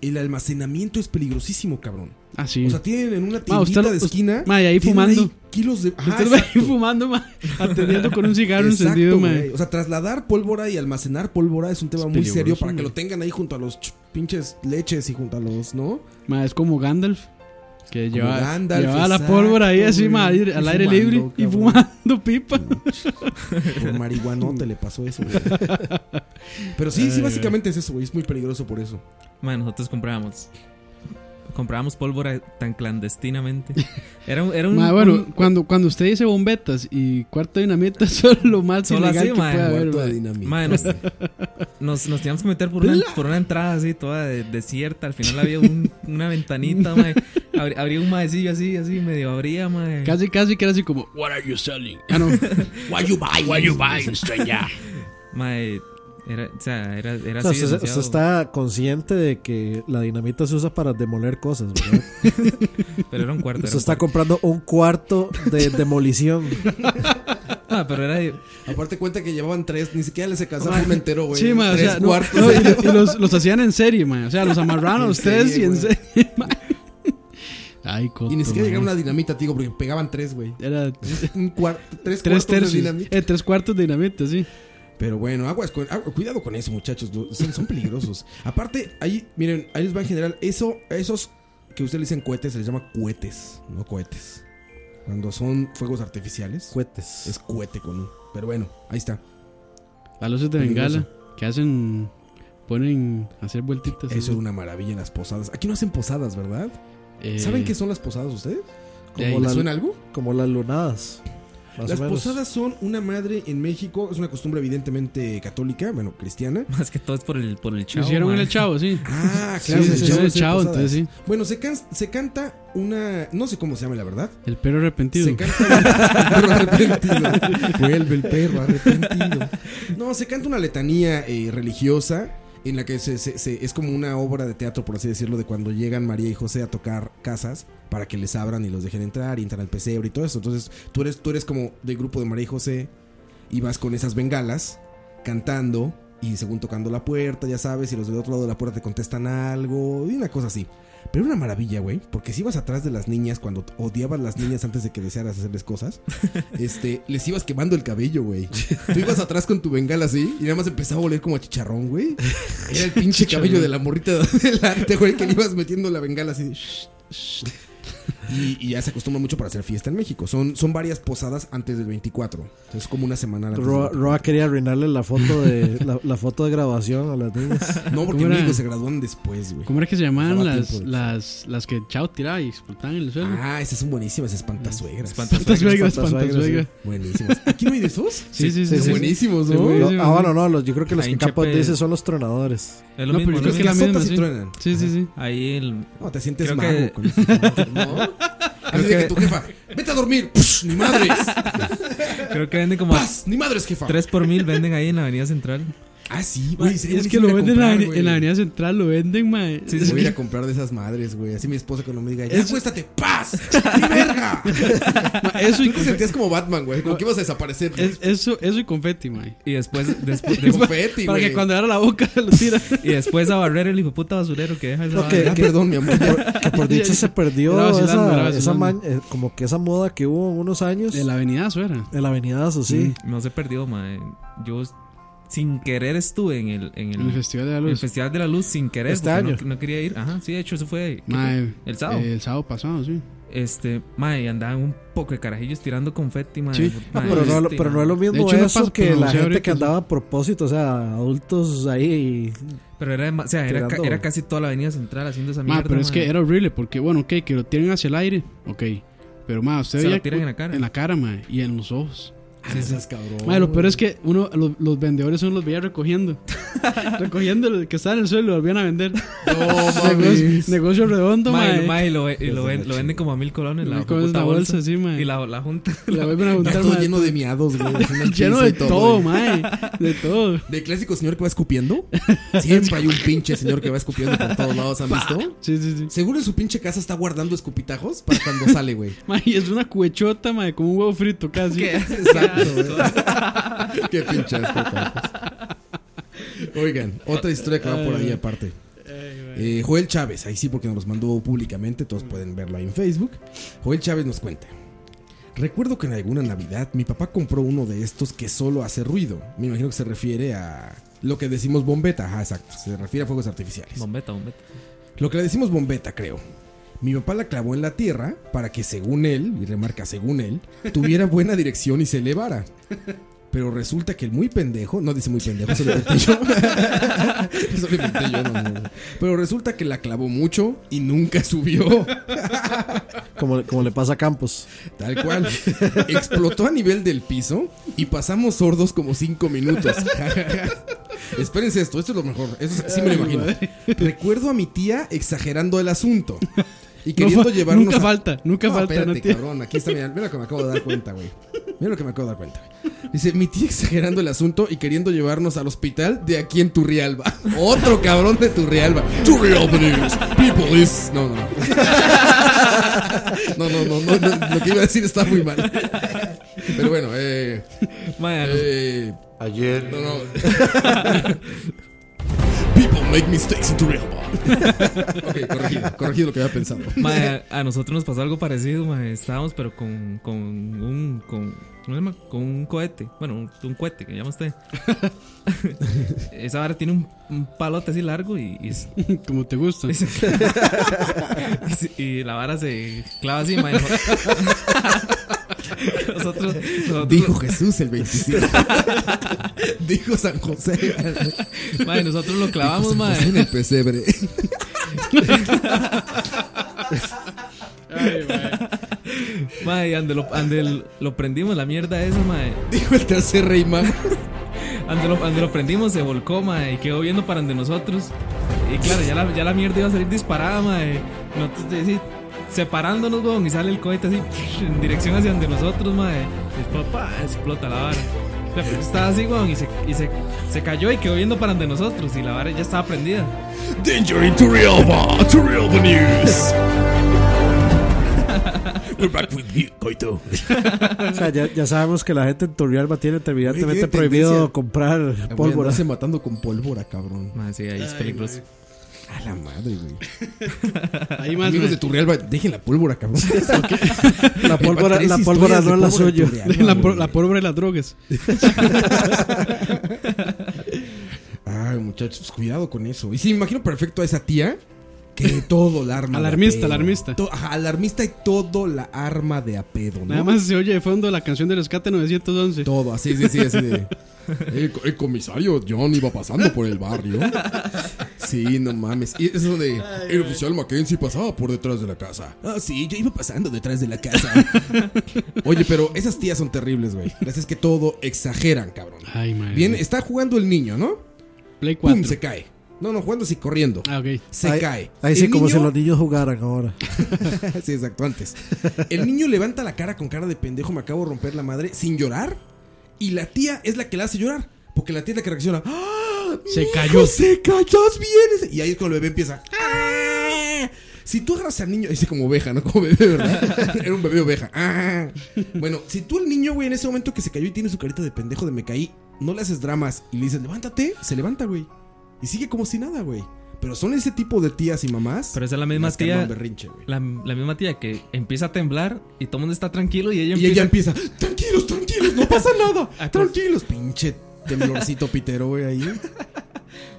el almacenamiento es peligrosísimo, cabrón. Ah, sí. O sea, tienen en una Ma, tiendita usted lo- de usted- esquina. ma, y ahí tienen fumando. kilos de. Ajá, Usted va ahí exacto. fumando, mae, atendiendo con un cigarro Exacto, encendido, güey. mae. O sea, trasladar pólvora y almacenar pólvora es un tema Es muy serio peligroso, para que güey. lo tengan ahí junto a los ch- pinches leches y junto a los, ¿no? Ma, es como Gandalf. Que lleva, Gandalf, llevaba la exacto, pólvora ahí así, güey. ma, al aire- Y al aire fumando, libre y cabrón. fumando pipa. Por marihuanote le pasó eso, güey. Pero sí, sí, básicamente es eso, güey. Es muy peligroso por eso. Madre, nosotros comprábamos. Comprábamos pólvora tan clandestinamente. Era un. Era un Ma, bueno, un- cuando, cuando usted dice bombetas y cuarto de dinamita, eso es lo más Solo ilegal así, que ma, puede haber, Cuarto ma. de dinamita. Madre, nos, nos, nos teníamos que meter por una, por una entrada así, toda de- desierta. Al final había un- una ventanita, madre. Abri- abría un maecillo así, así, medio abría, madre. Casi, casi que era así como, What are you selling? Ah, no. Why you buy? Why you buy, stranger? Madre, era, o sea, era, era O sea, así. usted, usted demasiado- está consciente de que la dinamita se usa para demoler cosas, ¿verdad? Pero era un cuarto. Era usted un cuarto. está comprando un cuarto de demolición. Ah, pero era. Aparte, cuenta que llevaban tres, ni siquiera les alcanzaba un entero, güey. Sí, ma, o tres sea, no, cuartos. no, y, lo- y los, los hacían en serie, ma. O sea, los amarraron a En ustedes serie, y en güey. serie, ma. Ay, coto, Y ni siquiera ma. llegaron a dinamita, te digo, porque pegaban tres, güey. Era tres Un cuarto, tres, cuartos tercios. de dinamita. Eh, tres cuartos de dinamita, sí. Pero bueno, aguas con- agu- cuidado con eso, muchachos. lo- Son, son peligrosos. Aparte, ahí, miren, ahí les va en general. Eso, esos que ustedes le dicen cohetes, se les llama cohetes, no cohetes. Cuando son fuegos artificiales. Cohetes. Es cohete con un. Pero bueno, ahí está. Las luces de Peligroso. bengala que hacen. Ponen a hacer vueltitas. Eso es una maravilla en las posadas. Aquí no hacen posadas, ¿verdad? Eh, ¿Saben qué son las posadas ustedes? Como ¿Les la- suena algo? Como las lunadas. Más Las o menos. posadas son una madre en México, es una costumbre evidentemente católica, bueno, cristiana. Más que todo es por el, por el chavo. hicieron mae. el chavo, sí. Ah, Sí, claro. sí, se sí, llaman el chavo, posadas. entonces sí. Bueno, se, can- se canta una. No sé cómo se llama, la verdad. El perro arrepentido. Se canta. Pero arrepentido. Vuelve el perro arrepentido. No, se canta una letanía eh, religiosa en la que se, se- se- es como una obra de teatro, por así decirlo, de cuando llegan María y José a tocar casas para que les abran y los dejen entrar y entran al pesebre y todo eso. Entonces tú eres, tú eres como del grupo de María y José y vas con esas bengalas cantando y según tocando la puerta, ya sabes, y los del otro lado de la puerta te contestan algo y una cosa así. Pero era una maravilla, güey, porque si ibas atrás de las niñas cuando t- odiabas las niñas antes de que desearas hacerles cosas, este, les ibas quemando el cabello, güey. Tú ibas atrás con tu bengala así y nada más empezaba a oler como a chicharrón, güey. Era el pinche cabello de la morrita de adelante, güey, que le ibas metiendo la bengala así. de shh, shh. Y, y ya se acostumbra mucho para hacer fiesta en México. Son, son varias posadas antes del 24. Entonces, Es como una semana antes. del Roa, Roa quería arruinarle la foto de la, la foto de graduación a las niñas. No, porque ¿Cómo era? amigos se gradúan después, güey. ¿Cómo era que se llamaban Daba las, tiempo de- las, las que chao tiraba y explotaban en el suelo? Ah, esas son buenísimas, espantazuegras. Espantazuegras, espantazuegras. Buenísimas. ¿Aquí no hay de esos? Sí, sí, sí. Son sí. buenísimos, Sí, ¿no? buenísimo. Ah, bueno, no, los- yo creo que los La que hincha Campos pe- dice son los tronadores. Es lo No, mismo, pero yo ¿no? creo que es la Las misma. sotas y Sí, truenan. sí, sí. sí. Ahí el. No, te sientes Creo mago que- con esas cosas, ¿no? Así de que tu jefa, vete a dormir. Psh, ni madres. Creo que venden como Paz, ni madres, jefa. 3 por mil venden ahí en la Avenida Central. Ah, sí, güey. Sí, sería es que buenísimo lo ir a venden en la comprar, aveni- güey. en la avenida central, lo venden, mae. Sí, Es Voy a ir a que- comprar de esas madres, güey. Así mi esposa cuando me diga, ya Eso- acuéstate, paz, ni verga. ma, Eso y Tú te sentías como Batman, güey. Como que ibas a desaparecer. güey. es- eso, eso y confeti, mae. Y después, despu- Como despu- Fetty, Para que güey. cuando abra la boca se lo tira. y después a barrer el hijo puta basurero que deja esa No, vara. Ah, perdón, mi amor. Por- que por dicho se perdió Era vacilando, era esa, vacilando. esa man- eh, como que esa moda que hubo unos años. De la avenida suena. El avenidazo, sí. Mm, No se perdió, mae. Yo sin querer estuve en el, en el, En el Festival de la en el Luz. Festival de la Luz sin querer. Este porque no- año. No, quería ir. Ajá, sí, de hecho, eso fue. ¿qué Mae, fue? El sábado. eh, el sábado pasado, sí. Este, mae, andaban un poco de carajillos tirando confeti, mae. Sí. Ah, Mae, pero, no, este, pero no es lo mismo De hecho, no eso pasa- que pero la sí, gente ahorita que sí. andaba a propósito, o sea, adultos ahí. pero era, dema- o sea, era, ca- Tirando- era casi toda la avenida central haciendo esa mierda. Mae, pero es mae. que era horrible porque, bueno, ok, que lo tienen hacia el aire, ok. Pero, mae, usted Se lo veía tiran cu- en la cara. En la cara, mae, y en los ojos. Ah, seas cabrón. Mae, lo peor es que uno, los, los vendedores uno los veía recogiendo. recogiendo lo que estaba en el suelo y lo volvían a vender. negocio, negocio redondo, Mae, mae. lo- mae, lo, y lo, ven- lo venden como a mil colones la, Mil colones puta la bolsa, sí, mae. Y la, la junta. La vuelven a Está juntar, todo mae. lleno de miados, güey. Una Lleno pizza de y todo, güey. mae. De todo. ¿Del clásico señor que va escupiendo? Siempre hay un pinche señor que va escupiendo por todos lados, ¿han visto? Sí, sí, sí. Seguro en su pinche casa está guardando escupitajos para cuando sale, güey. Mae, es una cuechota, mae, como un huevo frito casi. Exacto, güey. Qué pinche asco, campos. Oigan, otra historia que va por ahí aparte. Eh, Joel Chávez, ahí sí porque nos los mandó públicamente, todos pueden verlo ahí en Facebook. Joel Chávez nos cuenta. Recuerdo que en alguna Navidad mi papá compró uno de estos que solo hace ruido. Me imagino que se refiere a lo que decimos bombeta. Ajá, exacto. Se refiere a fuegos artificiales. Bombeta, bombeta. Lo que le decimos bombeta, creo. Mi papá la clavó en la tierra para que, según él, y remarca según él, tuviera buena dirección y se elevara. Pero resulta que el muy pendejo, no dice muy pendejo, eso lo inventé yo. Eso lo inventé yo, no, no, no. Pero resulta que la clavó mucho y nunca subió. Como, como le pasa a Campos. Tal cual. Explotó a nivel del piso y pasamos sordos como cinco minutos. Espérense esto, esto es lo mejor. Eso sí me lo imagino. Recuerdo a mi tía exagerando el asunto y queriendo fa- llevarnos. nunca a- falta, nunca No, falta, espérate, no tiene- cabrón. Aquí está, mira, mira lo que me acabo de dar cuenta, güey. Mira lo que me acabo de dar cuenta. güey. Dice, mi tía exagerando el asunto y queriendo llevarnos al hospital de aquí en Turrialba. Otro cabrón de Turrialba. Turrialba news. People is. No, no, no. No, no, no, no, no, Lo que iba a decir está muy mal. Pero bueno, eh. Mae, a los- eh Ayer. no, no. People make mistakes in Turrialba. ok, corregido. Corregido lo que había pensado. Mae, a nosotros nos pasó algo parecido, mae. Estábamos, pero con, con un. Con, ¿cómo se llama? Con un cohete. Bueno, un, un cohete que llama usted. Esa vara tiene un, un palote así largo y, y es- Como te gusta. y se- y la vara se clava así, mae. Nosotros- nosotros- Dijo Jesús el 25. Dijo San José. Madre, nosotros lo clavamos, Dijo San José madre. en el pesebre. Ay, mae. Mae, ande lo, ande el- lo prendimos la mierda esa, mae. Dijo el tercer rey mago. Ande lo, ande lo prendimos, se volcó, mae, y quedó viendo para ande nosotros. Y claro, ya la, ya la mierda iba a salir disparada, mae. Nosotros de- sí, separándonos, weón, y sale el cohete así en dirección hacia donde nosotros, mae. Y papá, explota la vara. La pelota estaba así, weón, y, se, y se, se cayó y quedó viendo para donde nosotros. Y la vara ya estaba prendida. Danger in Turrialba, Turrialba News. We're back with you, Coito. O sea, ya, ya sabemos que la gente en Torrealba tiene terminantemente Tiene prohibido tendencia comprar a pólvora. andarse matando con pólvora, cabrón. Mae, Ah, sí, ahí es peligroso. A la madre, güey. Ahí más, Amigos mae. de Turrialba, dejen la pólvora, cabrón. La Hay pólvora- tres la historias pólvora pues, de no es la pólvora en suya. Turrialba, La güey. por- la pólvora y las drogas. Ay, muchachos, pues, cuidado con eso. Y sí, me imagino perfecto a esa tía que de todo la arma. de Alarmista, a pedo. alarmista. To- ajá, alarmista y todo la arma de apedo, ¿no? Nada más se oye de fondo la canción de rescate 911. Todo, así, sí, sí, así de. El, co- el comisario John iba pasando por el barrio. Sí, no mames. Y eso de. el oficial Mackenzie pasaba por detrás de la casa. Ah, sí, yo iba pasando detrás de la casa. Oye, pero esas tías son terribles, güey. Las es que todo exageran, cabrón. Ay, Eh, madre. Bien, está jugando el niño, ¿no? Play Pum, 4. se cae. No, no, jugando así corriendo. Ah, ok. Se Ahí- cae. Ahí El sí, como niño- si los niños jugaran ahora. sí, exacto, antes. El niño levanta la cara con cara de pendejo, me acabo de romper la madre, sin llorar. Y la tía es la que la hace llorar. Porque la tía es la que reacciona. ¡Ah, Se mi hijo, cayó. Se cayó, bien. Y ahí es cuando el bebé empieza. "Ah". Si tú agarras al niño, dice como oveja, ¿no? Como bebé, ¿verdad? Era un bebé oveja. "Ah". Bueno, si tú al niño, güey, en ese momento que se cayó y tiene su carita de pendejo de me caí, no le haces dramas y le dices, levántate, se levanta, güey. Y sigue como si nada, güey. Pero son ese tipo de tías y mamás. Pero esa es la misma las que arman tía. berrinche, güey. la, la misma tía que empieza a temblar y todo el mundo está tranquilo y ella Y ella empieza. empieza, tranquilos, tranquilos, no pasa Pues, ah, nada. Tranquilos, pinche temblorcito pitero, güey, ahí.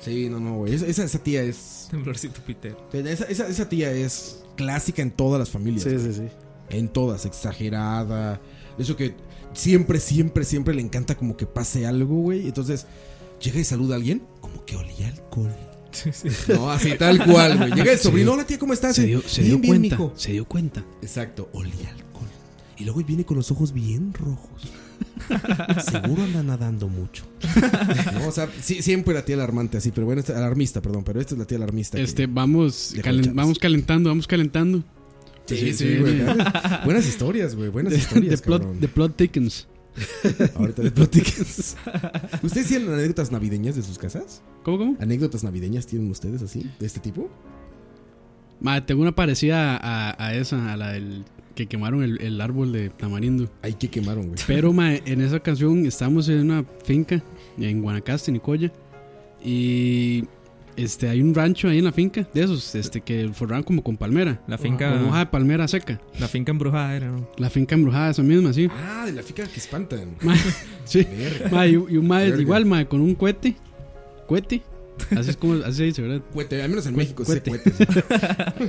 Sí, no, no, güey. Esa, esa- esa tía es. Temblorcito pitero. Esa, esa- esa tía es clásica en todas las familias. Sí, güey. sí, sí. En todas, exagerada. Eso que siempre, siempre, siempre le encanta como que pase algo, güey. Entonces, llega y saluda a alguien, como que olía alcohol. No, así tal cual, güey. Llega el Se sobrino, dio- hola tía, ¿cómo estás? Se dio, se dio Bien, bien, cuenta. mijo. Se dio cuenta. Exacto, olía alcohol. Y luego viene con los ojos bien rojos. Seguro anda nadando mucho. No, o sea, sí- siempre la tía alarmante así, pero bueno, esta- alarmista, perdón, pero esta es la tía alarmista. que- Este, vamos, Dejo calen- chance. vamos calentando, vamos calentando. Sí, Se- sí, se güey. viene- Buenas historias, güey, buenas The- historias, The plot, cabrón. the plot thickens. Ahorita les platicas. ¿Ustedes tienen anécdotas navideñas de sus casas? ¿Cómo, cómo? ¿Anécdotas navideñas tienen ustedes así, de este tipo? Ma, tengo una parecida a, a esa, a la del que quemaron el, el árbol de tamarindo. Ahí que quemaron, güey. Pero ma, en esa ocasión estábamos en una finca en Guanacaste, Nicoya. Y este hay un rancho ahí en la finca de esos este que forraban como con palmera. La finca- Con hoja de palmera seca. La finca embrujada era, ¿no? La finca embrujada, esa misma, sí. Ah, de la fica que espantan. Ma, sí. Verga. Ma, y, y un ma, Verga. igual, ma, con un cohete. Cohete. Así es como así se dice, ¿verdad? Cuete, al menos en Cue- México se cuete. cuete.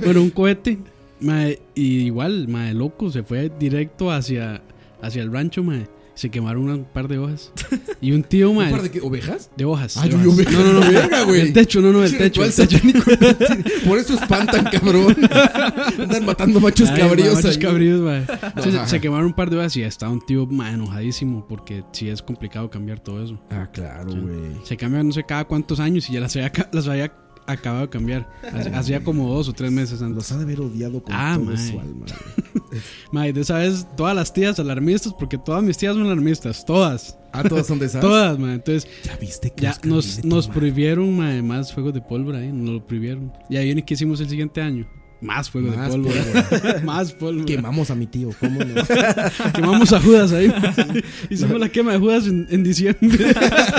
Bueno, un cohete. mae, y igual, mae, loco, se fue directo hacia, hacia el rancho, mae. Se quemaron un par de hojas. Y un tío, mae. ¿Un par de qué, ovejas? De hojas. Ah, de yo vi hojas. ovejas. No, no, no. Verga, güey. El techo, no, no, el Ese techo. ritual El techo. satánico. Por eso espantan, cabrón. Andan matando machos Ay, cabríos. mae, machos ahí. cabríos, mae. Entonces, ajá. se quemaron un par de hojas y está un tío, mae, enojadísimo. Porque sí es complicado cambiar todo eso. Ah, claro, güey. Se cambia no sé cada cuántos años y ya las había, ca- las había acabado de cambiar. Hacía- Hacía como dos o tres meses antes. Los ha de haber odiado con Ah, todo mae. su alma. güey. Mae, de esa vez, todas las tías alarmistas, porque todas mis tías son alarmistas, todas. Ah, todas son de esas. Todas, mae. Entonces, Ya viste que ya Oscar nos, Mileto, nos mae. prohibieron, mae, más fuegos de pólvora, ¿eh? Nos lo prohibieron. Y ahí viene que hicimos el siguiente año. Más fuegos Más de pólvora. más pólvora. Quemamos a mi tío, ¿cómo no? Quemamos a Judas ahí. Hicimos la quema de Judas en, en diciembre.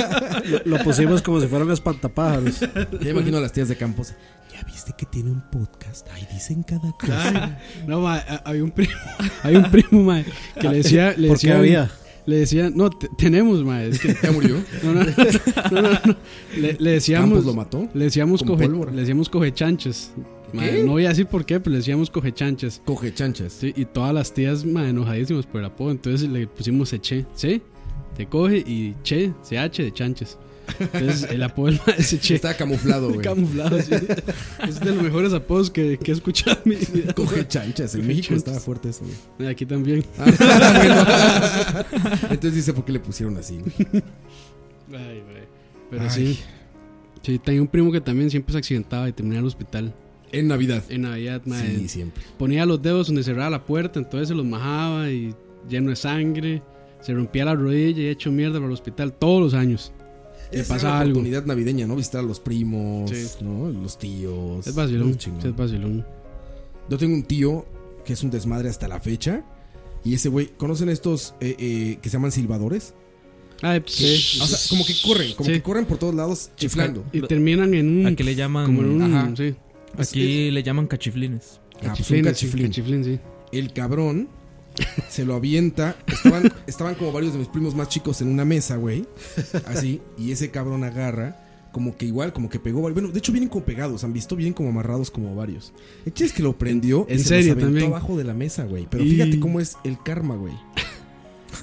Lo pusimos como si fuera un espantapájaros. Ya imagino a las tías de Campos. Ya viste que tiene un podcast. Ahí dicen cada cosa. no, mae, a- había un primo, hay un primo, mae, que le decía... Le ¿Por qué decía había? Le decía, no, te- tenemos, mae. es que- ¿Ya murió? No, no, no, no, no. Le, le decíamos. ¿Campos lo mató? Le decíamos, Con coge, pólvora. le decíamos cogechanches. Mae, ¿Qué? no voy a decir por qué, pero le decíamos cogechanches. Cogechanches. Sí, y todas las tías, mae, enojadísimas por el apodo. Entonces le pusimos eche. ¿Sí? Te coge y che, CH de chanches. Entonces el apodo del mae es eche. Está camuflado, güey. camuflado, sí. Es de los mejores apodos que, que he escuchado en mi vida. Coge chanchas. En México Cogechanches. estaba fuerte eso, güey. Y Aquí también. Ah, bueno. Entonces dice por qué le pusieron así. güey. Ay, güey. Pero Ay. sí. Sí, tenía un primo que también siempre se accidentaba y terminaba en el hospital. En Navidad. En Navidad, madre. Sí, siempre. Ponía los dedos donde cerraba la puerta, entonces se los majaba y lleno de sangre. Se rompía la rodilla y hecho mierda para el hospital todos los años. Le Esa pasaba era la algo. oportunidad navideña, ¿no? Visitar a los primos, Sí. ¿no? Los tíos. Es vacilón, Muy chingón. sí, es vacilón. Yo tengo un tío que es un desmadre hasta la fecha. Y ese güey, ¿conocen estos eh, eh, que se llaman silbadores? Ah, Que- sí. O sea, como que corren, como Sí. que corren por todos lados chiflando. Y terminan en un. ¿A qué le llaman? Como en un. Ajá. Sí. Aquí le llaman cachiflines. Ah, pues un cachiflín. El cabrón se lo avienta. Estaban, estaban como varios de mis primos más chicos en una mesa, güey. Así. Y ese cabrón agarra. Como que igual, como que pegó. varios- Bueno, de hecho vienen como pegados. Han visto bien como amarrados como varios. El chiste es que lo prendió. y En se serio, los aventó también. abajo de la mesa, güey. Pero Y- fíjate cómo es el karma, güey.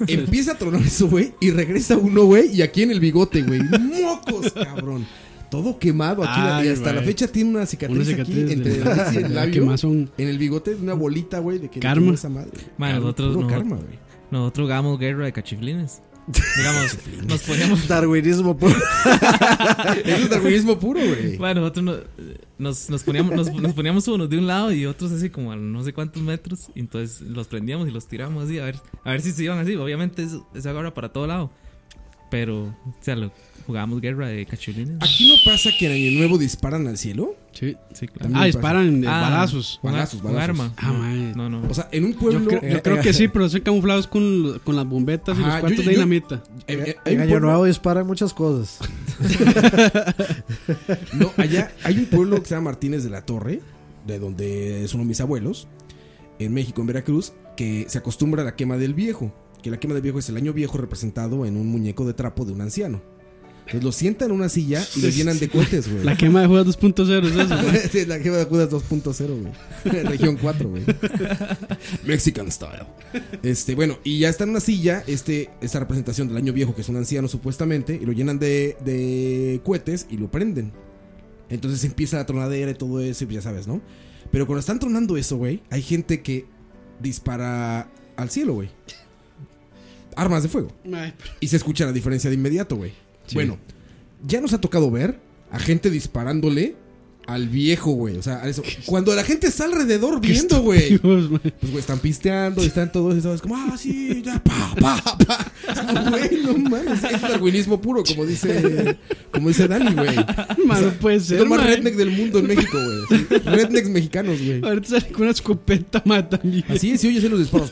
Empieza a tronar eso, güey. Y regresa uno, güey. Y aquí en el bigote, güey. ¡Mocos, cabrón! Todo quemado aquí. Ay, y hasta la güey. fecha tiene una cicatriz, Una cicatriz aquí de- Ah, entre la nariz y el de labio. quemazón. En el bigote de una bolita, güey, de que le Karma. quemó esa madre. Ma, Karma, nosotros, puro no- karma, güey. nosotros jugamos guerra de cachiflines. Digamos, nos poníamos. Darwinismo puro. Eso es darwinismo puro, güey. Bueno, nosotros no- nos, nos poníamos, nos, nos poníamos unos de un lado y otros así como a no sé cuántos metros. Y entonces los prendíamos y los tiramos así a ver, a ver si se iban así. Obviamente eso, eso agarra para todo lado. Pero, o sea, lo, jugábamos guerra de cachulines. Aquí no pasa que en Año Nuevo disparan al cielo. Sí, sí, claro. También Ah, pasa. disparan eh, Ah, balazos. un- Balazos, un balazos. arma. Ah, mae. No, no. O sea, en un pueblo. eh, Yo, creo- yo creo que sí, pero son camuflados con, con las bombetas y Ajá, los cuartos yo- yo- de dinamita. Eh, eh, hay En un Año pueblo- Nuevo disparan muchas cosas. No, allá hay un pueblo que se llama Martínez de la Torre, de donde son mis abuelos, en México, en Veracruz, que se acostumbra a la quema del viejo. Que la quema del viejo es el año viejo representado en un muñeco de trapo de un anciano. Entonces lo sientan en una silla y lo llenan de cohetes, güey. La quema de Judas 2.0 es eso. mae. Sí, la quema de Judas 2.0, güey. Región 4, güey. Mexican style. Este, bueno, y ya está en una silla este, esta representación del año viejo, que es un anciano supuestamente, y lo llenan de, de cohetes y lo prenden. Entonces empieza la tronadera y todo eso, y pues ya sabes, ¿no? Pero cuando están tronando eso, güey, hay gente que dispara al cielo, güey. Armas de fuego. Mae, Y se escucha la diferencia de inmediato, güey. Sí. Bueno, ya nos ha tocado ver a gente disparándole al viejo, güey. O sea, a eso. Cuando la gente está alrededor viendo, güey. Dios, mae. Pues, güey, están pisteando y están todos y sabes como, ah, sí, ya, pa, pa, pa. Es como, Ah, Güey, no mames. Es darwinismo puro, como dice, como dice Dani, güey. Mae, no puede Es ser. lo más mae. redneck del mundo en México, güey. Sí, Rednecks mexicanos, güey. Ahorita sale con una escopeta, mae, también. Así es, y oyes en los disparos.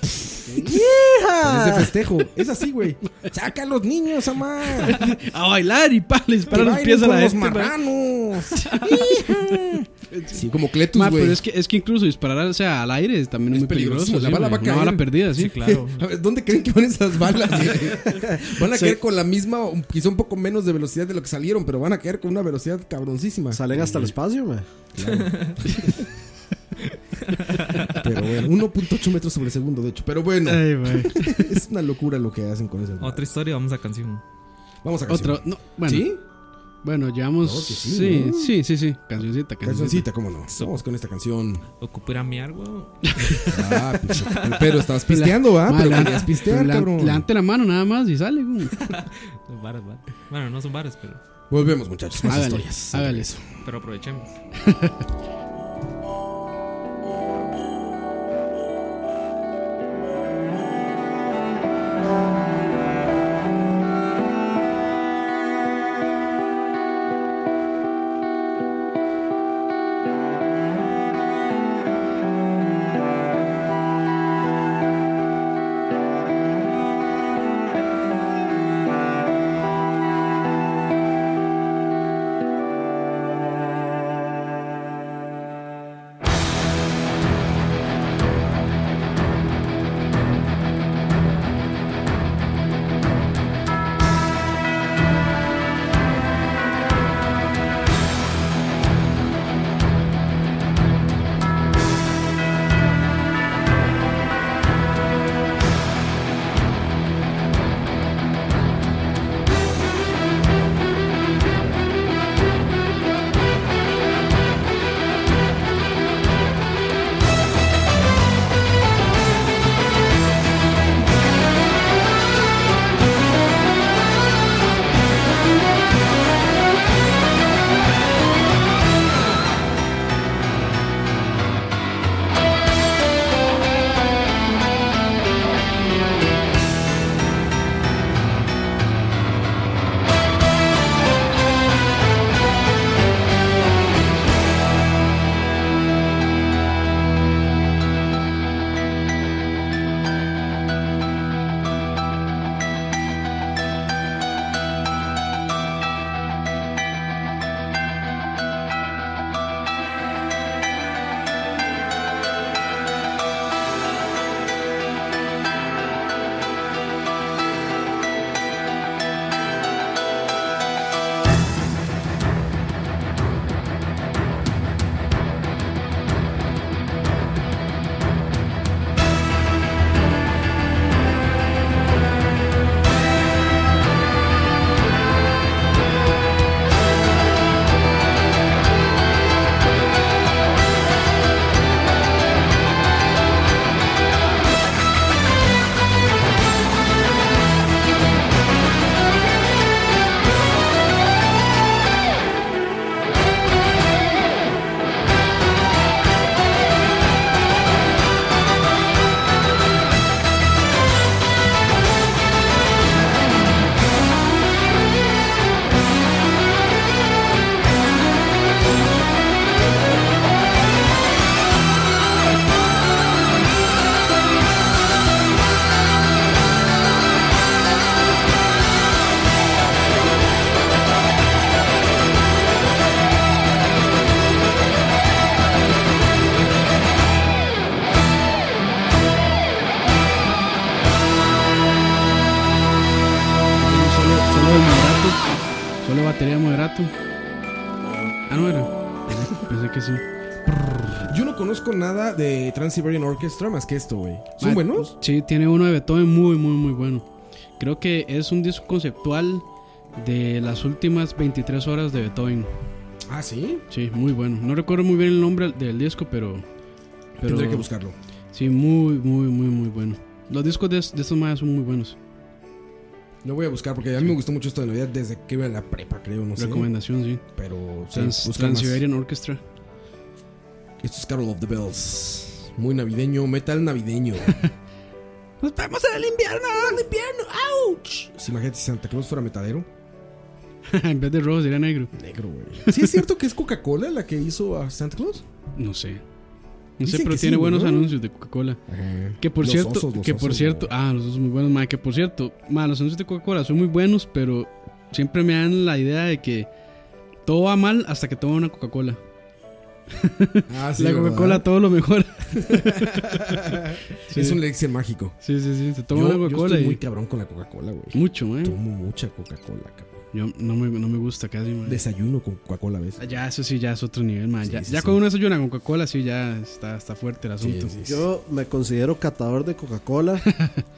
Parece festejo. Es así, güey. Saca a los niños, amá. A bailar y pa, le Que disparan los bailen pies a con la este, los gente. mae. marranos. sí, como Cletus, Mae, güey. pero es que, es que incluso disparar o sea, al aire es también Es muy peligroso. peligrosísimo, la sí, bala mae. va a Una caer. bala perdida, sí. Sí, claro. A ver, ¿Dónde creen que van esas balas? güey? Van a Sí. caer con la misma, o quizá un poco menos de velocidad de lo que salieron, pero van a caer con una velocidad cabroncísima. Salen hasta el espacio, man. Pero bueno, 1.8 metros sobre segundo, de hecho. Pero bueno, Ay, mae. es una locura lo que hacen con eso. Otra historia, vamos a canción. Vamos a canción. Otra, no, bueno. ¿Sí? Bueno, llevamos. No, que sí, sí, ¿no? sí, sí, sí. Cancioncita, cancioncita. Cancioncita, cómo no. Vamos con esta canción. Ocupar mi algo. Ah, pues, pero estabas pisteando, ¿va? Mae, Pero le- querías pistear, pero le- cabrón. Levante la mano nada más y sale. güey. Los bares, bares. Bueno, no son bares, pero, Volvemos, muchachos. Más Hágale, historias. hágale. pero aprovechemos. Ah, que sí. Yo no conozco nada de Trans-Siberian Orchestra más que esto, güey. ¿Son Ma- buenos? Sí, tiene uno de Beethoven muy, muy, muy bueno. Creo que es un disco conceptual de las últimas 23 horas de Beethoven. Ah, sí. Sí, muy bueno. No recuerdo muy bien el nombre del disco, pero. pero- Tendré que buscarlo. Sí, muy, muy, muy, muy bueno. Los discos de, de estos más son muy buenos. Lo voy a buscar porque a mí me gustó mucho esto de Navidad desde que iba a la prepa, creo, no sé. Recomendación, sí. Pero sí, Trans- buscar más. Trans-Siberian Orchestra. Esto es Carol of the Bells. Muy navideño, metal navideño. ¡Nos vamos al invierno! ¡Al invierno! ¡Auch! Si Pues imagínate si Santa Claus fuera metalero. en vez de rojo sería negro. Negro, güey. ¿Sí es cierto que es Coca-Cola la que hizo a Santa Claus? No sé. No Dicen sé, pero que tiene sí, buenos ¿no? anuncios de Coca-Cola. Que por Los cierto, osos, los que por osos, cierto, ah, los osos muy buenos, ma, que por cierto, ma, los anuncios de Coca-Cola son muy buenos, pero siempre me dan la idea de que todo va mal hasta que toma una Coca-Cola. Ah, sí, la ¿verdad? Coca-Cola todo lo mejor. Es un elixir mágico. Sí, sí, sí, se toma Yo- una yo Coca-Cola estoy y muy cabrón con la Coca-Cola, güey. Mucho, güey. Tomo mucha Coca-Cola, cabrón. yo no me, no me gusta casi, ma. Desayuno con Coca-Cola a veces. Ah, Ya, eso sí, ya es otro nivel, ma. ya sí, ya sí. con una desayuna con Coca-Cola, sí, ya está, está fuerte el asunto. Yo me considero catador de Coca-Cola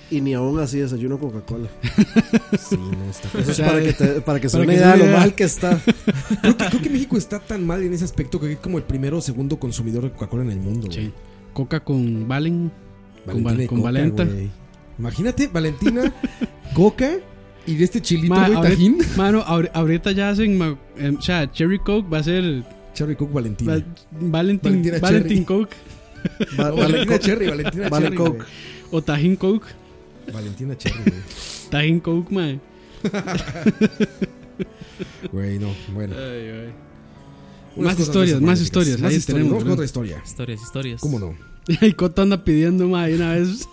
y ni aún así desayuno Coca-Cola. Eso es O sea, para que, te- para que se para den que una idea se de den lo idea. mal que está. Creo que, creo que México está tan mal en ese aspecto que es como el primero o segundo consumidor de Coca-Cola en el mundo. güey. Coca con Valen, con, Valentina Val- y con Coca, Valenta. güey. Imagínate, Valentina, Coca y de este chilito, Ma, güey, ahori- tajín. Mano, ahori- ahorita ya hacen. ma- em, o sea, Cherry Coke va a ser. Cherry Coke Valentina. Valentin, Valentina Cherry. Valentin Coke. Va- O Valen Valentina Coke. Cherry, Valentina Valen Cherry, güey. O Tajín Coke. Valentina Cherry, güey. Tajín Coke, mae. Güey, no, bueno. Unas Más cosas historias, más románticas. historias. Más ahí historias, tenemos. vamos con ¿no? otra historia. Historias, historias. ¿Cómo no? Y Coto anda pidiendo, mae, una vez.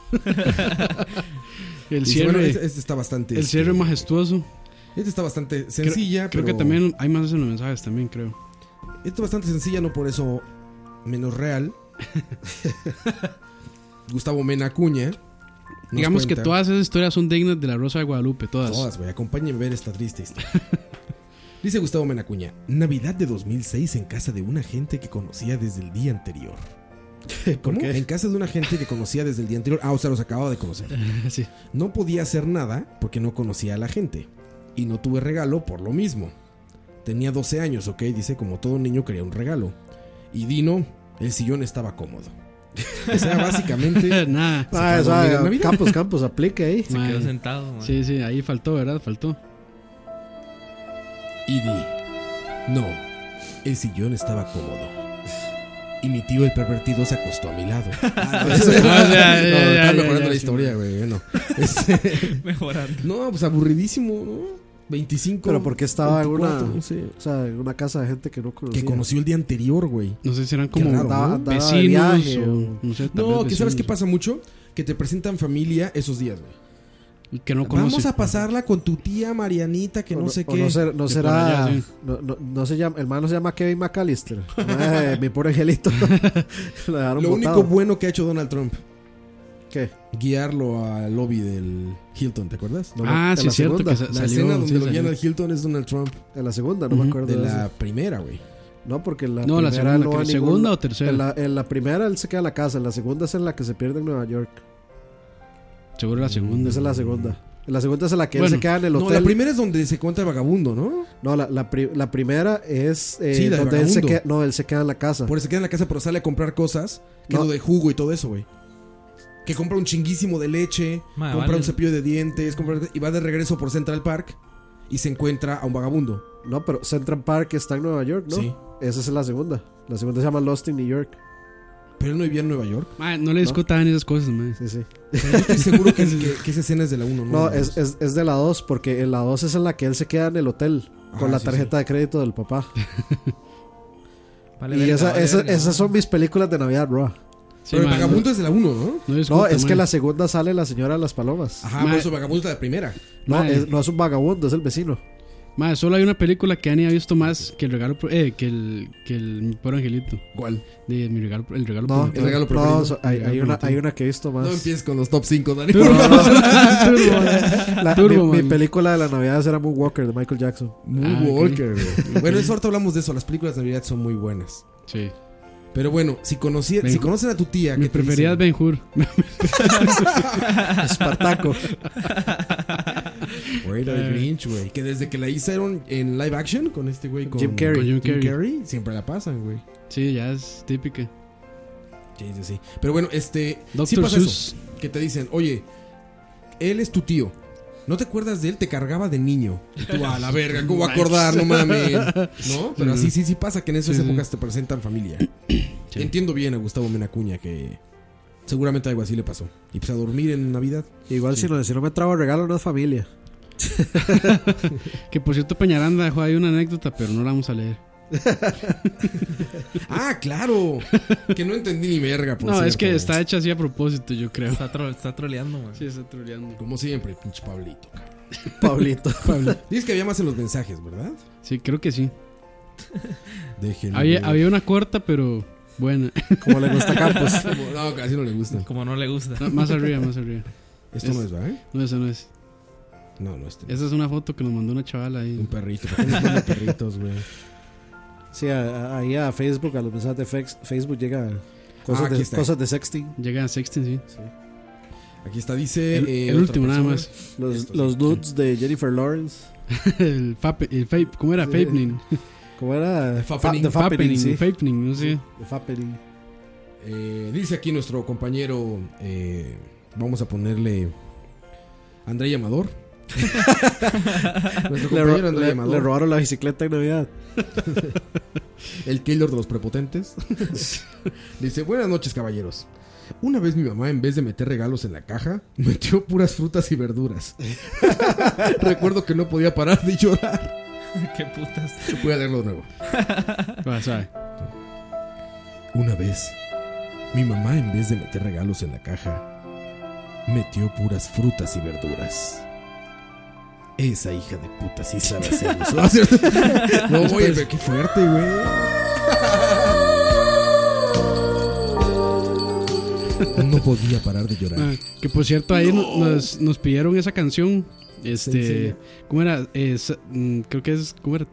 Y el dice, cierre. bueno, este- este está bastante, El este, cierre majestuoso. Esta está bastante sencilla, Creo, creo pero- que también hay más en los mensajes, también creo. Esto es bastante sencilla, no por eso menos real. Gustavo Mena Acuña. nos Digamos que cuenta- todas esas historias son dignas de la Rosa de Guadalupe, todas. Todas, güey. Acompáñenme a ver esta triste historia. Dice Gustavo Menacuña, Navidad de 2006 en casa de una gente que conocía desde el día anterior. ¿Cómo? En casa de una gente que conocía desde el día anterior. Ah, o sea, los acababa de conocer. No podía hacer nada porque no conocía a la gente. Y no tuve regalo por lo mismo. Tenía 12 años, ¿ok? Dice, como todo niño quería un regalo. Y Dino, el sillón estaba cómodo. O sea, básicamente... Nada. se fue a dormir en Navidad. Ah, Campos, Campos, aplique ahí. Se quedó sentado, mae. Sí, sí, ahí faltó, ¿verdad? Faltó. Y di, no, el sillón estaba cómodo. Y mi tío el pervertido se acostó a mi lado. Ah, no, eso ya- No, ya, ya, no, ya, está ya, mejorando ya, la sí, historia, ya. güey. Bueno, Este- No, pues aburridísimo, ¿no? 25. Pero porque estaba en una, 24, no sé. o sea, en una casa de gente que no conocía. Que conoció el día anterior, güey. No sé si eran Qué como raro, andaba- ¿no? andaba de vecinos viaje o- o no sé, tal No, vez que sabes vecinos. qué pasa mucho, que te presentan familia esos días, güey. Y que no Vamos conoce. a pasarla con tu tía Marianita, que O no, sé o qué. No, ser- no será. allá, sí. no, no- no se llama. El man no se llama Kevin McAllister. Mae, mi pobre angelito. Lo dejaron Lo botado. único bueno que ha hecho Donald Trump. ¿Qué? Guiarlo al lobby del Hilton, ¿te acuerdas? Ah, en sí, la es cierto segunda. que sa- la salió, escena donde sí, lo salió. guían al Hilton es Donald Trump. En la segunda, no me Ujú. acuerdo. De de la eso. primera, güey. No, porque en la No, la primera segunda, no creo. va a ¿Segunda ningún- o tercera? En la, en la primera él se queda en la casa, en la segunda es en la que se pierde en Nueva York. Seguro la segunda. Esa es la segunda. En la segunda es en la que él se queda en el hotel. No, la primera es donde se cuenta el vagabundo, ¿no? No, la, la pri- la primera es eh, Sí, la del donde él se vagabundo. queda, no, él se queda en la casa. Por eso se queda en la casa, pero sale a comprar cosas. Que No. es lo de jugo y todo eso, güey. Que compra un chinguísimo de leche, Ma, compra vale. un cepillo de dientes, compra- y va de regreso por Central Park y se encuentra a un vagabundo. No, pero Central Park está en Nueva York, ¿no? Sí. Esa es la segunda. La segunda se llama Lost in New York. Pero él no vivía en Nueva York. Ma, no le discutan esas cosas, man. Sí, sí. Pero yo estoy seguro que, que- que esa escena es de la 1, ¿no? No, es, es, es de la 2, porque en la 2 es en la que él se queda en el hotel con Ah, la sí, tarjeta de crédito del papá. Vale y verga, esa- vale esa- verga. esas son mis películas de Navidad, bro. Pero el vagabundo es de la 1, ¿no? No, No, es que la segunda sale la señora de las palomas. Ajá, por eso vagabundo es la primera. No, Mae. es, no es un vagabundo, es el vecino. Ma, solo hay una película que Ani ha visto más que el regalo. pro- Eh, que el. Que el mi pobre angelito. ¿Cuál? De mi regalo. El regalo. No, prometido. el regalo preferido. so- hay- El regalo hay una- prometido. hay una que he visto más. No empieces con los top 5, Dani. No, por no, favor. no. Turbo, la- Turbo, mi, mi man. película de la Navidad era Moonwalker de Michael Jackson. Ah, Ah, Moonwalker, güey. Bueno, eso ahorita hablamos de eso. Las películas de Navidad son muy buenas. Sí. Pero bueno, si, conoci- Ben si Hur. conocen a tu tía Mi que te preferida dice- es Ben Hur. Espartaco. Güey, la del Grinch, güey. Que desde que la hicieron en live action con este güey con Jim Carrey. con Jim Jim Carrey. Carrey, siempre la pasan, güey. Sí, ya es típica. Sí, sí, sí. Pero bueno, este. sí Dr. pasa Seuss. eso, Que te dicen, oye, él es tu tío. ¿No te acuerdas de él? Te cargaba de niño. Y tú, a la verga, ¿cómo voy a acordar? No mames. ¿No? Pero así sí, sí pasa que en esas Sí, sí. épocas te presentan familia. Entiendo bien a Gustavo Menacuña que seguramente algo así le pasó. Y pues a dormir en Navidad. Igual si, no, si no me traba regalo, no es familia. Que por cierto, Peñaranda dejó ahí una anécdota, pero no la vamos a leer. Ah, claro. Que no entendí ni verga, por no, es cierto. que está hecha así a propósito, yo creo. Está, tro- está troleando, man. Sí, está troleando. Como siempre, pinche Pablito. cabrón. Pablito. Dices que había más en los mensajes, ¿verdad? Sí, creo que sí. Déjenlo. Había, había una corta, pero buena. Como le gusta a Campos. Como- no, casi no le gusta. Como no le gusta. No, más arriba, más arriba. Esto no es, ¿verdad? No, eso no es. No, no este no. Esa es una foto que nos mandó una chavala ahí. Un perrito. perritos, güey? Sí, a- a- ahí a Facebook, a los mensajes de fex- Facebook llega cosas, Ah, aquí de, está. cosas de sexting. Llega a Sexting, sí. Aquí está, dice. El- eh, el otra último, nada persona. más. Los, Esto, los nudes de Jennifer Lawrence. el fape, el fape, ¿cómo era? Sí. Fapening. ¿Cómo era? Fa- Fapening, The Fapening, Fapening, sí. Fapening, no sé. The Fapening. Eh, dice aquí nuestro compañero. eh, vamos a ponerle. André Amador. nuestro Le, compañero ro- André le- Amador. le robaron la bicicleta en Navidad. El killer de los prepotentes. Dice, buenas noches caballeros. Una vez mi mamá, en vez de meter regalos en la caja, metió puras frutas y verduras. Recuerdo que no podía parar de llorar. Qué putas. Voy a leerlo de nuevo. Una vez, mi mamá, en vez de meter regalos en la caja, metió puras frutas y verduras. Esa hija de puta sí sabe hacerlo. no, oye, pero qué fuerte, güey. No podía parar de llorar. Ah, que por cierto, ahí no- nos, nos pidieron esa canción. Este, Sencilla. ¿cómo era? Eh, sa- mm, creo que es, ¿cómo era?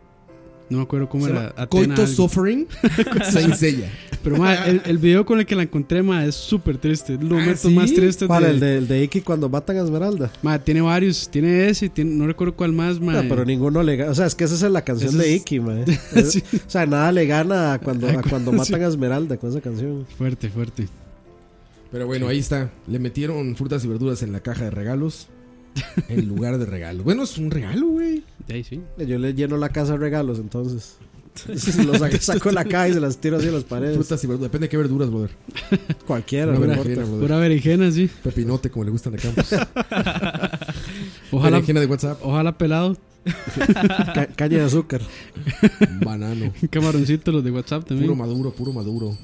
No me acuerdo cómo Se era. llama Atena Coito algo. Suffering, Sencilla. Pero ma, el, el video con el que la encontré, ma, es súper triste. Los Ah, momentos ¿sí? más tristes. ¿Cuál? ¿El de- el de Iki cuando matan a Esmeralda? Ma, tiene varios. Tiene ese, tiene- no recuerdo cuál más, ma. No, pero ninguno le gana. O sea, es que esa es la canción Esa de es- Iki, eh. man. Es- Sí. O sea, nada le gana a cuando, a cuando Sí. matan a Esmeralda con esa canción. Fuerte, fuerte. Pero bueno, ahí está. Le metieron frutas y verduras en la caja de regalos. En lugar de regalos. Bueno, es un regalo, güey. Ahí sí. Yo le lleno la casa de regalos, entonces. Los saco- saco la caja y se las tiro así a las paredes. Frutas y verduras. Depende de qué verduras, brother. Cualquiera, Una no berenjena, importa. brother. Pura berenjena, sí. Pepinote, como le gustan a Campos. Ojalá. Berenjena de WhatsApp. Ojalá pelado. Ca- caña de azúcar. Banano. Camaroncito, los de WhatsApp también. Puro maduro, puro maduro.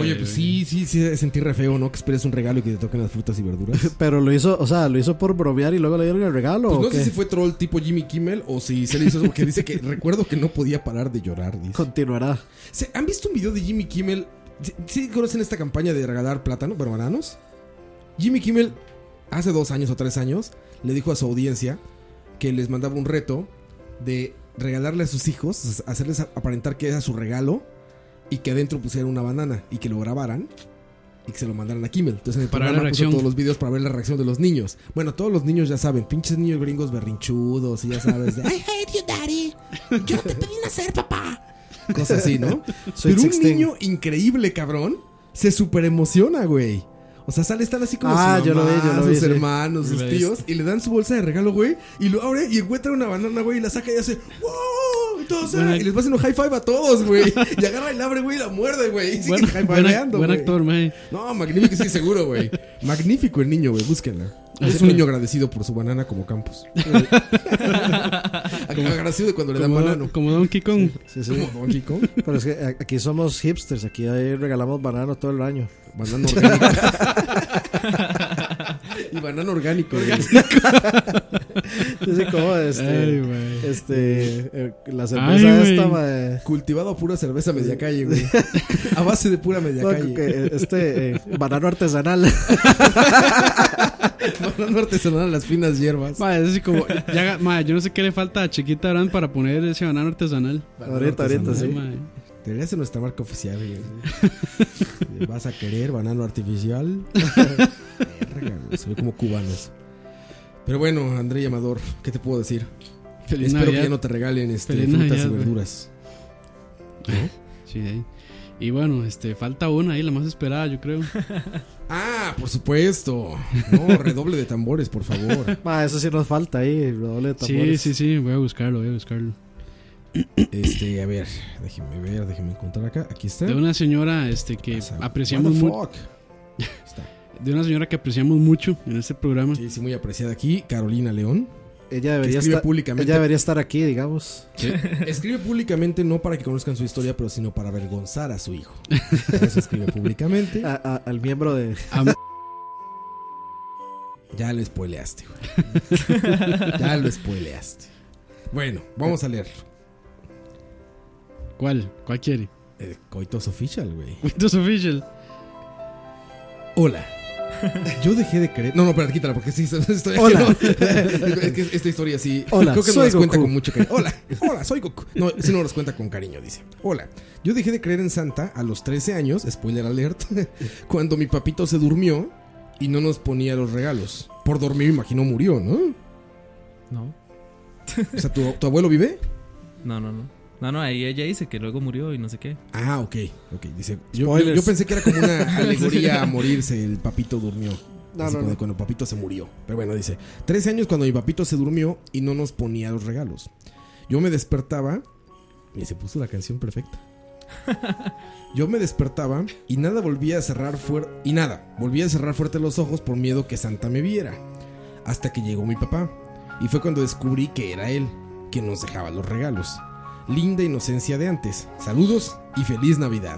Oye, pues Ay, sí, Eh. sí, sí, sentí re feo, ¿no? Que esperes un regalo y que te toquen las frutas y verduras. Pero lo hizo, o sea, lo hizo por bromear y luego le dieron el regalo. Pues ¿o no sé qué? si fue troll tipo Jimmy Kimmel o si se le hizo eso porque dice que recuerdo que no podía parar de llorar. dice. Continuará. ¿Se- ¿Han visto un video de Jimmy Kimmel? ¿Sí- ¿Sí conocen esta campaña de regalar plátano, pero bananos? Jimmy Kimmel hace dos años o tres años le dijo a su audiencia que les mandaba un reto de regalarle a sus hijos, hacerles aparentar que era su regalo y que adentro pusieran una banana y que lo grabaran y que se lo mandaran a Kimmel. Entonces en el Para ver la programa puso reacción. todos los videos para ver la reacción de los niños. Bueno, todos los niños ya saben, pinches niños gringos berrinchudos y ya sabes, de, "Ay, I hate you, daddy. Yo no te pedí nacer, papá. cosas así, ¿no? Soy Pero 16. un niño increíble, cabrón, se super emociona, güey. O sea, sale, están así como Ah, su yo lo mamá, vi, yo lo vi, sus sí. hermanos, sus Lo he tíos, y le dan su bolsa de regalo, güey, y lo abre y encuentra una banana, güey, y la saca y hace ¡Wow! Y todos, ah, Buena- y les va haciendo high five a todos, güey. Y agarra y la abre, güey, y la muerde, güey. Y siguen Buen, high buen ac- fiveando, buen güey. actor, mae. No, magnífico, sí, seguro, güey. Magnífico el niño, güey, búsquenla. Ah, Es un niño agradecido por su banana como Campos. agradecido de cuando le dan Como- banano. Como Donkey Kong. Sí, sí. Como Donkey Kong. Pero es que a- aquí somos hipsters, aquí ahí regalamos banano todo el año. Banano orgánico. Y banano orgánico. güey. Sí, como este. Ay, güey. este. eh, la cerveza Ay, esta, güey. mae. Cultivado a pura cerveza media calle, güey. A base de pura media No, calle. que, este, eh, banano artesanal. banano artesanal a las finas hierbas. Ma, es así como, ya, ma, yo no sé qué le falta a Chiquita Brand para poner ese banano artesanal. Ahorita, ahorita, sí. Ma, Debería ser nuestra marca oficial, güey. ¿Vas a querer banano artificial? Verga, güey, Se ve como cubanos. Pero bueno, André y Amador, ¿qué te puedo decir? Feliz Espero Navidad. que ya no te regalen este, Feliz frutas Navidad, y güey. ¿Eh? verduras. Sí, ahí. Y bueno, este, falta una ahí, la más esperada, yo creo. Ah, por supuesto. No, redoble de tambores, por favor. Ma, eso sí nos falta ahí, doble de Sí, tambores. sí, sí, voy a buscarlo, voy a buscarlo. Este, a ver, déjenme ver, déjenme encontrar acá. Aquí está. De una señora este, que apreciamos What the mucho. fuck? De una señora que apreciamos mucho en este programa. Sí, sí, muy apreciada aquí, Carolina León. Ella que debería, escribe estar, públicamente. ella debería estar aquí, digamos. Sí. Escribe públicamente no para que conozcan su historia, pero sino para avergonzar a su hijo. Por eso escribe públicamente. A- a- al miembro de. Ya lo spoileaste, güey. ya lo spoileaste. Bueno, vamos a leer. ¿Cuál? ¿Cuál quiere? Eh, Coitos Official, güey. Windows Official. Hola. Yo dejé de creer. No, no, espera, quítala porque sí, estoy Hola. es que esta historia sí. Hola, Creo que no soy las cuenta Goku. con mucho cariño. Hola, hola, soy Goku. No, sí no las cuenta con cariño, dice. Hola. Yo dejé de creer en Santa a los 13 años, spoiler alert, cuando mi papito se durmió y no nos ponía los regalos. Por dormir, imagino, murió, ¿no? No. O sea, ¿tu, tu abuelo vive? No, no, no. No, no, ahí ella dice que luego murió y no sé qué. Ah, ok. Ok, dice. Yo, yo- yo pensé que era como una alegoría a morirse, el papito durmió. No, no, Así como de no. Cuando el papito se murió. Pero bueno, dice, 13 años cuando mi papito se durmió y no nos ponía los regalos. Yo me despertaba y se puso la canción perfecta. Yo me despertaba y nada volvía a cerrar fuerte y nada, volvía a cerrar fuerte los ojos por miedo que Santa me viera. Hasta que llegó mi papá y fue cuando descubrí que era él quien nos dejaba los regalos. Linda inocencia de antes. Saludos y feliz Navidad.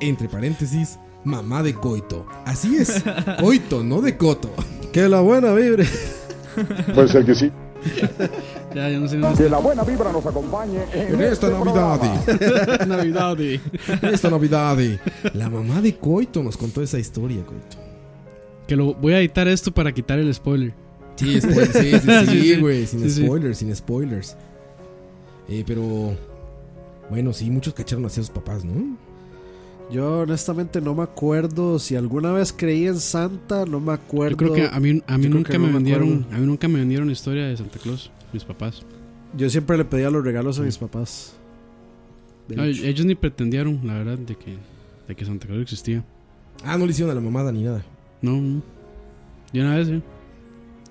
Entre paréntesis, mamá de Coito. Así es, Coito, no de Coto. Que la buena vibre. Puede ser que sí. Ya, ya no sé Que la buena vibra nos acompañe en, En esta este Navidad. programa. Navidad. En esta Navidad. La mamá de Coito nos contó esa historia, Coito. Que lo voy a editar esto para quitar el spoiler. Sí, spoiler, sí, sí, sí, Sí, güey, sí, sin sí. spoilers, sin spoilers. Eh, pero bueno, sí, muchos cacharon así a sus papás, ¿no? Yo honestamente no me acuerdo si alguna vez creí en Santa, no me acuerdo. Yo creo que a mí, a mí Yo creo nunca que me no vendieron, acuerdo. a mí nunca me vendieron historia de Santa Claus, mis papás. Yo siempre le pedía los regalos a mis papás. De No, hecho. ellos ni pretendieron, la verdad, de que, de que Santa Claus existía. Ah, no le hicieron a la mamada ni nada. No, no. De una vez, eh.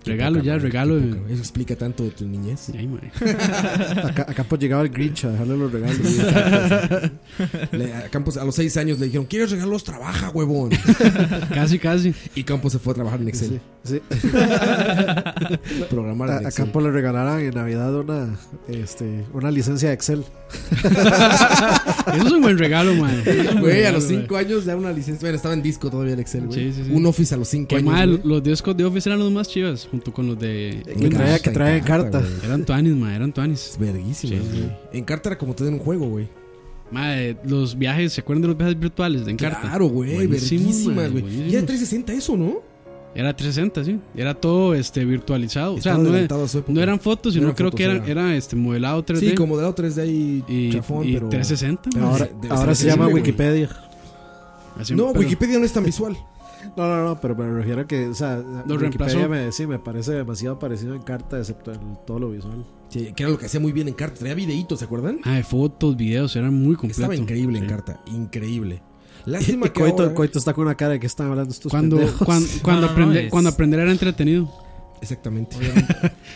Qué Regalo poca ya, madre, regalo. qué poca- Eso explica tanto de tu niñez. acá, acá pues llegaba el Grinch a dejarle los regalos. Sí, exacto, sí. Le- a, Campos, a los seis años le dijeron, ¿quieres regalos? Trabaja, huevón. casi, casi. Y Campos se fue a trabajar en Excel. Sí. Programar en A- acá Excel. pues le regalarán en Navidad una, este, una licencia de Excel. Eso es un buen regalo, man. Güey, a los cinco años ya una licencia. Bueno, estaba en disco todavía el Excel, güey. Sí, sí, sí. Un Office a los cinco Que años. mal, güey. los discos de Office eran los más chivas, junto con los de. que traía- que traía en carta. Eran tuanis, ma, eran tuanis. Verguísimas, Sí, güey. Encarta era como tener un juego, güey. Ma, eh, los viajes, ¿se acuerdan de los viajes virtuales de Encarta? Claro, güey, Buenísimos, verguísimas, ma, güey. buenísimos. Y era 360 eso, ¿no? Era 360, sí. Era todo este virtualizado. O sea, Estaba no, era- adelantado a su época. no eran fotos, No sino eran creo fotos, que eran, era- era este modelado 3D. Sí, como de la 3D y, Y- chafón, y pero... 360. Pero Ahora, debe ser ahora se accesible, llama güey. Wikipedia. No, Wikipedia no es tan visual. No, no, no, pero me refiero a que, o sea, Wikipedia reemplazó. me, sí, me parece demasiado parecido en carta, excepto en todo lo visual. Sí, que era lo que hacía muy bien en carta. Traía videitos, ¿se acuerdan? Ah, de fotos, videos, era muy completo. Estaba increíble en carta, increíble. Lástima Y que Coito, ahora- Coito está con una cara de que están hablando estos Cuando, pendejos. cuan- cuando, aprende- cuando aprender era entretenido. Exactamente.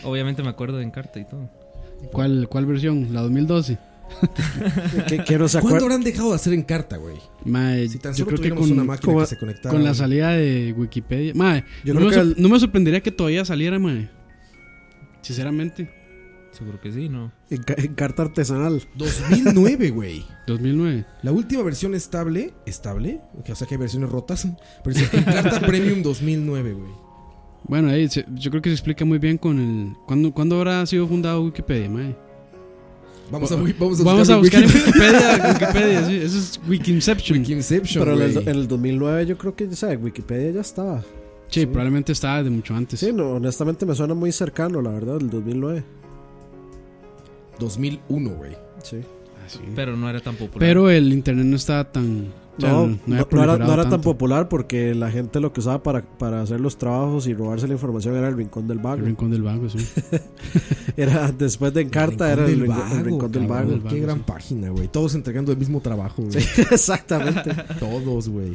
Obviamente me acuerdo de Encarta y todo. ¿Cuál, ¿Cuál versión? ¿La 2012? ¿Qué, qué no se ¿Cuándo habrán dejado de hacer en carta, güey? Mae, Si tan yo solo creo que tuviéramos con, una máquina con- que se conectara. con la salida de Wikipedia. Mae, Yo no, creo me que sor- el- no me sorprendería que todavía saliera, mae. Sinceramente. Seguro que sí, ¿no? En, ca- en carta artesanal. 2009, güey. 2009. La última versión estable, estable, o sea que hay versiones rotas, pero dice Encarta Premium 2009, güey. Bueno, ahí se- yo creo que se explica muy bien con el. ¿Cuándo, ¿cuándo habrá sido fundado Wikipedia, mae? Vamos O- a wi- vamos a vamos a buscar buscar en en Wikipedia. Wikipedia, sí, eso es Wikiception. Wikiception, Pero en el, güey. en el 2009 yo creo que o sea, Wikipedia ya estaba. Sí, probablemente estaba desde mucho antes. Sí, no, honestamente me suena muy cercano, la verdad, el 2009. 2001, güey. Sí. Ah, Pero no era tan popular. Pero el internet no estaba tan. o sea, había No, no, no era, no proliferado era tan tanto. popular porque la gente lo que usaba para, para hacer los trabajos y robarse la información era el rincón del vago. El rincón del vago, sí. era después de Encarta, era el, Rincón rincón- el rincón del cabrón, vago. Qué gran página, güey. Todos entregando el mismo trabajo, güey. exactamente. Todos, güey.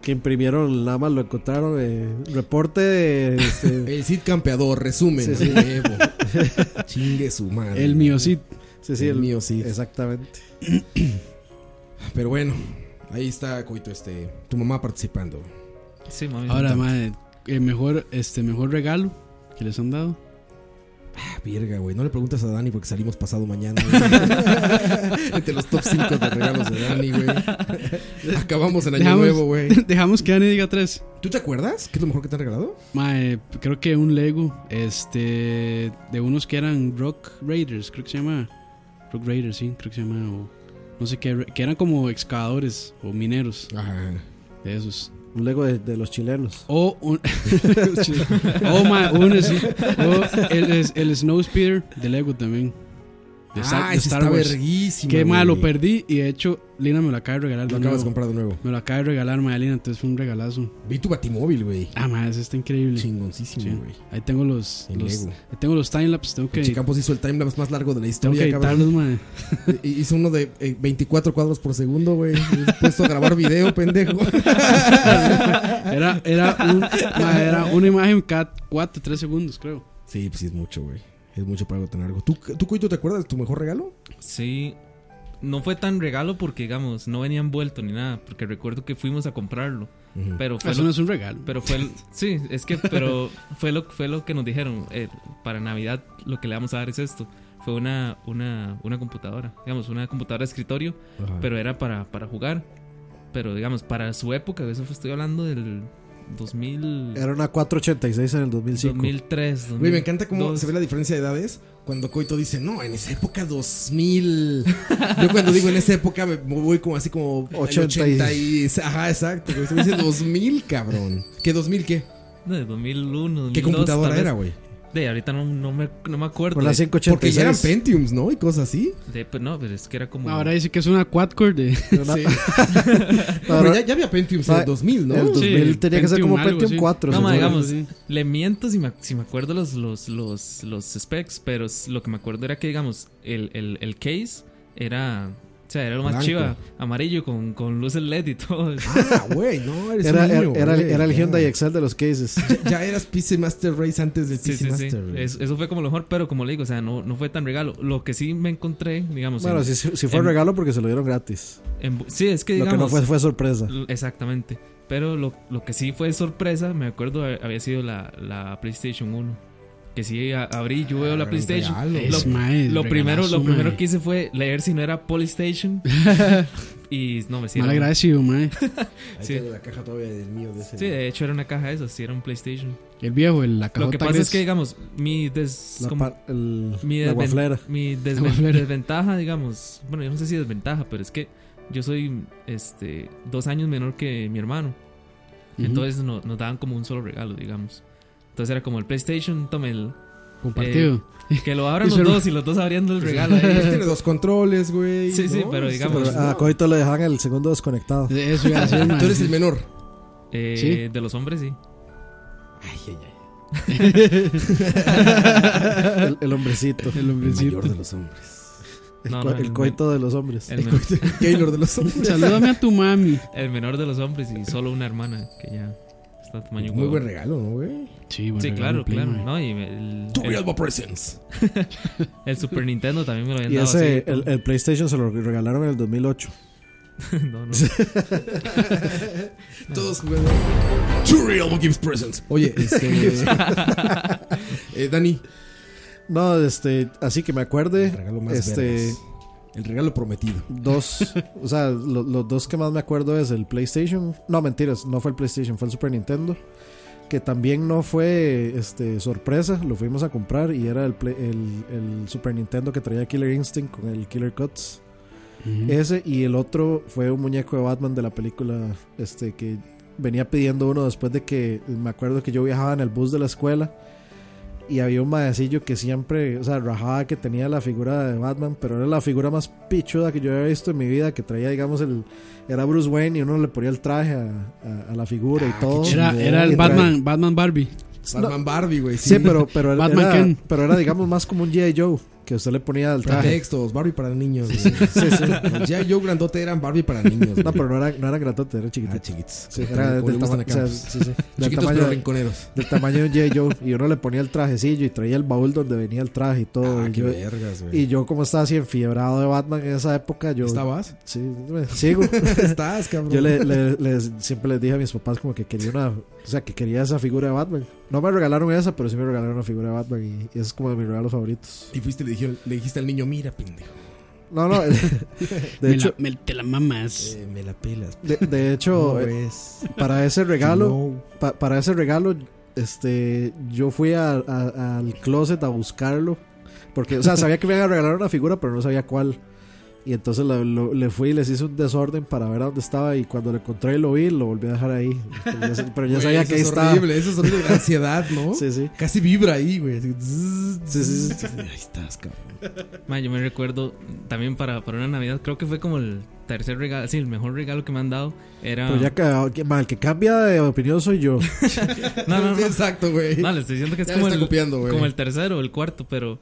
Que imprimieron, nada más lo encontraron. eh, reporte de. el Cid campeador, resumen. Sí, sí. Huevo. Chingue su madre. El mío Cid. Sí, sí, el, el- mío Cid. Exactamente. Pero bueno, ahí está, Coito, este, tu mamá participando. Sí, mami. Ahora, mae, el mejor, este, mejor regalo que les han dado. Ah, Verga, güey. No le preguntas a Dani porque salimos pasado mañana. güey. Entre los top 5 de regalos de Dani, güey. Acabamos el año Dejamos- nuevo, güey. Dejamos que Dani diga tres. ¿Tú te acuerdas? ¿Qué es lo mejor que te han regalado? Mae, creo que un Lego, este, de unos que eran Rock Raiders, creo que se llama. Rock Raiders, sí, creo que se llama. o no sé qué, que eran como excavadores o mineros. Ajá. De esos. Un Lego de, de los chilenos. O un. oh, mae, uno sí. O el, el, Snow Speeder de Lego también. De Star- Ah, de ese Star está Wars. verguísima, Qué mae, güey. lo perdí y de hecho, Lina me lo acaba de regalar. Lo acabas de comprar de nuevo. Me lo acaba de regalar, mae, Lina, entonces fue un regalazo. Vi tu batimóvil, güey. Ah, mae, ese está increíble. Chingoncísimo, Sí. güey. Ahí tengo los. En los Lego. ahí tengo los timelapse. Tengo que. Che Campos hizo el timelapse más largo de la Tengo historia, que editarlos, cabrón. mae. Hi- Hizo uno de eh, 24 cuadros por segundo, güey. Y Puesto a grabar video, pendejo. Era, era, un- mae, era una imagen cada 4, 3 segundos, creo. Sí, pues sí es mucho, güey. Es mucho para algo tan largo. ¿Tú, ¿Tú, Coito, te acuerdas de tu mejor regalo? Sí. No fue tan regalo porque, digamos, no venía envuelto ni nada. Porque recuerdo que fuimos a comprarlo. Ujú. Pero fue Eso no es un regalo. Pero fue. el- sí, es que. Pero fue lo, fue lo que nos dijeron. eh, para Navidad lo que le vamos a dar es esto. Fue una, una, una computadora. Digamos, una computadora de escritorio. Ajá. Pero era para, para jugar. Pero, digamos, para su época. Eso fue- estoy hablando del 2000. Era una 486 en el 2005. 2003, Güey, me encanta cómo se ve la diferencia de edades cuando Coito dice, no, en esa época 2000. Yo cuando digo en esa época me me voy como así como 80 y- 80 y... Ajá, exacto. güey. Se me dice 2000, cabrón. ¿Qué 2000 qué? No, de 2001, 2002. ¿Qué computadora tal vez. era, güey? De ahorita no, no, me, no me acuerdo. De- Porque ya eran Pentiums, ¿no? Y cosas así. De, pues no, pero es que era como. Ahora dice que es una quad-core de. Sí. Pero ya, ya había Pentiums en el 2000, ¿no? No, ma, digamos, le miento si me, si me acuerdo los, los, los, los specs, pero s- lo que me acuerdo era que, digamos, el, el, el case era. O sea, era lo más Blanco. chiva, amarillo con, con luces LED y todo. Ah, güey, no, eres Era, un niño, era- era el- güey, era el ya. Hyundai Excel de los cases. Ya, ya eras PC Master Race antes del Sí, PC sí, sí. Master Race. Es- eso fue como lo mejor, pero como le digo, o sea, no, no fue tan regalo. Lo que sí me encontré, digamos. Bueno, en- sí, sí- sí fue en- regalo porque se lo dieron gratis. En- sí, es que Lo digamos, que no fue fue sorpresa. l- Exactamente. Pero lo, lo que sí fue sorpresa, me acuerdo, ha- había sido la, la PlayStation 1. Que sí, a- abrí, yo veo la un PlayStation. regalo. Lo, Es, mae, lo regalazo, primero, lo mae. primero que hice fue leer si no era PlayStation. y no me Mal sirve. agradecido, eh. mae. Ahí tengo la caja todavía del mío de ese. Sí, de hecho era una caja de esas, sí era un PlayStation. El viejo, el, la cajota Lo que pasa gris. es que, digamos, mi, des, La como- par- el- mi, la desven- guaflera. mi La desven- guaflera. desventaja, digamos, bueno, yo no sé si desventaja, pero es que yo soy este, dos años menor que mi hermano. Ujú. Entonces no- nos daban como un solo regalo, digamos. Entonces era como el PlayStation, tome el... Compartido. eh, que lo abran Y los su herma- dos y los dos abriendo el regalo. ahí. Pues tiene dos controles, güey. Sí, sí, ¿no? pero Este, digamos, pero- Ah, A Coito le dejaban el segundo desconectado. Eso iba a decir, mae. Tú eres el menor. Eh, Sí. De los hombres, sí. Ay, ay, ay. el, el hombrecito. El hombrecito. mayor de los hombres. El, No, co- no, el el- coito de los hombres. el- El coito- el Keylor de los hombres. Salúdame a tu mami. El menor de los hombres y solo una hermana que ya está tamaño Muy huevo. buen regalo, ¿no, güey? Sí, Sí, claro, claro. No, y el, Tu el- Alba Presents. el Super Nintendo también me lo habían Y dado. ese, así, el, el PlayStation se lo regalaron en el 2008. No, no. Todos jugando. True Real Gives Presents. Oye, este. eh, Dani. No, este, así que me acuerde. regalo más este, vergas. El regalo prometido. Dos, o sea, lo- los dos que más me acuerdo es el PlayStation. No, mentiras, no fue el PlayStation, fue el Super Nintendo. que también no fue este, sorpresa, lo fuimos a comprar y era el, Play- el, el Super Nintendo que traía Killer Instinct con el Killer Cuts. Ujú. Ese y el otro fue un muñeco de Batman de la película este, que venía pidiendo uno después de que me acuerdo que yo viajaba en el bus de la escuela y había un maecillo que siempre, o sea, rajaba que tenía la figura de Batman, pero era la figura más pichuda que yo había visto en mi vida, que traía, digamos, el... Era Bruce Wayne y uno le ponía el traje a, a- a la figura y todo. Era, era Y el traía- Batman, Batman Barbie. No. Sí, pero, pero, era, Batman Ken. pero era, digamos, más como un G.I. Joe, que usted le ponía el traje. Pretextos, Barbie para niños. Sí, Los G.I. Joe grandote eran Barbie para niños. No, pero no eran no era grandotes, eran chiquititos. Sí, Como era le del, gustan tama- a o sea, Campos. sí, sí, del Chiquitos, tamaño pero de- rinconeros. Del tamaño de un G.I. Joe. Y uno le ponía el trajecillo y traía el baúl donde venía el traje y todo. Ah, y, qué yo, vergas, güey. y yo como estaba así enfiebrado de Batman en esa época, yo... ¿Estabas? Sí, me- sigo. Estás, cabrón. Yo le- le- les- siempre les dije a mis papás como que quería una... O sea, que quería esa figura de Batman. No me regalaron esa, pero sí me regalaron una figura de Batman y, y es como de mis regalos favoritos. Y fuiste y le, dije- le dijiste al niño, mira, pendejo. No, no. Me De la- hecho, me- te la mamas. Eh, eh, me la pelas. De, de hecho, No eh, es. para ese regalo, No. pa- para ese regalo, este, yo fui a- a- al closet a buscarlo. Porque, o sea, sabía que me iban a regalar una figura, pero no sabía cuál. Y entonces la- lo- le fui y les hice un desorden para ver a dónde estaba. Y cuando lo encontré y lo vi, lo volví a dejar ahí. Entonces, ya- pero ya Güey, sabía eso que ahí es estaba. horrible, eso es horrible, la ansiedad, ¿no? Sí, sí. Casi vibra ahí, güey. así, Sí, sí, sí. Ahí estás, cabrón. Ma, yo me recuerdo también para, para una Navidad, creo que fue como el tercer regalo, sí, el mejor regalo que me han dado era... Pero ya ca- que, mal, que cambia de opinión soy yo. No, no, no. Exacto, güey. No, le estoy diciendo que es Ya como le el, está copiando, güey. como el tercero, el cuarto, pero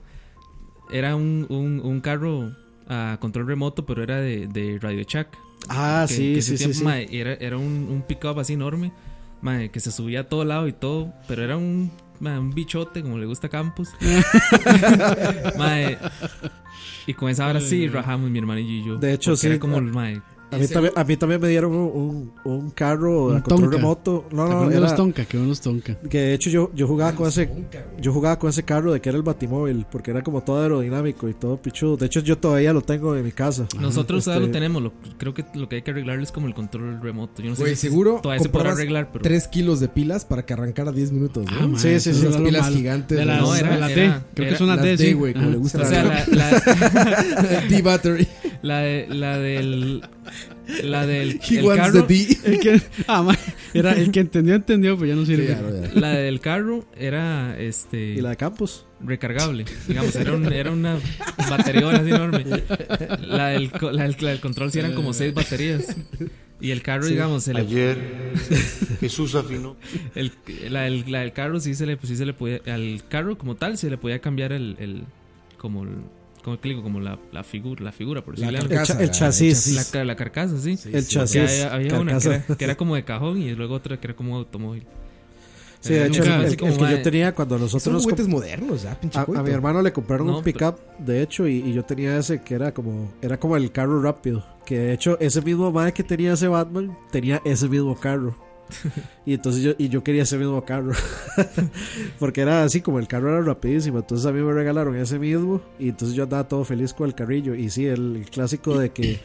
era un, un, un carro a control remoto, pero era de, de Radio Shack. Ah, sí, ese sí, sí, sí. mae, Era, era un, un pick-up así enorme, mae, que se subía a todo lado y todo, pero era un, mae, un bichote, como le gusta a Campos. Mae, y con esa hora sí rajamos mi hermanillo y yo. De hecho, porque sí. Era como a- el mae. A mí, también, a mí también me dieron un, un- un carro Un a control Tonka. remoto. No, ¿Te no, acuerdas de era- los Tonka? Que unos Tonka. Que de hecho yo, yo jugaba con ese yo jugaba con ese carro de que era el batimóvil, porque era como todo aerodinámico y todo pichudo. De hecho yo todavía lo tengo en mi casa. Nosotros Este, ya lo tenemos, lo- creo que lo que hay que arreglar es como el control remoto. Yo no sé Güey, si seguro todavía se podrá comprabas arreglar, pero... 3 kilos de pilas para que arrancara 10 minutos, ¿no? Ah, man, Sí, sí, eso sí. Esas era lo pilas malo. gigantes. De ¿no? las- No, de era- la era- D, creo que es una las D, D, sí. güey, como Ajá. le gusta. O sea, la, la- la- D-Battery. La, de- la del. La del. He el wants carro, the D. El que- ah, ma, era el que entendió, entendió, pues ya no sirve. La del carro era. Este, ¿Y la de Campos? Recargable. Digamos, era, un- era una batería así enorme. La del, co- la, del, la del control sí eran como seis baterías. Y el carro, Sí. digamos, se le. Ayer, Jesús afinó. El, la, del, la del carro sí se le, pues, sí se le podía. Al carro como tal se le podía cambiar el. el como el. Como, ¿qué le digo? como la, la figura, la figura, por La decirlo algo. carcasa, El cha- el el chasis. chasis. La, ca- la carcasa, sí. El sí. chasis, Que había había una que carcasa. era, que era como de cajón y luego otra que era como automóvil. Sí, de Era hecho, un el, carro el- así el como, que yo mae, tenía cuando nosotros... Son nos juguetes comp- modernos, ya, ah, pinche A- a, coito. mi hermano le compraron No, un pickup, de hecho, y, y yo tenía ese que era como... Era como el carro rápido. Que de hecho, ese mismo madre que tenía ese Batman, tenía ese mismo carro. Y entonces yo, y yo quería ese mismo carro. Porque era así, como el carro era rapidísimo. Entonces a mí me regalaron ese mismo. Y entonces yo andaba todo feliz con el carrillo. Y sí, el, el clásico de que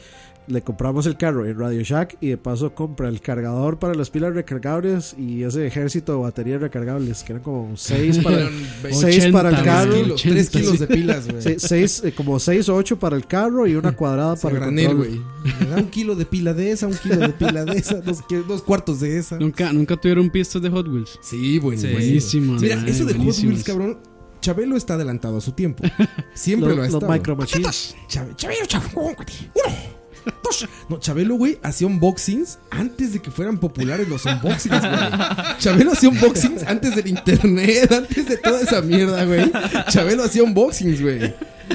le compramos el carro en Radio Shack. Y de paso compra el cargador para las pilas recargables. Y ese ejército de baterías recargables. Que eran como 6 para, Eran seis 80, para el güey. carro. Tres kilos, tres kilos de pilas, güey. Sí, seis, eh, como 6 o 8 para el carro. Y una cuadrada para el granel, control. güey. Me da un kilo de pila de esa, un kilo de pila de esa, dos, ki- dos cuartos de esa. Nunca, nunca tuvieron pistas de Hot Wheels. Sí, buenísimo. Buenísimo. Mira, ma, eso de Hot buenísimo. Wheels, cabrón. Chabelo está adelantado a su tiempo. Siempre Los- lo ha los estado. Micro Machines. Chabe- Chabelo, Chabelo, uno, dos. No, Chabelo, güey, hacía unboxings antes de que fueran populares los unboxings, güey. Chabelo hacía unboxings antes del internet, antes de toda esa mierda, güey. Chabelo hacía unboxings, güey.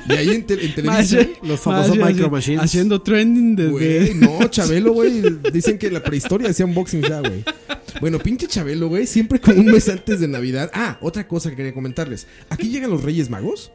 Y ahí en, te- en televisión, Ma, ma, haciendo- Haciendo trending desde. Güey, no, Chabelo, güey. Dicen que en la prehistoria hacía unboxings ya, güey. Bueno, pinche Chabelo, güey. Siempre como un mes antes de Navidad. Ah, otra cosa que quería comentarles. Aquí llegan los Reyes Magos.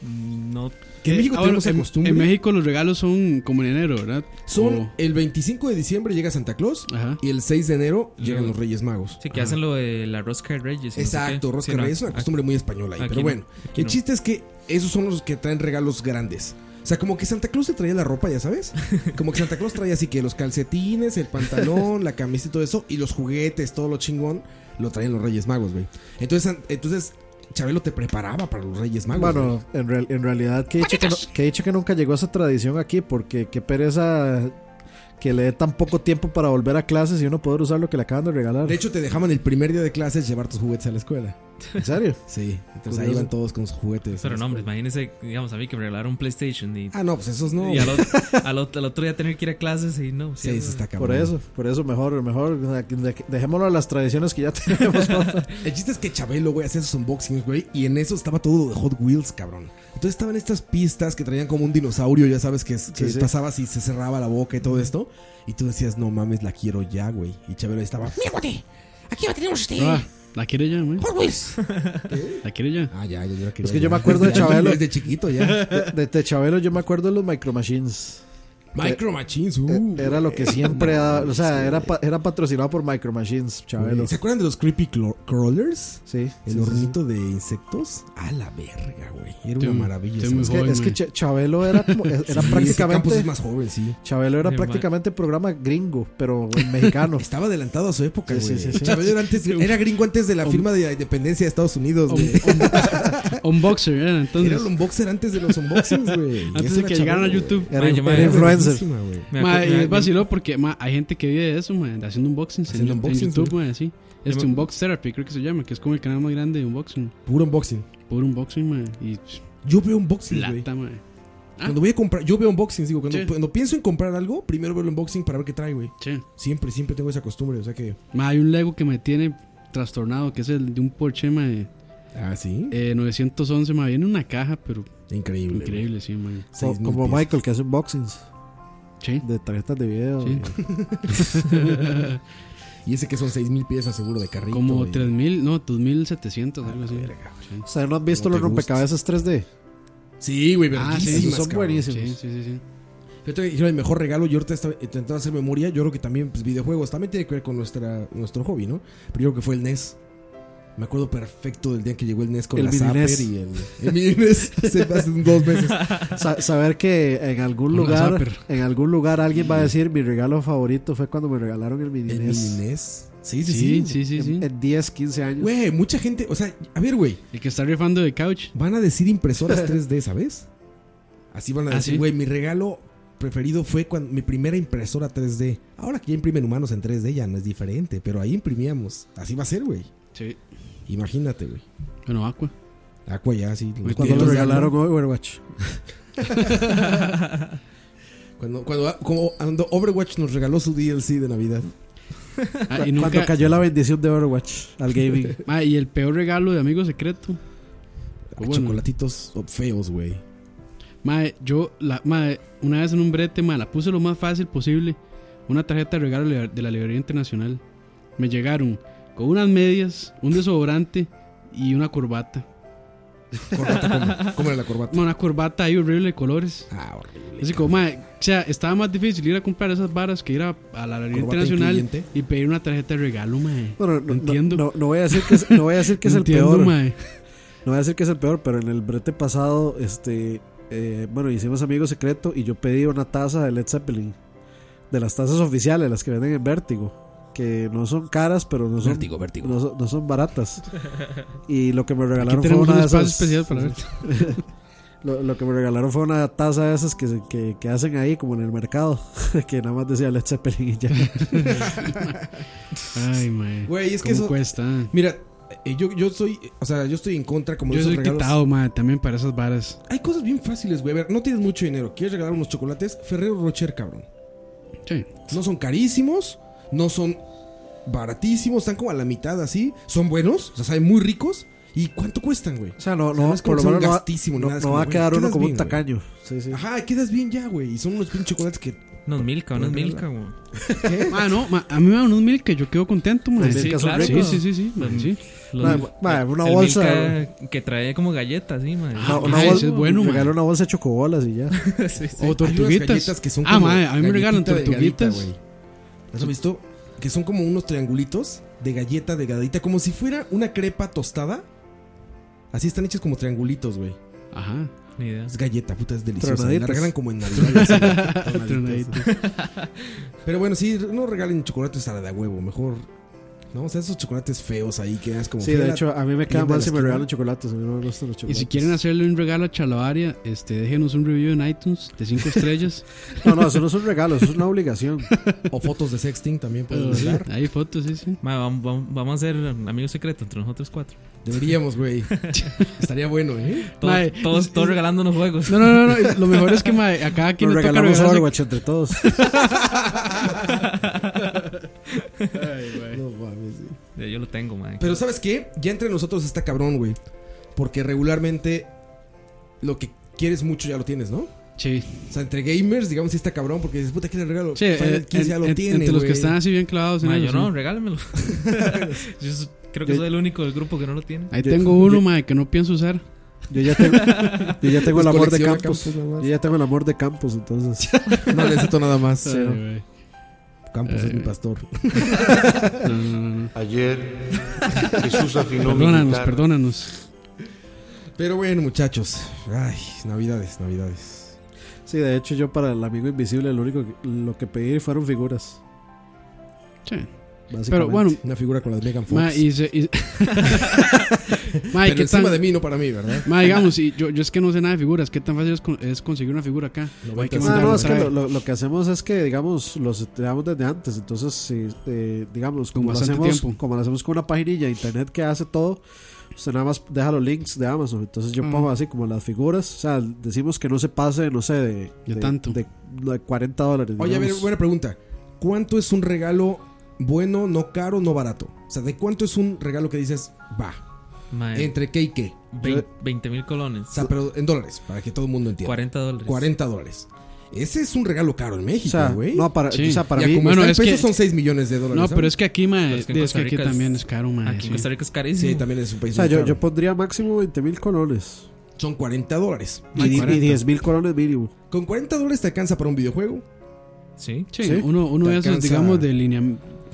No. Que en México Ah, bueno, tenemos la en- costumbre. En México los regalos son como en enero, ¿verdad? Son O- el 25 de diciembre llega Santa Claus y el 6 de enero llegan los Reyes Magos. Sí, que hacen lo de la rosca de Reyes. y no sé Exacto, qué. rosca Sí, de no, Reyes, es una aquí- costumbre muy española ahí. aquí Pero no, bueno, aquí el no. chiste es que esos son los que traen regalos grandes. O sea, como que Santa Claus se traía la ropa, ya sabes. Como que Santa Claus traía así que los calcetines, el pantalón, la camisa y todo eso. Y los juguetes, todo lo chingón. lo traían los Reyes Magos, güey. Entonces, an- entonces Chabelo te preparaba para los Reyes Magos. Bueno, güey. en, real- en realidad que he, dicho que, no- que he dicho que nunca llegó esa tradición aquí porque qué pereza que le dé tan poco tiempo para volver a clases y uno poder usar lo que le acaban de regalar. De hecho, te dejaban el primer día de clases llevar tus juguetes a la escuela. ¿En serio? Sí. Entonces ahí Curioso. iban todos con sus juguetes. Pero no, hombre, imagínense, digamos, a mí que me regalaron un PlayStation. Y, pues, Ah, no, pues esos no. Y al, ot- al ot- al otro día tener que ir a clases y no. Sí, eso está Por eso, por eso mejor, mejor o sea, que dej- dejémoslo a las tradiciones que ya tenemos. papá. Pues El chiste es que Chabelo, güey, hacía sus unboxings, güey, y en eso estaba todo de Hot Wheels, cabrón. Entonces estaban estas pistas que traían como un dinosaurio, ya sabes, que, que sí. pasabas y se cerraba la boca y todo esto. Y tú decías, no mames, la quiero ya, güey. Y Chabelo ahí estaba. Mira, cuate. Aquí va tenemos este. Ah, la quiere ya, güey. Hot Wheels. La quiere ya. Ah, ya, ya, ya la quería es que ya. yo me acuerdo de Ya, Chabelo. Desde chiquito ya. De, de- de Chabelo yo me acuerdo de los Micro Machines. Micro Machines, uh. eh, Era lo que siempre, No, ha- o sea, sí. era, pa- era patrocinado por Micro Machines, Chabelo. Güey, ¿Se acuerdan de los Creepy clo- Crawlers? Sí. El sí, sí, hornito de insectos. A la verga, güey. Era Estoy- una maravilla. estoy esa muy cosa. joven, Es que- es que güey. Ch- Chabelo era como- era ese prácticamente- Campos es más joven, sí. Chabelo era Sí, prácticamente programa gringo, pero mexicano. Estaba adelantado a su época, Sí, güey. sí, sí, sí. Chabelo era, antes- era gringo antes de la firma de la independencia de Estados Unidos. güey. Unboxer era ¿eh? entonces. Era el unboxer antes de los unboxings, güey. Antes Eso de era que llegaran a Chabelo, YouTube. güey. Era buenísima, güey. Ma, y es vaciló porque ma, hay gente que vive de eso, ma, de haciendo unboxings en- Haciendo en, unboxings, YouTube, güey. ma, así. Este Yo me- Unbox Therapy, creo que se llama, que es como el canal más grande de unboxing. Puro unboxing. Puro unboxing, ma. Y pues- Yo veo unboxings, güey. plata, ma. Cuando voy a comprar, yo veo unboxings, digo, cuando, Sí. cuando pienso en comprar algo, primero veo el unboxing para ver qué trae, güey. Sí. Siempre, siempre tengo esa costumbre, o sea que... Ma, hay un Lego que me tiene trastornado, que es el de un Porsche, ma. de- Ah, sí. Eh, 911, ma. Viene una caja, pero. Increíble. Increíble, sí, ma. Co- como Michael que hace unboxings. De tarjetas de video. Sí. güey. y ese que son 6.000 piezas seguro de carrito. Como güey. Ah, 3000, no, 2700, algo así. Sí. o sea, ¿no han visto los rompecabezas 3D? Sí, güey, Ah, sí, verguísimas, son cabrón. buenísimos. Sí, sí, sí, sí. Yo te yo el mejor regalo, yo ahorita estaba intentando hacer memoria, yo creo que también pues, videojuegos, también tiene que ver con nuestra, nuestro hobby, ¿no? Pero yo creo que fue el NES. Me acuerdo perfecto del día que llegó el NES con El E la Zapper mini-NES. y el, el mini NES se hace dos veces. Sa- saber que en algún Con la lugar zapper. en algún lugar alguien va a decir mi regalo favorito fue cuando me regalaron el mini El NES". mini NES. Sí, sí, Sí, sí. sí, sí, En- sí. en- 10, 15 años. Güey, mucha gente, o sea, a ver, güey. El que está rifando de couch. Van a decir impresoras 3D, ¿sabes? Así van a Ah, decir, ¿sí? güey, mi regalo preferido fue cuando mi primera impresora 3D. Ahora que ya imprimen humanos en 3D ya no es diferente, pero ahí imprimíamos. Así va a ser, güey. Sí. Imagínate, güey. Bueno, Aqua. Aqua ya, sí. Güey, cuando Los le regalaron de Alma. Overwatch Cuando, cuando, ah, como- cuando Overwatch nos regaló su DLC de Navidad. Ah, y Cu- nunca- cuando cayó la bendición de Overwatch al gaming Ma, Ah, y el peor regalo de amigo secreto. Pues Ah, Chocolatitos feos, güey. Ma, yo la, ma, una vez en un brete, ma, la puse lo más fácil posible. Una tarjeta de regalo de la librería internacional. Me llegaron con unas medias, un desodorante y una corbata. Corbata, ¿cómo? ¿Cómo era la corbata? Ma, una corbata ahí horrible de colores. Ah, horrible. Así como, ma, o sea, estaba más difícil ir a comprar esas varas que ir a, a la librería Corbata internacional incluyente. y pedir una tarjeta de regalo, ma. Bueno, No no, entiendo. No, no voy a decir que es, no voy a decir que es No el entiendo, peor. mae. No voy a decir que es el peor, pero en el brete pasado, este, eh, bueno, hicimos amigo secreto y yo pedí una taza de Led Zeppelin. De las tazas oficiales, las que venden en Vértigo. Que no son caras, pero no son, Vértigo, No, son, no son baratas. Y lo que me regalaron fue tenemos una un de esas. espacio especial para lo, lo que me regalaron fue una taza de esas que, se- que, que hacen ahí, como en el mercado. Que nada más decía Led Zeppelin y ya. Ay, mae. Güey, es que ¿Cómo eso. cuesta? Mira, eh, yo, yo soy. O sea, yo estoy en contra como de Yo esos soy regalos. quitado, ma, también para esas varas. Hay cosas bien fáciles, güey. A ver, no tienes mucho dinero. ¿Quieres regalar unos chocolates? Ferrero Rocher, cabrón. Sí. No son carísimos. No son baratísimos. Están como a la mitad así. Son buenos. O sea, saben muy ricos. ¿Y cuánto cuestan, güey? O sea, no, no no, es como por lo que sea un menos no va- gastísimo, no, nada, es no como, va a güey, quedar uno quedas como bien, un güey. tacaño. Sí, sí. Ajá, quedas bien ya, güey. Y son unos pinches chocolates que. Unos milka, unos milka, güey. Ah, no, ma, a mí me dan un mil que yo quedo contento, ma. Los Milka son sí, ricos. sí, sí, sí, ma, Los- sí. los- Ma, ma, una el bolsa. Milka que trae como galletas, sí, man. Una- una bolsa, regalo una bolsa de chocobolas y ya. O Hay unas tortuguitas. galletas que son ah, como ma, a mí me regalan galletita delgadita, tortuguitas. güey. ¿Las has visto? Que son como unos triangulitos de galleta delgadita, como si fuera una crepa tostada. Así están hechas como triangulitos, güey. Ajá. Ni idea. Es galleta, puta, es deliciosa. Y La Tronaditas. regalan como en Navidad. así, güey. Tronaditas. Pero bueno, sí, no regalen chocolates a la de a huevo. Mejor No, o sea, esos chocolates feos ahí que es como. Sí, fui de la hecho, a mí me tienda queda de mal la si me esquina. regalan chocolates. A mí no me gustan los Y chocolates. si quieren hacerle un regalo a Chalabaria, este, déjenos un review en iTunes de 5 estrellas. No, no, eso no es un regalo, eso es una obligación. O fotos de sexting también pueden Pero sí, mandar. Hay fotos, sí, sí. Ma, vam- vam- vamos, a ser amigos secretos entre nosotros cuatro. Deberíamos, güey. Estaría bueno, ¿eh? Todos, Mae. todos, todos regalándonos juegos. No, no, no, no, Lo mejor es que mae, a cada quien Nos le toca regalamos regalarse- Overwatch entre todos. Ay, güey. No mames, sí. Ya, Yo lo tengo, man. Pero ¿sabes qué? Ya entre nosotros está cabrón, güey. Porque regularmente lo que quieres mucho ya lo tienes, ¿no? Sí. O sea, entre gamers, digamos, sí está cabrón porque dices, puta, ¿qué le regalo? Sí, Final eh, Kiss en- ya lo en- tiene, entre los que güey. están así bien clavados en Ma, ello, yo no, sí. regálamelo. yo so- creo Eh. que Yo- soy el único del grupo que no lo tiene. Ahí tengo uno, mae, que no pienso usar. Yo ya tengo, yo ya tengo el amor de colecciona Campos. pues, Campos nomás. yo ya tengo el amor de Campos, entonces. No necesito nada más. Eh. Sí, no. Campos es Ay, mi güey. pastor. Mm, Ayer Jesús afinó mi Perdónanos, guitarra. perdónanos. Pero bueno, muchachos. Ay, navidades, navidades. Sí, de hecho, yo para el amigo invisible lo único que, lo que pedí fueron figuras. Sí. Básicamente. Pero bueno, Una figura con las Megan Fox. Ma, y se- y- Ma, ¿y Pero qué encima tan- de mí, no para mí, ¿verdad? Ma, digamos, y yo, yo es que no sé nada de figuras. ¿Qué tan fácil es, con- es conseguir una figura acá? O hay que Ah, mandarla, no, es que ¿sabe? lo, lo- lo que hacemos es que, digamos, los entregamos desde antes. Entonces, si, eh, digamos, Con como lo, bastante hacemos, tiempo. como lo hacemos con una paginilla de internet que hace todo, usted nada más deja los links de Amazon. Entonces, yo Ah. pongo así como las figuras. O sea, decimos que no se pase, no sé, de, De tanto. De, de 40 dólares. Oye, a ver, digamos. buena pregunta. ¿Cuánto es un regalo bueno, no caro, no barato? O sea, ¿de cuánto es un regalo que dices, va? Mae, ¿Entre qué y qué? vein- 20 mil colones. O sea, pero en dólares, para que todo el mundo entienda. 40 dólares. 40 dólares. Ese es un regalo caro en México, O sea, güey. no, para- Sí. o sea, para mí- bueno, Bueno, en es pesos que- son 6 millones de dólares. No, pero ¿sabes? es que aquí, ma, Pero es es que que, en Costa aquí Rica es- también es caro, ma. Aquí sí. en Costa Rica es carísimo. Sí, también es un O país sea, muy yo, caro. yo pondría máximo 20 mil colones. Son 40 dólares. Y, di- y 10 mil colones mínimo. Con 40 dólares te alcanza para un videojuego. Sí. Sí, Sí. uno, uno Te de esos, alcanza- digamos, de línea.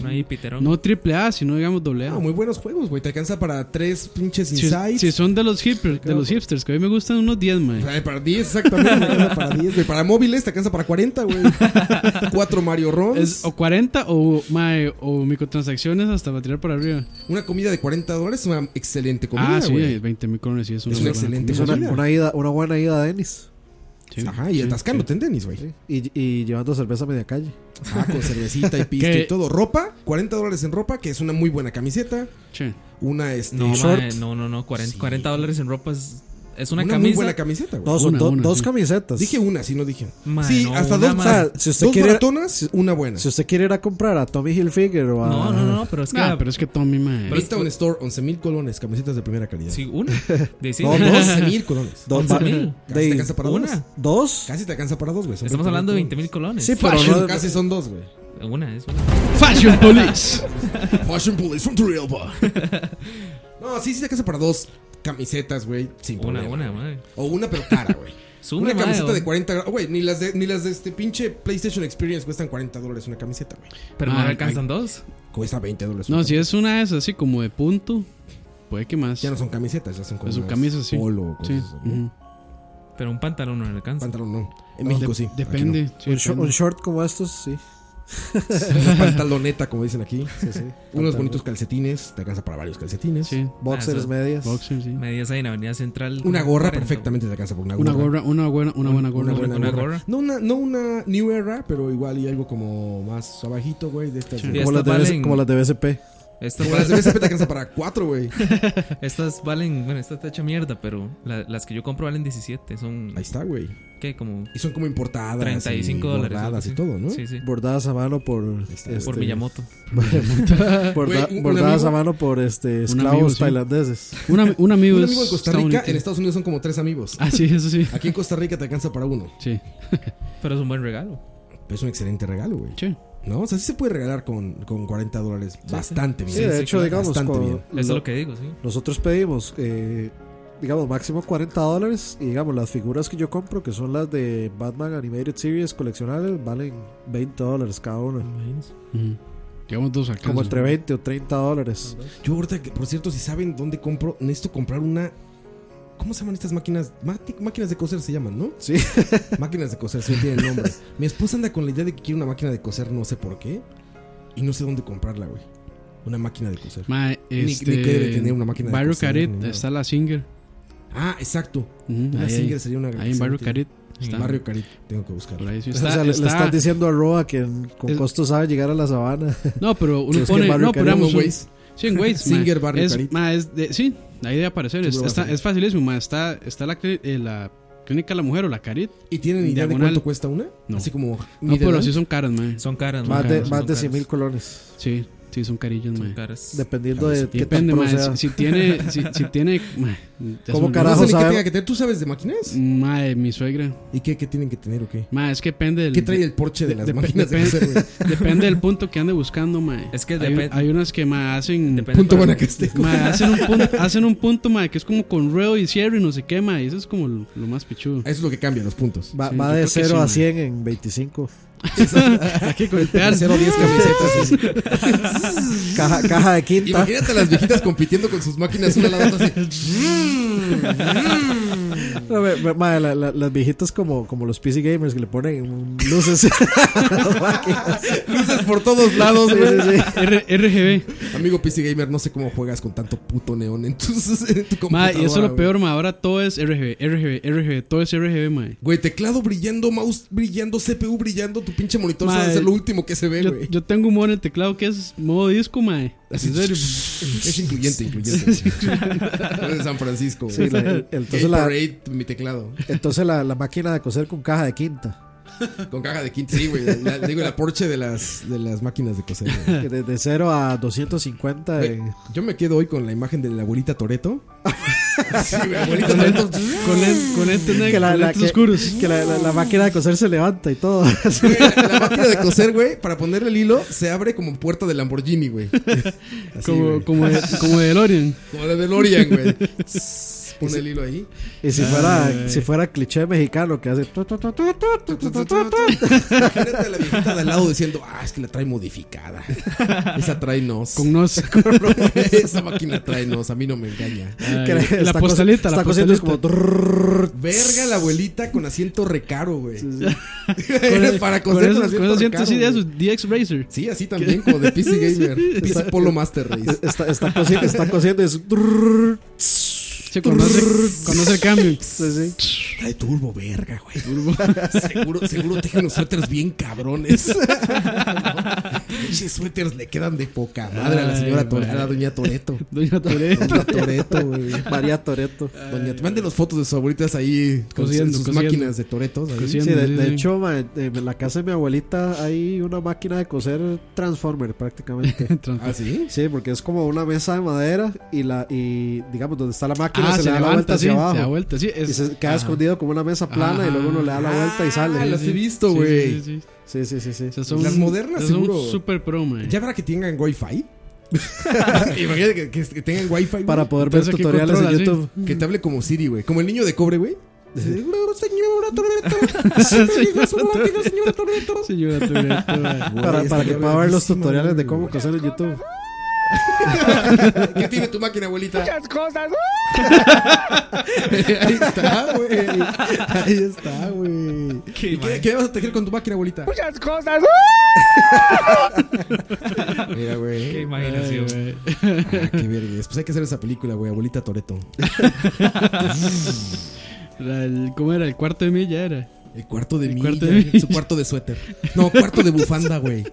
No hay piterón. No triple A, sino digamos doble A. No, Ah, muy buenos juegos, güey. Te alcanza para tres pinches si, insights. si son de los, hipster- de los hipsters, que a mí me gustan unos 10, ma. Ay, Para 10, exactamente. te alcanza para 10, güey. Para móviles te alcanza para 40, güey. Cuatro Mario Runs. Es o 40 o, mae, o microtransacciones hasta para tirar para arriba. Una comida de 40 dólares es una excelente comida, ah, sí, güey. 20 mil colones, sí, es una, Es una muy buena excelente Es comida. una, comida. una ida, una buena ida a Denis. Sí, Ajá, y sí, atascándote en tenis, güey. Y, y llevando cerveza a media calle. Ah, con cervecita y pisto ¿Qué? y todo. Ropa, 40 dólares en ropa, que es una muy buena camiseta. sí. Una, este, No, short. mae, no, no, no. 40, Sí. 40 dólares en ropa es, es una, una muy camisa. buena camiseta, güey. No, son Una, do- una, dos sí. camisetas. Dije una, si no dije. Mae, sí, no, hasta una dos, más. o sea, Si usted dos quiere- baratonas, una buena. Si usted quiere ir a comprar a Tommy Hilfiger o a. No, no, no, pero es que. Nah, Ah, pero es que Tommy, mae. Vista un store, 11 mil colones, camisetas de primera calidad. Sí, una. De sí. No, No, 12 mil colones. Dos, Once va- mil. Casi te de- alcanza para Una. dos. dos. Casi te alcanza para dos, güey. Son Estamos hablando de 20 colones. mil colones. Sí, pero Fashion, no- casi son dos, güey. Una, es una. Fashion Police. Fashion Police from Turrialba. No, sí, sí te alcanza para dos camisetas, güey. Sin Una, una, problema. mae. O una pero cara, güey. Suma, Una mae, camiseta o- de 40 gra- Güey, ni las de, ni las de este pinche PlayStation Experience cuestan 40 dólares una camiseta, güey. Pero no Mae, alcanzan dos. Cuesta 20 dólares. No, una si es una de esas así como de punto, puede que más. Ya no son camisetas, ya son como. Es un unas camisa, sí. Polo, cosas Sí, así, ¿no? ujú. Pero un pantalón no le alcanza. Pantalón no. En México De- sí. Depende. aquí sí, Ah, Un, shor- depende. un short como estos, sí. no. Una pantaloneta, como dicen aquí. sí, sí. Unos bonitos calcetines. Te alcanza para varios calcetines. Sí, Boxers, Ah, eso- medias. boxer, sí. Medias ahí en Avenida Central. Una gorra 40. perfectamente te alcanza por una gorra. Una gorra, una buena, una buena gorra. buena Una gorra. No una, no una New Era, pero igual y algo como más abajito, güey. De estas. Sí. de- Y Como las, de estas BS- valen- como las de BSP. Estas Como las de valen, BSP te alcanza para cuatro, güey. estas valen- bueno, esta está hecha mierda, pero la- las que yo compro valen 17. Son, Ahí está, güey. ¿qué? Como Y son como importadas. 35 y dólares. bordadas algo y todo, ¿no? así. Sí, sí. Bordadas a mano por. está, Por este, Miyamoto. Güey, borda- un- un bordadas amigo- a mano por este, esclavos amigo, sí. tailandeses. Una- un amigo, Un es amigo en Costa Rica, estadounidense. en Estados Unidos son como tres amigos. Ah, sí, eso sí. Aquí en Costa Rica te alcanza para uno. Sí, Pero es un buen regalo. Pero es un excelente regalo, güey. sí. ¿No? O sea, sí se puede regalar con, con 40 dólares. Bastante Sí, bien. de sí, hecho, claro, digamos. bastante con- bien. Eso es lo que digo, sí. Nosotros pedimos, eh, digamos, máximo 40 dólares. Y digamos, las figuras que yo compro, que son las de Batman Animated Series coleccionables, valen 20 dólares cada una. Imagínense. Ujú. Llevamos dos acá. Como entre 20 o 30 dólares. Yo ahorita, que, por cierto, si saben dónde compro, necesito comprar una... ¿Cómo se llaman estas máquinas? Mati- máquinas de coser se llaman, ¿no? Sí. Máquinas de coser, sí tienen nombre. Mi esposa anda con la idea de que quiere una máquina de coser, no sé por qué. Y no sé dónde comprarla, güey. Una máquina de coser. Ma, Ni- este, ni, que debe tener una máquina Barrio de coser. Caret, ni nada. está la Singer. Ah, exacto. Ujú, Una ahí, Singer ahí. sería una gran Ahí en Barrio excelente. Caret. En Barrio Caret, tengo que buscarlo. Por ahí sí O está, sea, le- le, está- estás diciendo a Roa que en- con Es- costo sabe llegar a la sabana. No, pero uno Si es que pone. Barrio No, pero Caret- digamos, no, un- güey. Sí, en Waze. ma. Singer, Barrio es, Caret. ma, es de- Sí, ahí debe aparecer. Sí, Es, lo va a está- hacer. es facilísimo. ma. Está, está la, cli- eh, la Clínica de la Mujer o la Carit. ¿Y tienen idea de cuánto cuesta una? Así como- No, ni de pero la- sí son caras, man. Son caras, Más de- más de 100 mil colones. Sí, sí, son carillas, man. caras. Dependiendo de qué tan Depende, pro ma, sea. Si, si tiene. Si, si tiene ma, ya se ¿Cómo me olvidó. carajo ¿Qué sabe? tenga que tener? ¿Tú sabes de máquinas? Mae, mi suegra. ¿Y qué, qué tienen que tener o qué? Ma, es que depende del. ¿Qué trae el porche de las depe- máquinas de depen- coser, güey? Depende del punto que ande buscando, mae. Es que hay, depen- hay unas que ma, hacen. Punto para- guanacasteco. Ma, hacen un punto, hacen un punto ma, que es como con ruedo y cierre y no sé qué, ma. Y eso es como lo, lo más pichudo. Eso es lo que cambia, los puntos. Va, va de 0 a 100 en 25. Hay que contar. De 0 a 10 camisetas, así. caja, caja de quinta. Imagínate a las viejitas compitiendo con sus máquinas una a la otra así. No, me- me- madre, la- la- las viejitas como, como los PC gamers que le ponen luces. Luces por todos lados, güey. Sí, sí, sí. RGB. Amigo PC Gamer, no sé cómo juegas con tanto puto neón en, tus- en tu Ma, computadora. y eso es lo güey. peor, ma. Ahora todo es RGB, RGB, RGB. Todo es RGB, ma. Güey, teclado brillando, mouse brillando, CPU brillando, tu pinche monitor Ma, sabe ser lo último que se ve, yo, güey. yo tengo un modo en el teclado que es modo disco, mae. Así, En serio. es incluyente, incluyente. Sí, sí. Es de San Francisco, güey. Sí, la- el- entonces la- Parade, mi teclado. Entonces la, la máquina de coser con caja de quinta. Con caja de quinta, sí, güey. La- digo, la Porsche de las, de las máquinas de coser. güey. Que De, 0 a eh. 250. Güey, en- Yo me quedo hoy con la imagen de la abuelita Toreto. Sí, güey, abuelita Con Toretto. lentes- con lentes- con lentes negros, con lentes oscuros. Que la, la- la máquina de coser se levanta y todo. Güey, la, la máquina de coser, güey, para ponerle el hilo, se abre como puerta de Lamborghini, güey. Así, Como, güey. como, de, como de DeLorean. Como la de Lorian, güey. Tss, Pone el hilo ahí. Y si fuera, Ay. si fuera cliché mexicano que hace. tu, tu, tu, tu, tu, tu, tu, tu, tu. Imagínate a la viejita de al lado diciendo, ah, es que la trae modificada. Esa trae nos. Con nos. Esa máquina trae nos, a mí no me engaña. Ay, Que la- la está postaleta, la está cosiendo, es postaleta. como... Verga la abuelita con asiento recaro, güey. Con- Para con coser esos- con con asiento esos recaro. cientos sí de güey. esos DX Racer. Sí, así también, como de PC Gamer. PC Polo Master Race. E-, Está, está, cosi- está cosiendo y es. Se conoce, conoce el cambio. Sí, sí. Trae turbo, verga, güey. Seguro, seguro tejen unos suéteres bien cabrones. Pinches suéteres le quedan de poca madre a la Ay, señora Tor- madre. a la doña Toreto. Doña Toretto. Doña Toreto, güey. María Toreto. Doña, mándenos fotos de sus abuelitas ahí con Cosiendo, sus cosiendo. máquinas de Toretos. ahí. Sí, de, de hecho, ma, en la casa de mi abuelita hay una máquina de coser Transformer prácticamente. Transformer. ¿Ah, sí? Sí, porque es como una mesa de madera y, la, y digamos, donde está la máquina Ah, se, se le da la levanta, vuelta hacia sí, abajo. se da vuelta, sí, es- y se queda Ajá. escondido como una mesa plana y luego uno le da la vuelta y sale. Ah, las he visto, Sí, güey. Sí, sí, sí. sí, sí. son- Las modernas, esas son seguro. super pro, man. ¿Ya para que tengan Wi-Fi? Imagínate que, que- que tengan Wi-Fi. güey. Para poder ver Entonces, ¿qué tutoriales en controlas, YouTube? sí? Que te hable como Siri, güey. Como el niño de cobre, güey. Señora Toretto, man. Para, para que pueda ver los tutoriales de cómo coser en YouTube. ¿Qué tiene tu máquina, abuelita? Muchas cosas. Ahí está, güey. Ahí está, güey. ¿Y ¿Qué, mal. ¿Qué vas a tejer con tu máquina, abuelita? Muchas cosas. Mira, güey. Qué imaginación. Ay, güey. Ah, qué vergüenza. Pues hay que hacer esa película, güey. Abuelita Toreto. La- el- ¿Cómo era? El cuarto de milla era. El cuarto de El milla, cuarto de milla. su cuarto de suéter. No, cuarto de bufanda, güey.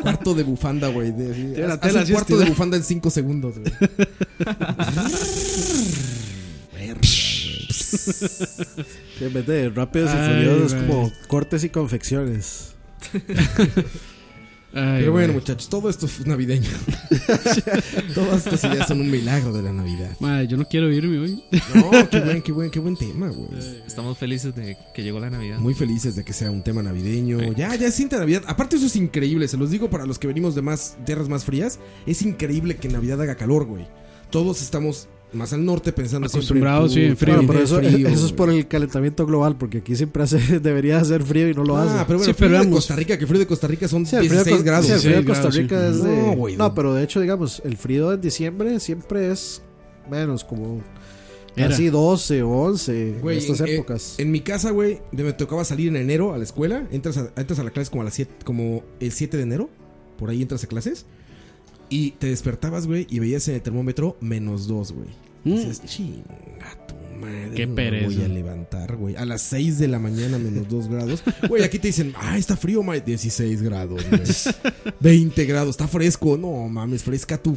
Cuarto de bufanda, güey. De- de- Tela, haz- tela, haz sí, un cuarto estira. de bufanda en cinco segundos, güey. Sí, en vez de rápidos y Ay, furiosos, es güey. como cortes y confecciones. Ay, Pero bueno, güey. muchachos, todo esto es navideño. Todas estas ideas son un milagro de la Navidad. Madre, yo no quiero irme hoy. No, qué buen, qué buen, qué buen tema, güey. Estamos felices de que llegó la Navidad. Muy felices de que sea un tema navideño. Ya, ya es cinta de Navidad. Aparte, eso es increíble. Se los digo para los que venimos de más tierras más frías. Es increíble que en Navidad haga calor, güey. Todos estamos más al norte pensando siempre, Acostumbrados, sí, en "Puta, frío". qué Bueno, pero eso, eh, frío, eso es güey". por el calentamiento global, porque aquí siempre hace, debería hacer frío y no lo hace. Ah, pero bueno, Sí, frío pero de vamos. Costa Rica, que frío de Costa Rica son Sí, el frío, de 16 Cos- grados. sí, el frío de 16 Costa grados, Rica sí. es de... No, No, güey, no. pero de hecho, digamos, el frío en diciembre siempre es menos, como Era. así 12 o 11 Güey, en estas en- en- épocas. En, mi casa, güey, de- me tocaba salir en enero a la escuela. Entras a, entras a la clase como a las 7, como el 7 de enero. Por ahí entras a clases. Y te despertabas, güey, y veías en el termómetro menos dos, güey. Mm. Y Dices, chinga tu madre. Qué no me pereza. Voy a levantar, güey. A las 6 de la mañana, menos 2 grados. Güey, aquí te dicen, ah, está frío, mae. 16 grados, güey. 20 grados, está fresco. No mames, fresca tú.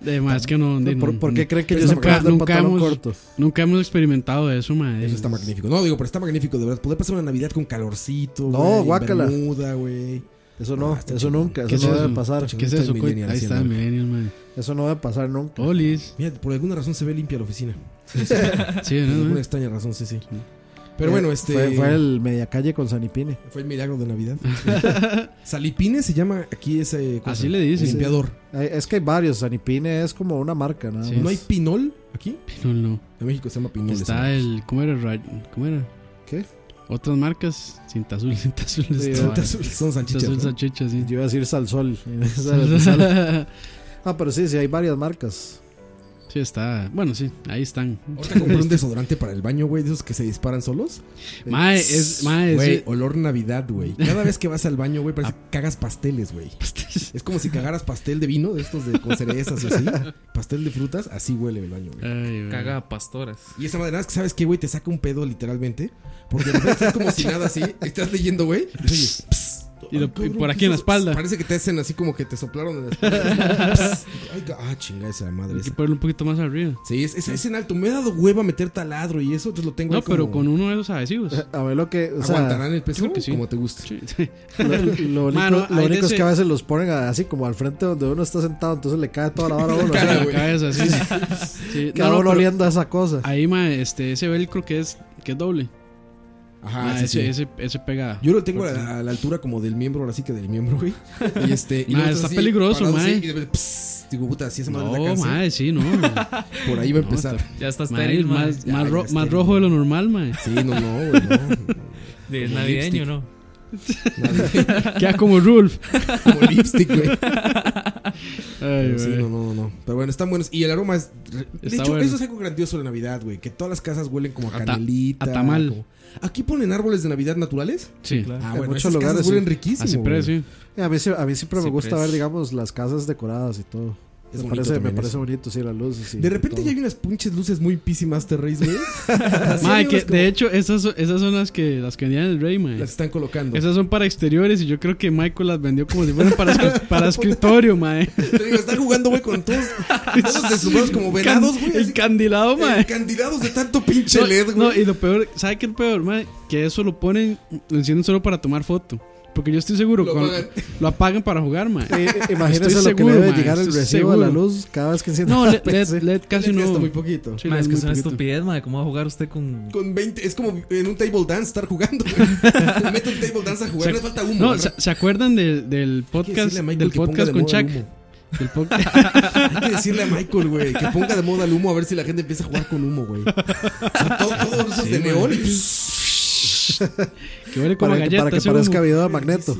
De más que no. de- ¿Por- no- por qué no. cree que yo Nunca- soy capaz de nunca pantalón hemos, corto? Nunca hemos experimentado eso, madre. Eso está magnífico. No, digo, pero está magnífico, de verdad. Poder pasar una Navidad con calorcito, No, güey, en guácala. Bermuda, güey. Ah, Eso no, está eso chingón. nunca, eso no debe pasar. Chingón, está el millennial haciendo algo. Millennial, Eso no debe pasar nunca. Olis. Mira, por alguna razón se ve limpia la oficina. Sí, ¿no, Por alguna güey? extraña razón, sí, sí. Pero bueno, este. Eh, Fue, fue el media calle con Sanipine. Fue el milagro de Navidad. Salipine se llama aquí ese. cosa, Así le dicen. Limpiador. Eh, Es que hay varios. Sanipine es como una marca, nada Sí, más. ¿No hay pinol aquí? Pinol no. En México se llama pinol. Está el. ¿Cómo era? Ra- ¿Cómo era? ¿Qué? Otras marcas. Cinta azul, cinta azul. Sí, esta ¿no? vara. Cinta azul, ¿no? salchichas, sí. Yo iba a decir salsol. Esa era de sal. ah, pero sí, sí, hay varias marcas. Sí, está. Bueno, sí, ahí están. Ahorita compré un desodorante para el baño, güey, de esos que se disparan solos. Mae, es- Ah. mae, Güey, sí. olor Navidad, güey. Cada vez que vas al baño, güey, parece que cagas pasteles, güey. Es como si cagaras pastel de vino, de estos de con cerezas y así. Pastel de frutas, así huele el baño, güey. Caga a pastoras. Y esa madre, nada más que sabes que, güey, te saca un pedo literalmente. Porque de repente estás como si nada así. Estás leyendo, güey. y oyes, pss, Y lo- ay, cabrón, y por aquí ¿qué en la hizo? espalda. Pss, Parece que te hacen así como que te soplaron en la espalda. Pss, ay, ca- ah, chinga esa madre. Hay que esa. ponerlo un poquito más arriba. Sí, es, es, es en alto. Me ha dado hueva meter taladro y eso, entonces lo tengo No, ahí como- pero con uno de esos adhesivos. Eh, A ver lo que. O sea, ¿Aguantarán el peso? creo que sí. Como te gusta. Lo, lo único, Mano, lo hay único de es ese- que a veces los ponen a- así como al frente donde uno está sentado, entonces le cae toda la hora a uno. Cara, así. la cabeza, sí. Sí, Queda no, no, pero uno oliendo a esa cosa. Ahí, ma, este, ese velcro que es, que es doble. Ajá, Ma, sí, ese, sí. Ese, ese pega. Yo lo tengo a fuerte. la, a la altura como del miembro, ahora sí que del miembro, güey. Y este. y Ma, luego estás está así, peligroso, parado ma. así, y de repente, pss, digo, puta, si esa madre te No, alcanza. ma, sí, no. Por ahí va a empezar. Ya está Ma, estéril, ma. Más, Ya, más, ya ro- está más estéril. rojo de lo normal, ma. Sí, no, no, güey, no. De Como navideño, lipstick. ¿no? Queda como Rulf. Como lipstick, güey. Pero sí, güey. no, no, no. Pero bueno, están buenos. Y el aroma es. De Está hecho, bueno. eso es algo grandioso de Navidad, güey. Que todas las casas huelen como a A ta- canelita. a tamal. como- ¿Aquí ponen árboles de Navidad naturales? Sí, claro. Ah, En bueno, muchos muchos lugares. lugares, Casas huelen sí. riquísimo. Así, pero güey. sí. Eh, A mí, sí- a mí siempre me Sí, gusta pues. ver, digamos, las casas decoradas y todo. Es me bonito parece, me también parece eso. bonito, sí, las luces. sí, De repente todo. ya hay unas pinches luces muy PC Master Race, güey. Así Ma, hay que unas como- de hecho, esas, son- esas son las que, las que vendían en el Rey, ma. Las están colocando. Esas son para exteriores y yo creo que Michael las vendió como si fueran para, escri- para escritorio, ma. Te digo, están jugando, güey, con todos, todos desnudados como venados, güey. así, Encandilado, ma. Encandilados de tanto pinche no, LED, güey. no, y lo peor, ¿sabe qué es lo peor, mae? Que eso lo ponen, lo encienden solo para tomar foto. Porque yo estoy seguro, Lo con- lo, apagan. apagan para jugar, mae. Eh, eh, imagínese Estoy lo que seguro, debe mae, llegar el estoy recibo a la seguro. luz cada vez que encienda No, E la LED, PC. LED, casi Le no. gasta muy poquito. Sí, Ma, le es das que muy es una poquito. estupidez, ma. ¿Cómo va a jugar usted con. Con 20, es como en un table dance estar jugando, güey. Mete un table dance a jugar, le falta humo. No, ¿verdad? ¿se, se acuerdan del, del podcast, decirle a Michael del que ponga podcast de con moda el Chuck? humo. Del po- Hay que decirle a Michael, güey, que ponga de moda el humo a ver si la gente empieza a jugar con humo, güey. Todo- Todos esos Sí, de man. neón y pues, que huele como Para, que, galleta. para que ese parezca humo. video de Magneto.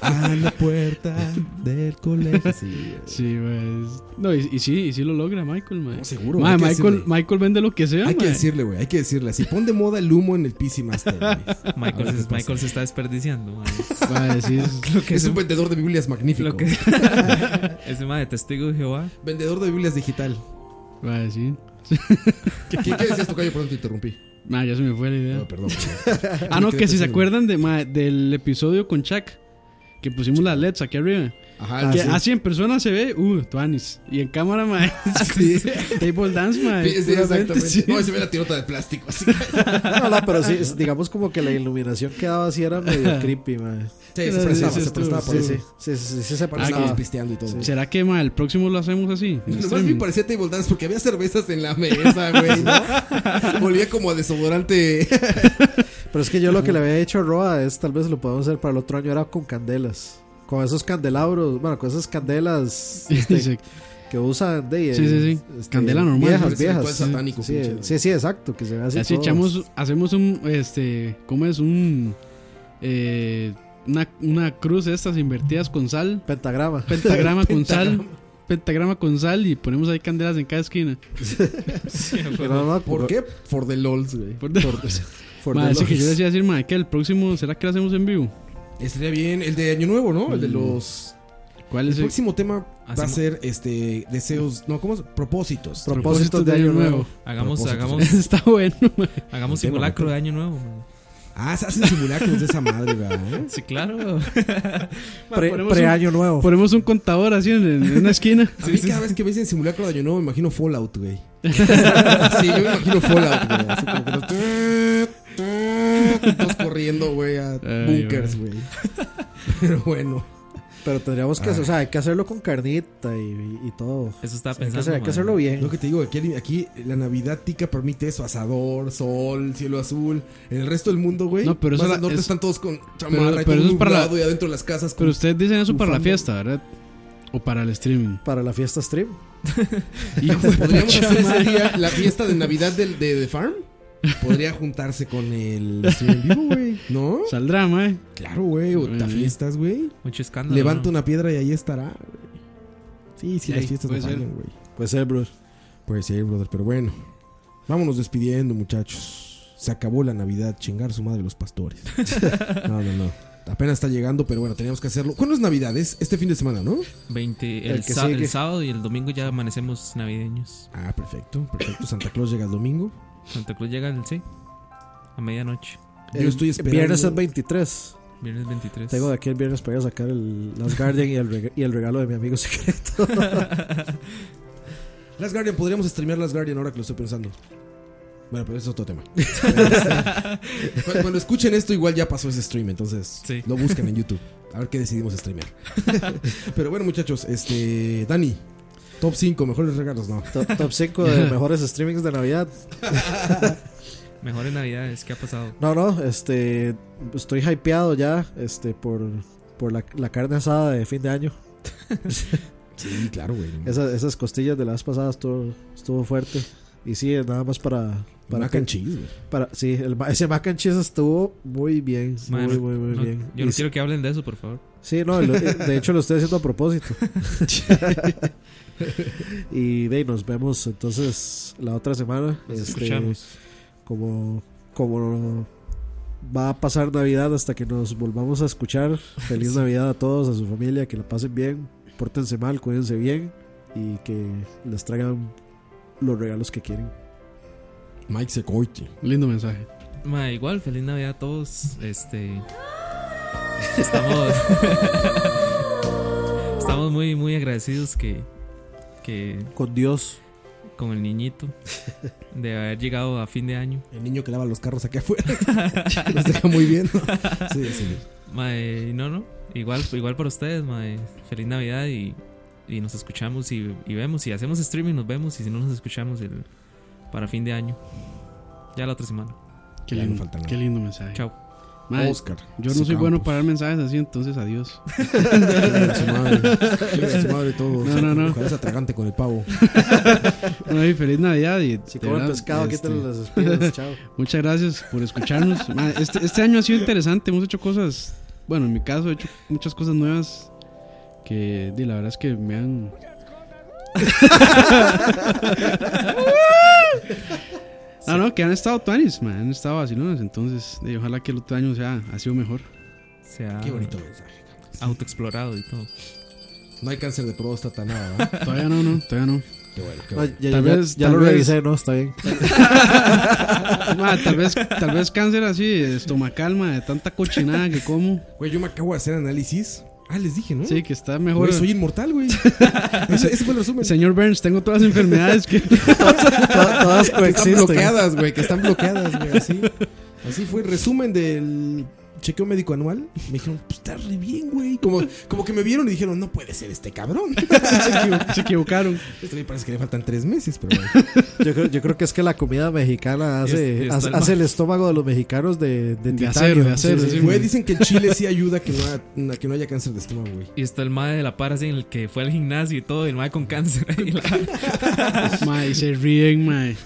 a la puerta del colegio. Sí, Sí, mae, es- No, y, y sí, y sí lo logra Michael, mae. No, seguro, Mae, hay que Michael, decirle. Michael vende lo que sea, Hay que mae. decirle, güey, hay que decirle así. Pon de moda el humo en el PC Master, güey. A ver Michael, qué se, pasa. Michael se está desperdiciando, ma. Mae, sí, es- Lo que Es ese- un vendedor de Biblias magnífico. Lo que... ese ma de testigo de Jehová. Vendedor de Biblias digital. mae, sí. ¿Qué, qué decías, Tocayo? Perdón, te interrumpí. Mae, Ah, ya se me fue la idea. No, perdón. Ah, no, Me quedé que si se pensando. acuerdan de, ma- del episodio con Chuck, que pusimos las LEDs aquí arriba. Ajá, que sí. Ah, así en persona se ve, uh, Tuanis. Y en cámara, ma, Sí. table dance, ma. Sí, sí, exactamente. sí. No, y se ve la tirota de plástico. Así. No, no, pero sí, es- digamos como que la iluminación que daba así era medio creepy, man. Sí, se prestaba, sí, se sí, prestaba por Sí, eso. sí, sí, sí, sí, se Para Ah, estar prestaba. pisteando y todo. ¿Será que, ma, el próximo lo hacemos así? En Nomás me streaming. parecía table dance porque había cervezas en la mesa, güey. ¿no? Olía como a desodorante. Pero es que yo lo que le había hecho a Roa es tal vez lo podemos hacer para el otro año era con candelas. Con esos candelabros, bueno, con esas candelas este, Sí, que usan de Sí, este, sí, sí. Candela normal. Viejas, Parece viejas. ritual satánico, sí, pinche. sí, sí, exacto, que se ve así. así todo. echamos, hacemos un, este, ¿cómo es? Un, eh, una, una cruz de estas invertidas con sal, pentagrama. pentagrama con sal, pentagrama con sal y ponemos ahí candelas en cada esquina. Pero no, no, ¿Por qué? For the lols, güey. Por- for Ma, the así que yo lols. decía decir, ma, que el próximo, ¿será que lo hacemos en vivo? Mm. Estaría bien. El de Año Nuevo, ¿no? El de los. ¿Cuál el es el- próximo tema va a Hacemos- ser este deseos, no, ¿cómo es? Propósitos. Propósitos de Año Nuevo. Hagamos- Propósitos. hagamos- Está bueno, man. Hagamos Buen tema, simulacro buen de tema. Año Nuevo, man. Ah, se hacen simulacros de esa madre, ¿verdad? Sí, claro. ¿eh? Pre- ponemos pre-Año un- Nuevo. ponemos un contador así en, en una esquina. A mí cada vez que me dicen simulacro de Año Nuevo me imagino Fallout, güey. sí, yo me imagino Fallout, güey. Así como que los- todos corriendo, güey, a Ay, bunkers, güey. güey. Pero bueno. Pero tendríamos que, Ah. hacer- o sea, hay que hacerlo con carnita y, y- y todo. Eso estaba O sea, hay que hacer- Hay que, hacerlo bien. Lo que te digo, aquí, aquí la Navidad tica permite eso: asador, sol, cielo azul. En el resto del mundo, güey. No, pero eso más la- al norte es- están todos con Pero- chamarra y pero todo eso es para la- nublado y adentro de las casas. Pero ustedes dicen eso para la fiesta fiesta, ¿verdad? O para el streaming. Para la fiesta stream. Podríamos hacer ese día la fiesta de Navidad del- de, The Farm. Podría juntarse con eh, el stream en vivo, güey. ¿No? Saldrá, mae. Claro, güey. O te fiestas, güey. Mucho escándalo. Levanta ¿no? una piedra y ahí estará. güey. Sí, Sí, sí, las fiestas no puede ser. fallan, güey. Puede ser, brother. Puede ser, brother. Pero bueno. Vámonos despidiendo, muchachos. Se acabó la Navidad. Chingar su madre los pastores. No, no, no. Apenas está llegando, pero bueno, teníamos que hacerlo. ¿Cuándo es Navidad? Es este fin de semana, ¿no? 20, El el, que sa- sigue. el sábado y el domingo ya amanecemos navideños. Ah, perfecto. Perfecto. Santa Claus llega el domingo. Santa Cruz llega el sí, a medianoche. Yo estoy esperando. Viernes es 23. Viernes 23. Tengo de aquí el viernes para ir a sacar el Last Guardian y el, reg- y el regalo de mi amigo secreto. Last Guardian, podríamos streamear Last Guardian ahora que lo estoy pensando. Bueno, pero eso es otro tema. Este, cu- Cuando escuchen esto, igual ya pasó ese stream, entonces lo buscan en YouTube. A ver qué decidimos streamear. pero bueno, muchachos, este. Dani, top 5 mejores regalos, no. Top 5 de mejores streamings de Navidad. Mejores navidades, ¿qué ha pasado? No, no, este. Estoy hypeado ya este, por, por la, la carne asada de fin de año. Sí, claro, güey. Esas, esas costillas de las vez pasadas estuvo, estuvo fuerte. Y sí, nada más para. para Mac and cheese, güey. para, Sí, el ma- ese mac and cheese estuvo muy bien. Mae, muy, no- muy, muy no- bien. Yo Y no sí- quiero que hablen de eso, por favor. Sí, no, lo- eh, de hecho lo estoy haciendo a propósito. y de ahí nos vemos entonces la otra semana. Nos Este, escuchamos. como, como va a pasar Navidad hasta que nos volvamos a escuchar. Feliz Sí. Navidad a todos, a su familia, que la pasen bien, pórtense mal, cuídense bien y que les traigan los regalos que quieren. Mike Secoiti. Lindo mensaje. Ma, igual, feliz Navidad a todos. Este. Estamos. estamos muy, muy agradecidos que. que con Dios. Con el niñito. De haber llegado a fin de año. El niño que lava los carros aquí afuera. Los deja muy bien. ¿no? Sí, sí. Ma, eh, no, no. Igual, igual para ustedes, ma, eh, Feliz Navidad y, y nos escuchamos y, y vemos. Si hacemos streaming, nos vemos. Y si no, nos escuchamos el, para fin de año. Ya la otra semana. Qué lindo, qué lindo mensaje. Chao. Mae, Oscar Yo no soy Campos. bueno para dar mensajes así, entonces adiós. Chinga su madre. Chinga su madre todo. No, no, no. Ojalá se atragante con el pavo. No, y feliz Navidad. Y, Si de comen verdad, este, pescado, quítenle las espinas, chao. Muchas gracias por escucharnos. Ma, este, este año ha sido interesante. Hemos hecho cosas. Bueno, en mi caso, he hecho muchas cosas nuevas. Que di, la verdad es que me han. No, no, que han estado tuanis, ma, han estado vacilones. Entonces, di, ojalá que el otro año sea, ha sido mejor. Sea, Qué bonito mensaje. Autoexplorado y todo. No hay cáncer de próstata, nada. ¿verdad? Todavía no, no, todavía no. Qué bueno, qué No, bueno. ya- ya- ya lo revisé, no, está bien. Ma, tal, vez, tal vez cáncer así, estomacal, ma, de tanta cochinada que como. Güey, yo me acabo de hacer análisis. Ah, les dije, ¿no? Sí, que está mejor. Güey, soy inmortal, güey. ese, ese fue el resumen. Señor Burns, tengo todas las enfermedades que. todas coexisten. Están bloqueadas, güey, que están bloqueadas, güey. Así, así fue el resumen del chequeo médico anual. Me dijeron, pues está re bien, güey. Como, como que me vieron y dijeron, no puede ser este cabrón. se, se equivocaron. Este güey parece que le faltan tres meses, pero bueno. Yo creo, yo creo que es que la comida mexicana hace, Es- está hace, el hace el estómago de los mexicanos de, de, titanio. Sí, sí, Güey, dicen que el chile sí ayuda a que no, ha- a que no haya cáncer de estómago, güey. Y está el mae de la par así en el que fue al gimnasio y todo, y el mae con cáncer. ahí en la cara. Ma, y se ríen, mae.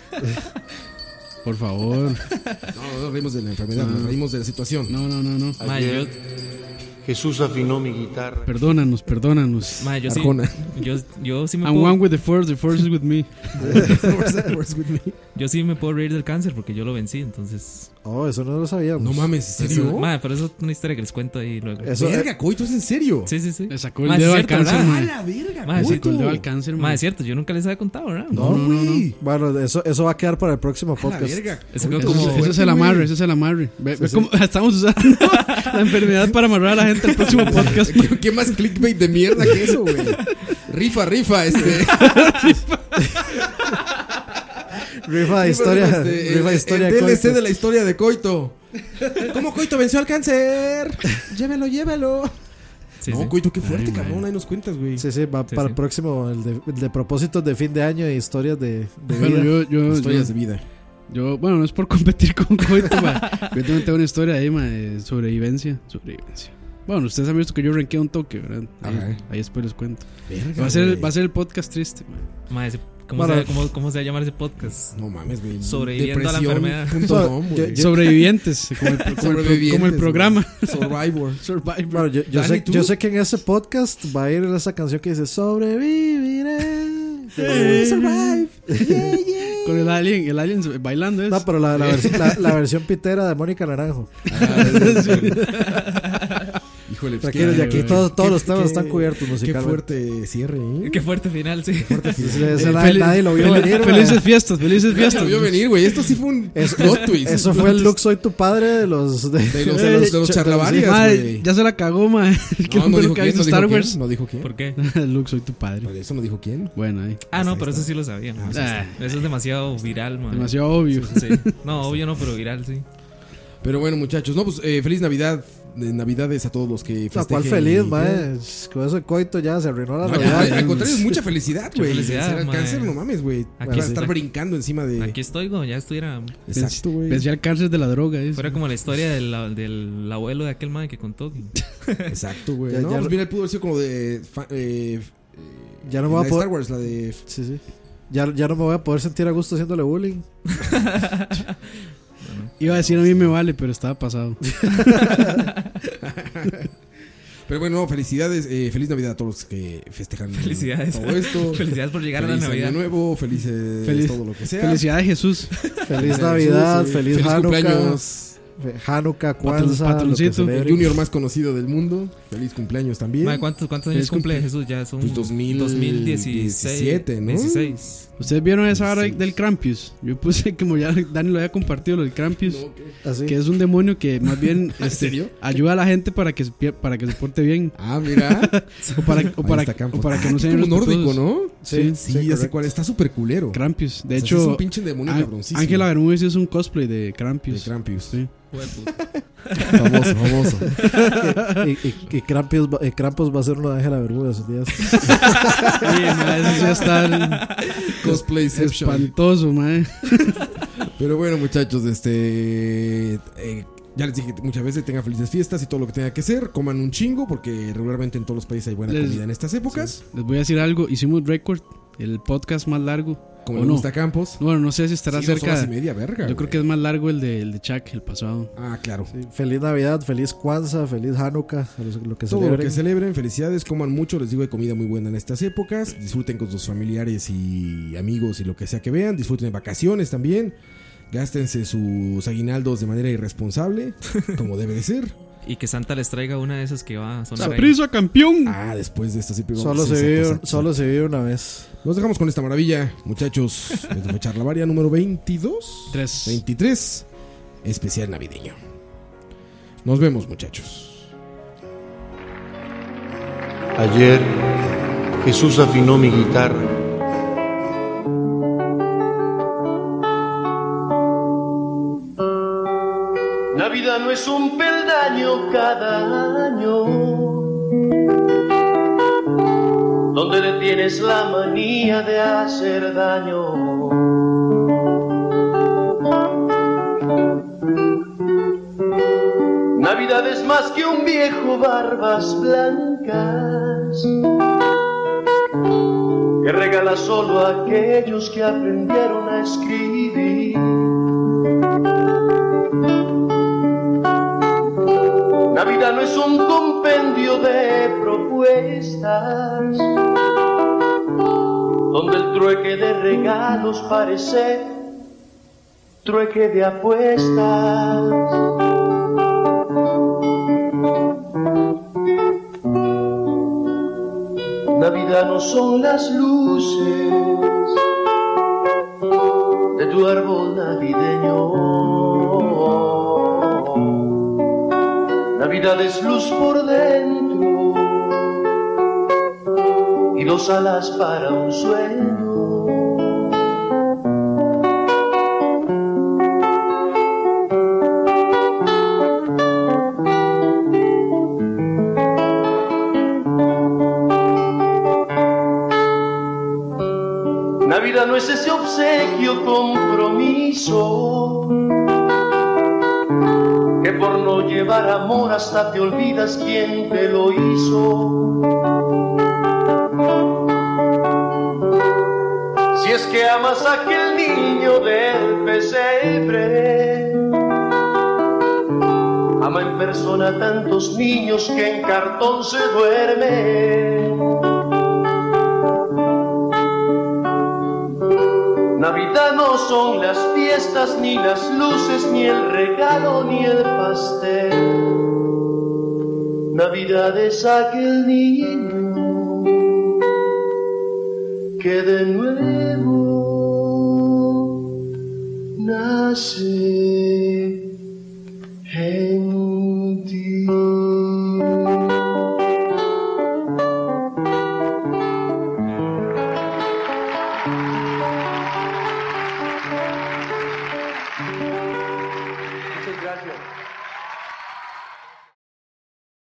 Por favor. No, no nos reímos de la enfermedad, nos reímos de la situación. No, no, no, no. Ayer, Jesús afinó mi guitarra. Perdónanos, perdónanos. Mae, yo sí- yo- yo sí me I'm puedo- one with the force, the force is with me. with me. Yo sí me puedo reír del cáncer porque yo lo vencí, entonces. Oh, eso no lo sabíamos. No mames, ¿en Pues, Eso- serio? Madre, pero eso es una historia que les cuento ahí luego. Verga, Coito, ¿es en serio? Sí, sí, sí. Le sacó el dedo al cáncer, ¿verdad? mae. Ah, la verga, Madre, Coito. sí, el dedo al cáncer, Madre, mae. es cierto, yo nunca les había contado, ¿verdad? No, güey. Bueno, eso, eso va a quedar para el próximo podcast. verga. Eso Eso, quedó como- ese es el Fuerte, amarre, güey. ese es el amarre. Ve- Sí, ve sí. cómo estamos usando la enfermedad para amarrar a la gente al próximo podcast. ¿Qué, qué más clickbait de mierda que eso, güey? Rifa, rifa, este. Rifa de historia. Rifa de este, el- historia. el de DLC Coito. de la historia de Coito. ¿Cómo Coito venció al cáncer? Llévelo, llévelo. no, Coito, qué fuerte, cabrón. Ahí nos cuentas, güey. Sí, sí, va para el próximo, el de, el de propósitos de fin de año y historias de, de Bueno, vida. yo, yo, yo- Yo, bueno, no es por competir con Coito, ma. Yo también tengo una historia ahí, ma, de sobrevivencia. Sobrevivencia. Bueno, ustedes han visto que yo ranqué un toque, ¿verdad? Ahí, Ajá. ahí después les cuento. Verga, va, a ser, güey. va a ser el podcast triste, ma. Madre, ese- ¿cómo, Para- se, cómo, cómo se va a llamar ese podcast? No mames, güey. Sobreviviendo a la Depresión enfermedad. punto com, güey. Sobrevivientes, como el- como el pro- Sobrevivientes, como el programa. güey. Survivor. Bueno, yo, yo Dani, sé, ¿tú? yo sé que en ese podcast va a ir esa canción que dice Sobreviviré. I will survive. Con el alien, el alien bailando Eh. eso. No, pero la, la, vers- la- la versión pitera de Mónica Naranjo. Ah, Híjole, pues, Tranquilo, qué- y aquí qué- todos, todos qué- los temas qué- están cubiertos Qué musicalmente. fuerte cierre, ¿eh? Qué fuerte final, sí. Ese nadie- nadie lo vio venir, güey. Nadie lo vio venir, güey. Esto sí fue un Eso, plot twist. eso fue el look soy tu padre de los de, Eh, De los- de los- de los charlavarias, Madre, güey. ya se la cagó, ma. No, no dijo quién, no dijo Star quién, Wars. no dijo quién. ¿Por qué? Luke, soy tu padre. Eso no dijo quién. Bueno, ahí. Ah, no, pero eso sí lo sabía. Ah, Eso, está. ahí Eso es demasiado viral, man. Demasiado obvio. Sí. No, obvio no, pero viral, sí. Pero bueno, muchachos, no, pues eh, feliz Navidad. eh, Navidades a todos los que festejen. No, ¿Cuál y- feliz, mae? Con ese coito ya se arruinó la No, ya, Navidad. al contrario, es mucha felicidad, Mucha güey. felicidad, Vencer al mae. cáncer, no mames, güey. Aquí Van a sí. estar brincando encima de. Aquí estoy, güey. Ya estuviera. Exacto, güey. Vencí al cáncer de la droga. eso. Fuera como la historia del, del abuelo de aquel man que contó. Exacto, güey. Ya- No, ya- pues mira, pudo haber sido como de. fa- eh, eh, Ya no me la voy de a poder. Star Wars, la de. Sí, sí. Ya, ya no me voy a poder sentir a gusto haciéndole bullying. Iba a decir a mí me vale, pero estaba pasado. Pero bueno, no, felicidades, eh, feliz Navidad a todos los que festejan Felicidades. todo esto. Felicidades por llegar a la Feliz año Navidad. nuevo, felices Feliz- todo lo que sea. Felicidades, Jesús. Feliz Navidad, Jesús, eh, feliz, feliz Hanukkah. cumpleaños. fe- Hanukkah, Kwanzaa. Patroncito, lo que el celebren. junior más conocido del mundo. Feliz cumpleaños también. Madre, ¿cuántos- cuántos años Feliz cumple cumple- Jesús? Ya son Pues 2000 2017, 17, ¿no? 16. ¿Ustedes vieron esa hora del Crampius? Yo puse como ya Dani lo había compartido, lo del Crampius. ¿Ah, Que es un demonio que más bien ¿En este, serio? ayuda a la gente para que, se pier- para que se porte bien. Ah, mira. o, para, o, Ahí para, está Campos. o para que Ah, no que sean como nórdico, irrespetuosos. ¿no? Sí, sí, ya sé correcto. cuál, está súper culero. Crampius. De O sea, hecho, sí es un pinche demonio Á- cabroncísimo. Ángela Bermúdez es un cosplay de Crampius. De Crampius. Sí. Famoso, famoso. y, y- y Krampus, va- eh, Krampus va a ser una de Ángela Bermuda esos días. ma, eso ya está- Cosplayception. Espantoso, mae. Pero bueno, muchachos, este. eh, ya les dije que muchas veces tengan felices fiestas y todo lo que tenga que ser. Coman un chingo, porque regularmente en todos los países hay buena Les- comida en estas épocas. Les voy a decir algo, hicimos récord, el podcast más largo. Como ¿o le no? gusta a Campos. Bueno, no sé si estará Sí, dos cerca. horas y media, verga, Yo creo que es más largo el de, el de Chuck, el pasado. Ah, claro. Feliz Navidad, feliz Kwanzaa, feliz Hanukkah, a los- lo que todo celebren. lo que celebren, felicidades, coman mucho, les digo, hay comida muy buena en estas épocas, disfruten con sus familiares y amigos y lo que sea que vean, disfruten de vacaciones también, gástense sus aguinaldos de manera irresponsable, como debe de ser. Y que Santa les traiga una de esas que va a sonar. ahí. ¡Saprisa, campeón! Ah, después de esta sí pero Solo vamos a se, hacer esa vive, cosa. solo se vive una vez. Nos dejamos con esta maravilla, muchachos. Esto fue Charlavaria número 22. 23. Especial navideño. Nos vemos, muchachos. Ayer Jesús afinó mi guitarra. Navidad no es un peldaño cada año donde le tienes la manía de hacer daño. Navidad es más que un viejo barbas blancas que regala solo a aquellos que aprendieron a escribir. Navidad no es un compendio de propuestas, donde el trueque de regalos parece trueque de apuestas. Navidad no son las luces de tu árbol navideño. Navidad es luz por dentro y dos alas para un sueño. Navidad no es ese obsequio compromiso que por no llevar amor hasta te olvidas quién te lo hizo. Si es que amas a aquel niño del pesebre, ama en persona a tantos niños que en cartón se duermen. Navidad no son las fiestas, ni las luces, ni el regalo, ni el pastel. Navidad es aquel niño que de nuevo nace.